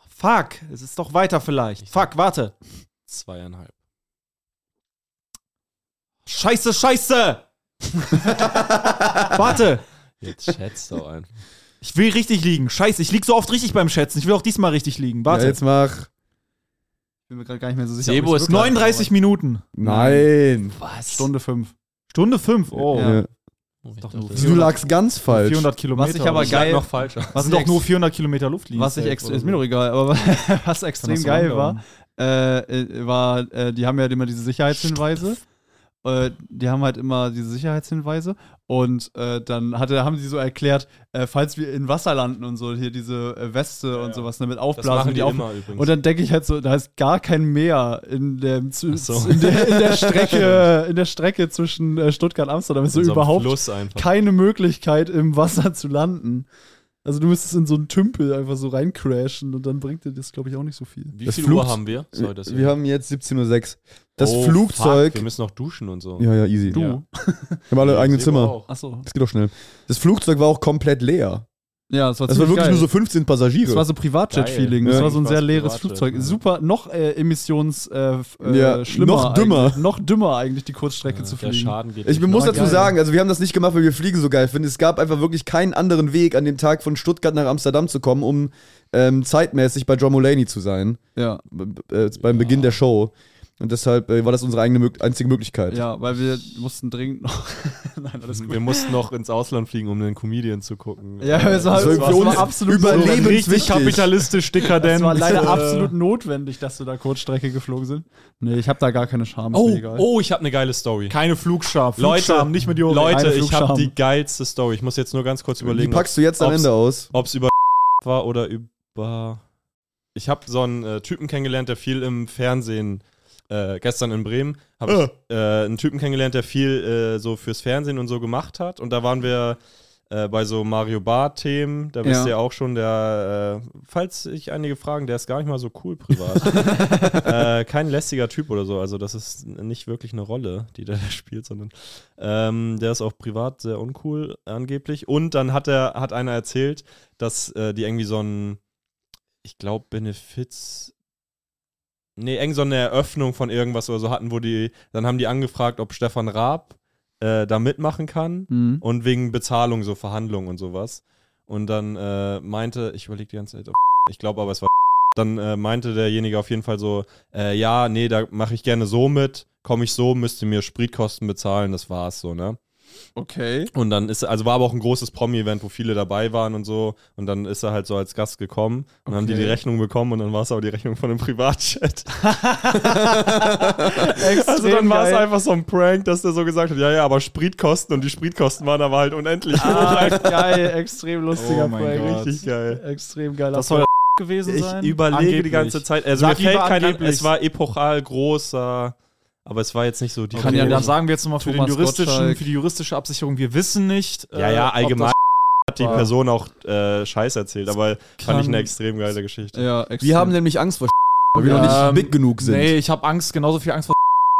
Speaker 4: Fuck. Es ist doch weiter vielleicht. Fuck, warte.
Speaker 3: Zweieinhalb.
Speaker 4: Scheiße, scheiße. warte.
Speaker 3: Jetzt schätzt doch ein.
Speaker 4: Ich will richtig liegen. Scheiße, ich lieg so oft richtig beim Schätzen. Ich will auch diesmal richtig liegen. Warte.
Speaker 1: ja. Jetzt mach.
Speaker 2: Ich bin mir gerade gar nicht mehr so sicher.
Speaker 3: Sebo
Speaker 2: ob ich's
Speaker 3: ist
Speaker 2: wirklich-
Speaker 4: 39 Minuten.
Speaker 1: Nein.
Speaker 3: Was?
Speaker 2: Stunde 5.
Speaker 4: Stunde 5. Oh.
Speaker 1: Ja.
Speaker 3: doch
Speaker 4: nur-
Speaker 3: nur
Speaker 1: Du lagst ganz falsch.
Speaker 4: 400 Kilometer.
Speaker 2: Was ich aber
Speaker 4: oder so.
Speaker 2: geil-
Speaker 3: noch falscher.
Speaker 4: Das
Speaker 2: Was
Speaker 4: sind
Speaker 2: ich
Speaker 4: doch nur
Speaker 2: ex-
Speaker 4: 400 Kilometer Luftlinie. Also,
Speaker 2: was ich extrem, ist mir doch egal, aber was extrem geil war, äh, äh, war, äh, die haben ja immer diese Sicherheitshinweise. Äh, die haben halt immer diese Sicherheitshinweise. Und äh, dann hatte, haben sie so erklärt, äh, falls wir in Wasser landen und so, hier diese äh, Weste und sowas damit
Speaker 3: Das
Speaker 2: aufblasen.
Speaker 3: machen
Speaker 2: und
Speaker 3: die
Speaker 2: auf-
Speaker 3: immer übrigens.
Speaker 2: Und dann denke ich halt so, da ist gar kein Meer in, dem, Zü-
Speaker 3: so.
Speaker 2: in, der, in der Strecke, in der Strecke zwischen äh, Stuttgart und Amsterdam ist so,
Speaker 3: In einem
Speaker 2: überhaupt
Speaker 3: Fluss einfach.
Speaker 2: keine Möglichkeit, im Wasser zu landen. Also du müsstest in so einen Tümpel einfach so reincrashen und dann bringt dir das, glaube ich, auch nicht so viel.
Speaker 3: Wie
Speaker 1: Das
Speaker 3: viel
Speaker 1: Flugs-
Speaker 3: Uhr haben wir? Sorry, dass
Speaker 1: wir haben jetzt 17.06 Uhr. Das
Speaker 3: Oh,
Speaker 1: Flugzeug.
Speaker 3: Fuck, wir müssen noch duschen und so.
Speaker 1: Ja, ja, easy.
Speaker 2: Du.
Speaker 1: Ja. Wir haben alle eigene
Speaker 3: Sebo
Speaker 1: Zimmer.
Speaker 3: auch.
Speaker 2: Achso.
Speaker 1: Das geht doch schnell. Das Flugzeug war auch komplett leer.
Speaker 2: Ja, es war,
Speaker 1: Das waren
Speaker 2: ziemlich
Speaker 1: wirklich
Speaker 2: geil.
Speaker 1: nur so 15 Passagiere.
Speaker 2: Es war so Privatjet-Feeling.
Speaker 1: Geil.
Speaker 2: Es
Speaker 1: Ja.
Speaker 2: war so ein sehr
Speaker 3: Fast
Speaker 2: leeres
Speaker 3: Privatjet,
Speaker 2: Flugzeug.
Speaker 3: ja.
Speaker 2: Super, noch äh, emissions äh, f- äh,
Speaker 1: Ja,
Speaker 2: schlimmer
Speaker 1: noch dümmer.
Speaker 2: Eigentlich. Noch dümmer eigentlich, die Kurzstrecke zu
Speaker 3: Der
Speaker 2: fliegen.
Speaker 3: Schaden geht
Speaker 1: ich
Speaker 3: nicht
Speaker 1: muss
Speaker 2: war
Speaker 1: dazu
Speaker 2: geil.
Speaker 1: sagen, also wir haben das nicht gemacht, weil wir Fliegen so geil finden. Es gab einfach wirklich keinen anderen Weg, an dem Tag von Stuttgart nach Amsterdam zu kommen, um ähm, zeitmäßig bei John Mulaney zu sein.
Speaker 2: Ja,
Speaker 1: B b- äh, beim Beginn der Show. Und deshalb äh, war das unsere eigene Mög einzige Möglichkeit.
Speaker 2: ja, weil wir mussten dringend noch. Nein, alles gut.
Speaker 3: Wir mussten noch ins Ausland fliegen, um einen Comedian zu gucken. Äh,
Speaker 2: Ja, es war,
Speaker 1: Also
Speaker 2: es war,
Speaker 1: für
Speaker 2: es
Speaker 1: uns
Speaker 2: war absolut
Speaker 1: überlebenswichtig.
Speaker 2: notwendig.
Speaker 4: richtig kapitalistisch dekadent.
Speaker 2: Es war leider absolut notwendig, dass wir da Kurzstrecke geflogen sind. Nee, ich habe da gar keine Scham. ist mir
Speaker 3: Oh,
Speaker 2: egal.
Speaker 3: oh, ich habe eine geile Story.
Speaker 4: keine Flugscham.
Speaker 3: Leute,
Speaker 4: Flugscham, nicht mit Juri.
Speaker 3: Leute
Speaker 2: Keine
Speaker 3: ich habe
Speaker 2: Flugscham.
Speaker 3: die geilste Story. Ich muss jetzt nur ganz kurz
Speaker 1: Die
Speaker 3: überlegen,
Speaker 1: packst du jetzt am
Speaker 3: ob's-
Speaker 1: Ende aus.
Speaker 3: ob es über war oder über. Ich habe so einen äh, Typen kennengelernt, der viel im Fernsehen. Äh, gestern in Bremen habe ich äh, einen Typen kennengelernt, der viel äh, so fürs Fernsehen und so gemacht hat. Und da waren wir äh, bei so Mario Barth-Themen. Da wisst
Speaker 2: Ja.
Speaker 3: ihr auch schon, der, äh, falls ich einige fragen, der ist gar nicht mal so cool privat. äh, kein lästiger Typ oder so. Also, das ist n- nicht wirklich eine Rolle, die der da spielt, sondern ähm, der ist auch privat sehr uncool, angeblich. Und dann hat er, hat einer erzählt, dass äh, die irgendwie so ein, ich glaube, Benefiz. Nee, irgend so eine Eröffnung von irgendwas oder so hatten, wo die, dann haben die angefragt, ob Stefan Raab äh, da mitmachen kann
Speaker 2: Mhm.
Speaker 3: und wegen Bezahlung, so Verhandlungen und sowas. Und dann äh, meinte, ich überlege die ganze Zeit, ob ich glaube aber, es war dann äh, meinte derjenige auf jeden Fall so, äh, ja, nee, da mache ich gerne so mit, komme ich so, müsst ihr mir Spritkosten bezahlen, das war's so, ne?
Speaker 2: Okay.
Speaker 3: Und dann ist er, also war aber auch ein großes Promi-Event, wo viele dabei waren und so. Und dann ist er halt so als Gast gekommen und dann haben die die Rechnung bekommen und dann war es aber die Rechnung von einem Privatchat. also dann war es einfach so ein Prank, dass der so gesagt hat, ja, ja, aber Spritkosten und die Spritkosten waren aber halt unendlich.
Speaker 2: Ah, geil, extrem
Speaker 3: Oh
Speaker 2: lustiger Projekt.
Speaker 3: Richtig geil.
Speaker 2: Extrem geiler
Speaker 4: Das soll
Speaker 2: Projekt.
Speaker 4: gewesen
Speaker 3: Ich
Speaker 4: sein?
Speaker 3: überlege die
Speaker 4: Angeblich.
Speaker 3: ganze Zeit. Also
Speaker 4: Sag
Speaker 3: mir fällt
Speaker 4: lieber
Speaker 3: keiner,
Speaker 4: angeblich.
Speaker 3: es war epochal großer, aber es war jetzt nicht so die.
Speaker 4: Kann ja,
Speaker 2: Okay.
Speaker 4: dann sagen wir jetzt nochmal für, den
Speaker 2: Thomas
Speaker 4: juristischen,
Speaker 2: Gottschalk.
Speaker 4: für die juristische Absicherung, wir wissen nicht.
Speaker 3: ja, ja, allgemein hat die
Speaker 4: äh, war.
Speaker 3: Person auch äh, Scheiß erzählt, aber fand ich
Speaker 2: kann-
Speaker 3: eine extrem geile Geschichte.
Speaker 4: Äh,
Speaker 2: Ja, extrem.
Speaker 1: Wir haben nämlich Angst vor weil wir noch
Speaker 4: Ähm,
Speaker 1: nicht big genug sind.
Speaker 4: Nee, ich habe Angst, genauso viel Angst vor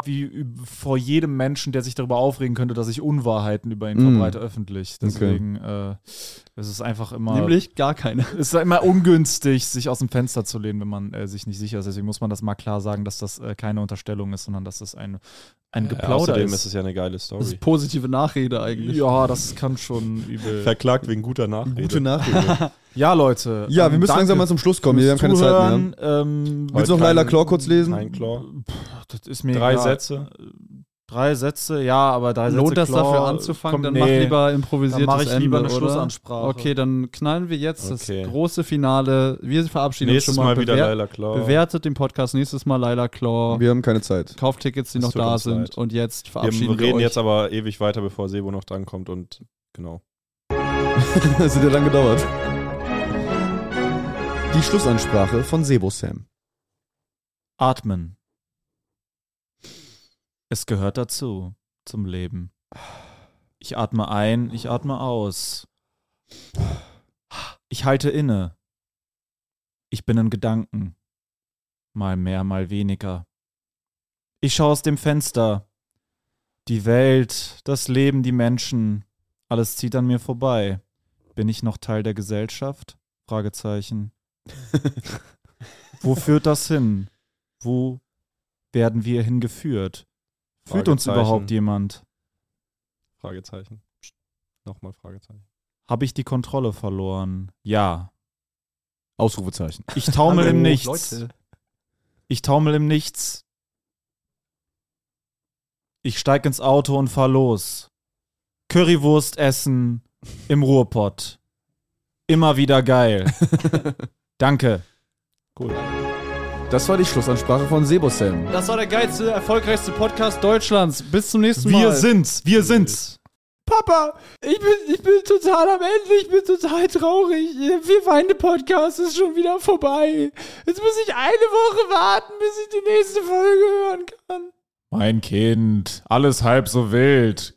Speaker 4: wie üb- vor jedem Menschen, der sich darüber aufregen könnte, dass ich Unwahrheiten über ihn
Speaker 1: Mm.
Speaker 4: verbreite öffentlich. Deswegen äh, es ist einfach immer
Speaker 2: nämlich gar keine.
Speaker 4: es ist immer ungünstig, sich aus dem Fenster zu lehnen, wenn man äh, sich nicht sicher ist. Deswegen muss man das mal klar sagen, dass das äh, keine Unterstellung ist, sondern dass das ein ein
Speaker 3: Ja,
Speaker 4: Geplauder
Speaker 3: Äh, außerdem ist
Speaker 4: ist.
Speaker 3: es ja eine geile
Speaker 2: Das ist
Speaker 3: Story.
Speaker 2: positive Nachrede eigentlich.
Speaker 4: Ja, das kann schon übel.
Speaker 3: Verklagt wegen guter Nachrede.
Speaker 1: Gute Nachricht.
Speaker 4: Ja, Leute.
Speaker 1: ja, wir
Speaker 4: ähm,
Speaker 1: müssen
Speaker 4: danke
Speaker 1: langsam mal zum Schluss kommen. Wir haben keine Zeit
Speaker 4: Zuhören,
Speaker 1: mehr.
Speaker 4: Ähm,
Speaker 1: Willst du noch
Speaker 3: kein-
Speaker 1: Leila Claw kurz lesen?
Speaker 3: Kein Claw.
Speaker 4: Ach, das ist mir
Speaker 3: Drei
Speaker 4: egal.
Speaker 3: Sätze.
Speaker 4: Drei Sätze, ja, aber drei Sätze.
Speaker 2: Lohnt das
Speaker 4: Claw,
Speaker 2: dafür anzufangen?
Speaker 4: komm,
Speaker 2: dann
Speaker 4: nee.
Speaker 2: mach lieber
Speaker 4: Dann
Speaker 2: improvisiertes
Speaker 4: mache ich
Speaker 2: Ende,
Speaker 4: lieber eine
Speaker 2: oder?
Speaker 4: Schlussansprache.
Speaker 2: Okay, dann knallen wir jetzt
Speaker 3: Okay.
Speaker 2: das große Finale. Wir verabschieden
Speaker 3: Nächstes
Speaker 2: uns schon mal.
Speaker 3: Mal wieder
Speaker 2: Bewer-
Speaker 3: Leila Claw.
Speaker 2: Bewertet den Podcast nächstes Mal Leila Claw.
Speaker 1: Wir haben keine Zeit.
Speaker 2: Kauft Tickets, die
Speaker 3: Es
Speaker 2: noch
Speaker 3: tut
Speaker 2: da
Speaker 3: uns
Speaker 2: sind.
Speaker 3: leid.
Speaker 2: Und jetzt
Speaker 3: Wir
Speaker 2: verabschieden wir,
Speaker 3: reden
Speaker 2: euch.
Speaker 3: jetzt aber ewig weiter, bevor Sebo noch drankommt und genau.
Speaker 1: Das hat ja lang gedauert. Die Schlussansprache von Sebo Sam.
Speaker 4: Atmen. Es gehört dazu, zum Leben. Ich atme ein, ich atme aus. Ich halte inne. Ich bin in Gedanken. Mal mehr, mal weniger. Ich schaue aus dem Fenster. Die Welt, das Leben, die Menschen, alles zieht an mir vorbei. Bin ich noch Teil der Gesellschaft? Fragezeichen. Wo führt das hin? Wo werden wir hingeführt? Führt uns
Speaker 3: Fragezeichen.
Speaker 4: überhaupt jemand?
Speaker 3: Fragezeichen. Psst. Nochmal Fragezeichen.
Speaker 4: Habe ich die Kontrolle verloren? Ja.
Speaker 1: Ausrufezeichen.
Speaker 4: Ich taumel im
Speaker 2: Hallo,
Speaker 4: Nichts.
Speaker 2: Leute.
Speaker 4: Ich taumel im Nichts. Ich steig ins Auto und fahr los. Currywurst essen im Ruhrpott. Immer wieder geil. Danke.
Speaker 1: Das war die Schlussansprache von Sebo Sam.
Speaker 2: Das war der geilste, erfolgreichste Podcast Deutschlands. Bis zum nächsten Mal.
Speaker 4: Wir sind's, wir sind's.
Speaker 5: Papa, ich bin, ich bin total am Ende, ich bin total traurig. Wir weinen Podcast ist schon wieder vorbei. Jetzt muss ich eine Woche warten, bis ich die nächste Folge hören kann.
Speaker 11: Mein Kind, alles halb so wild.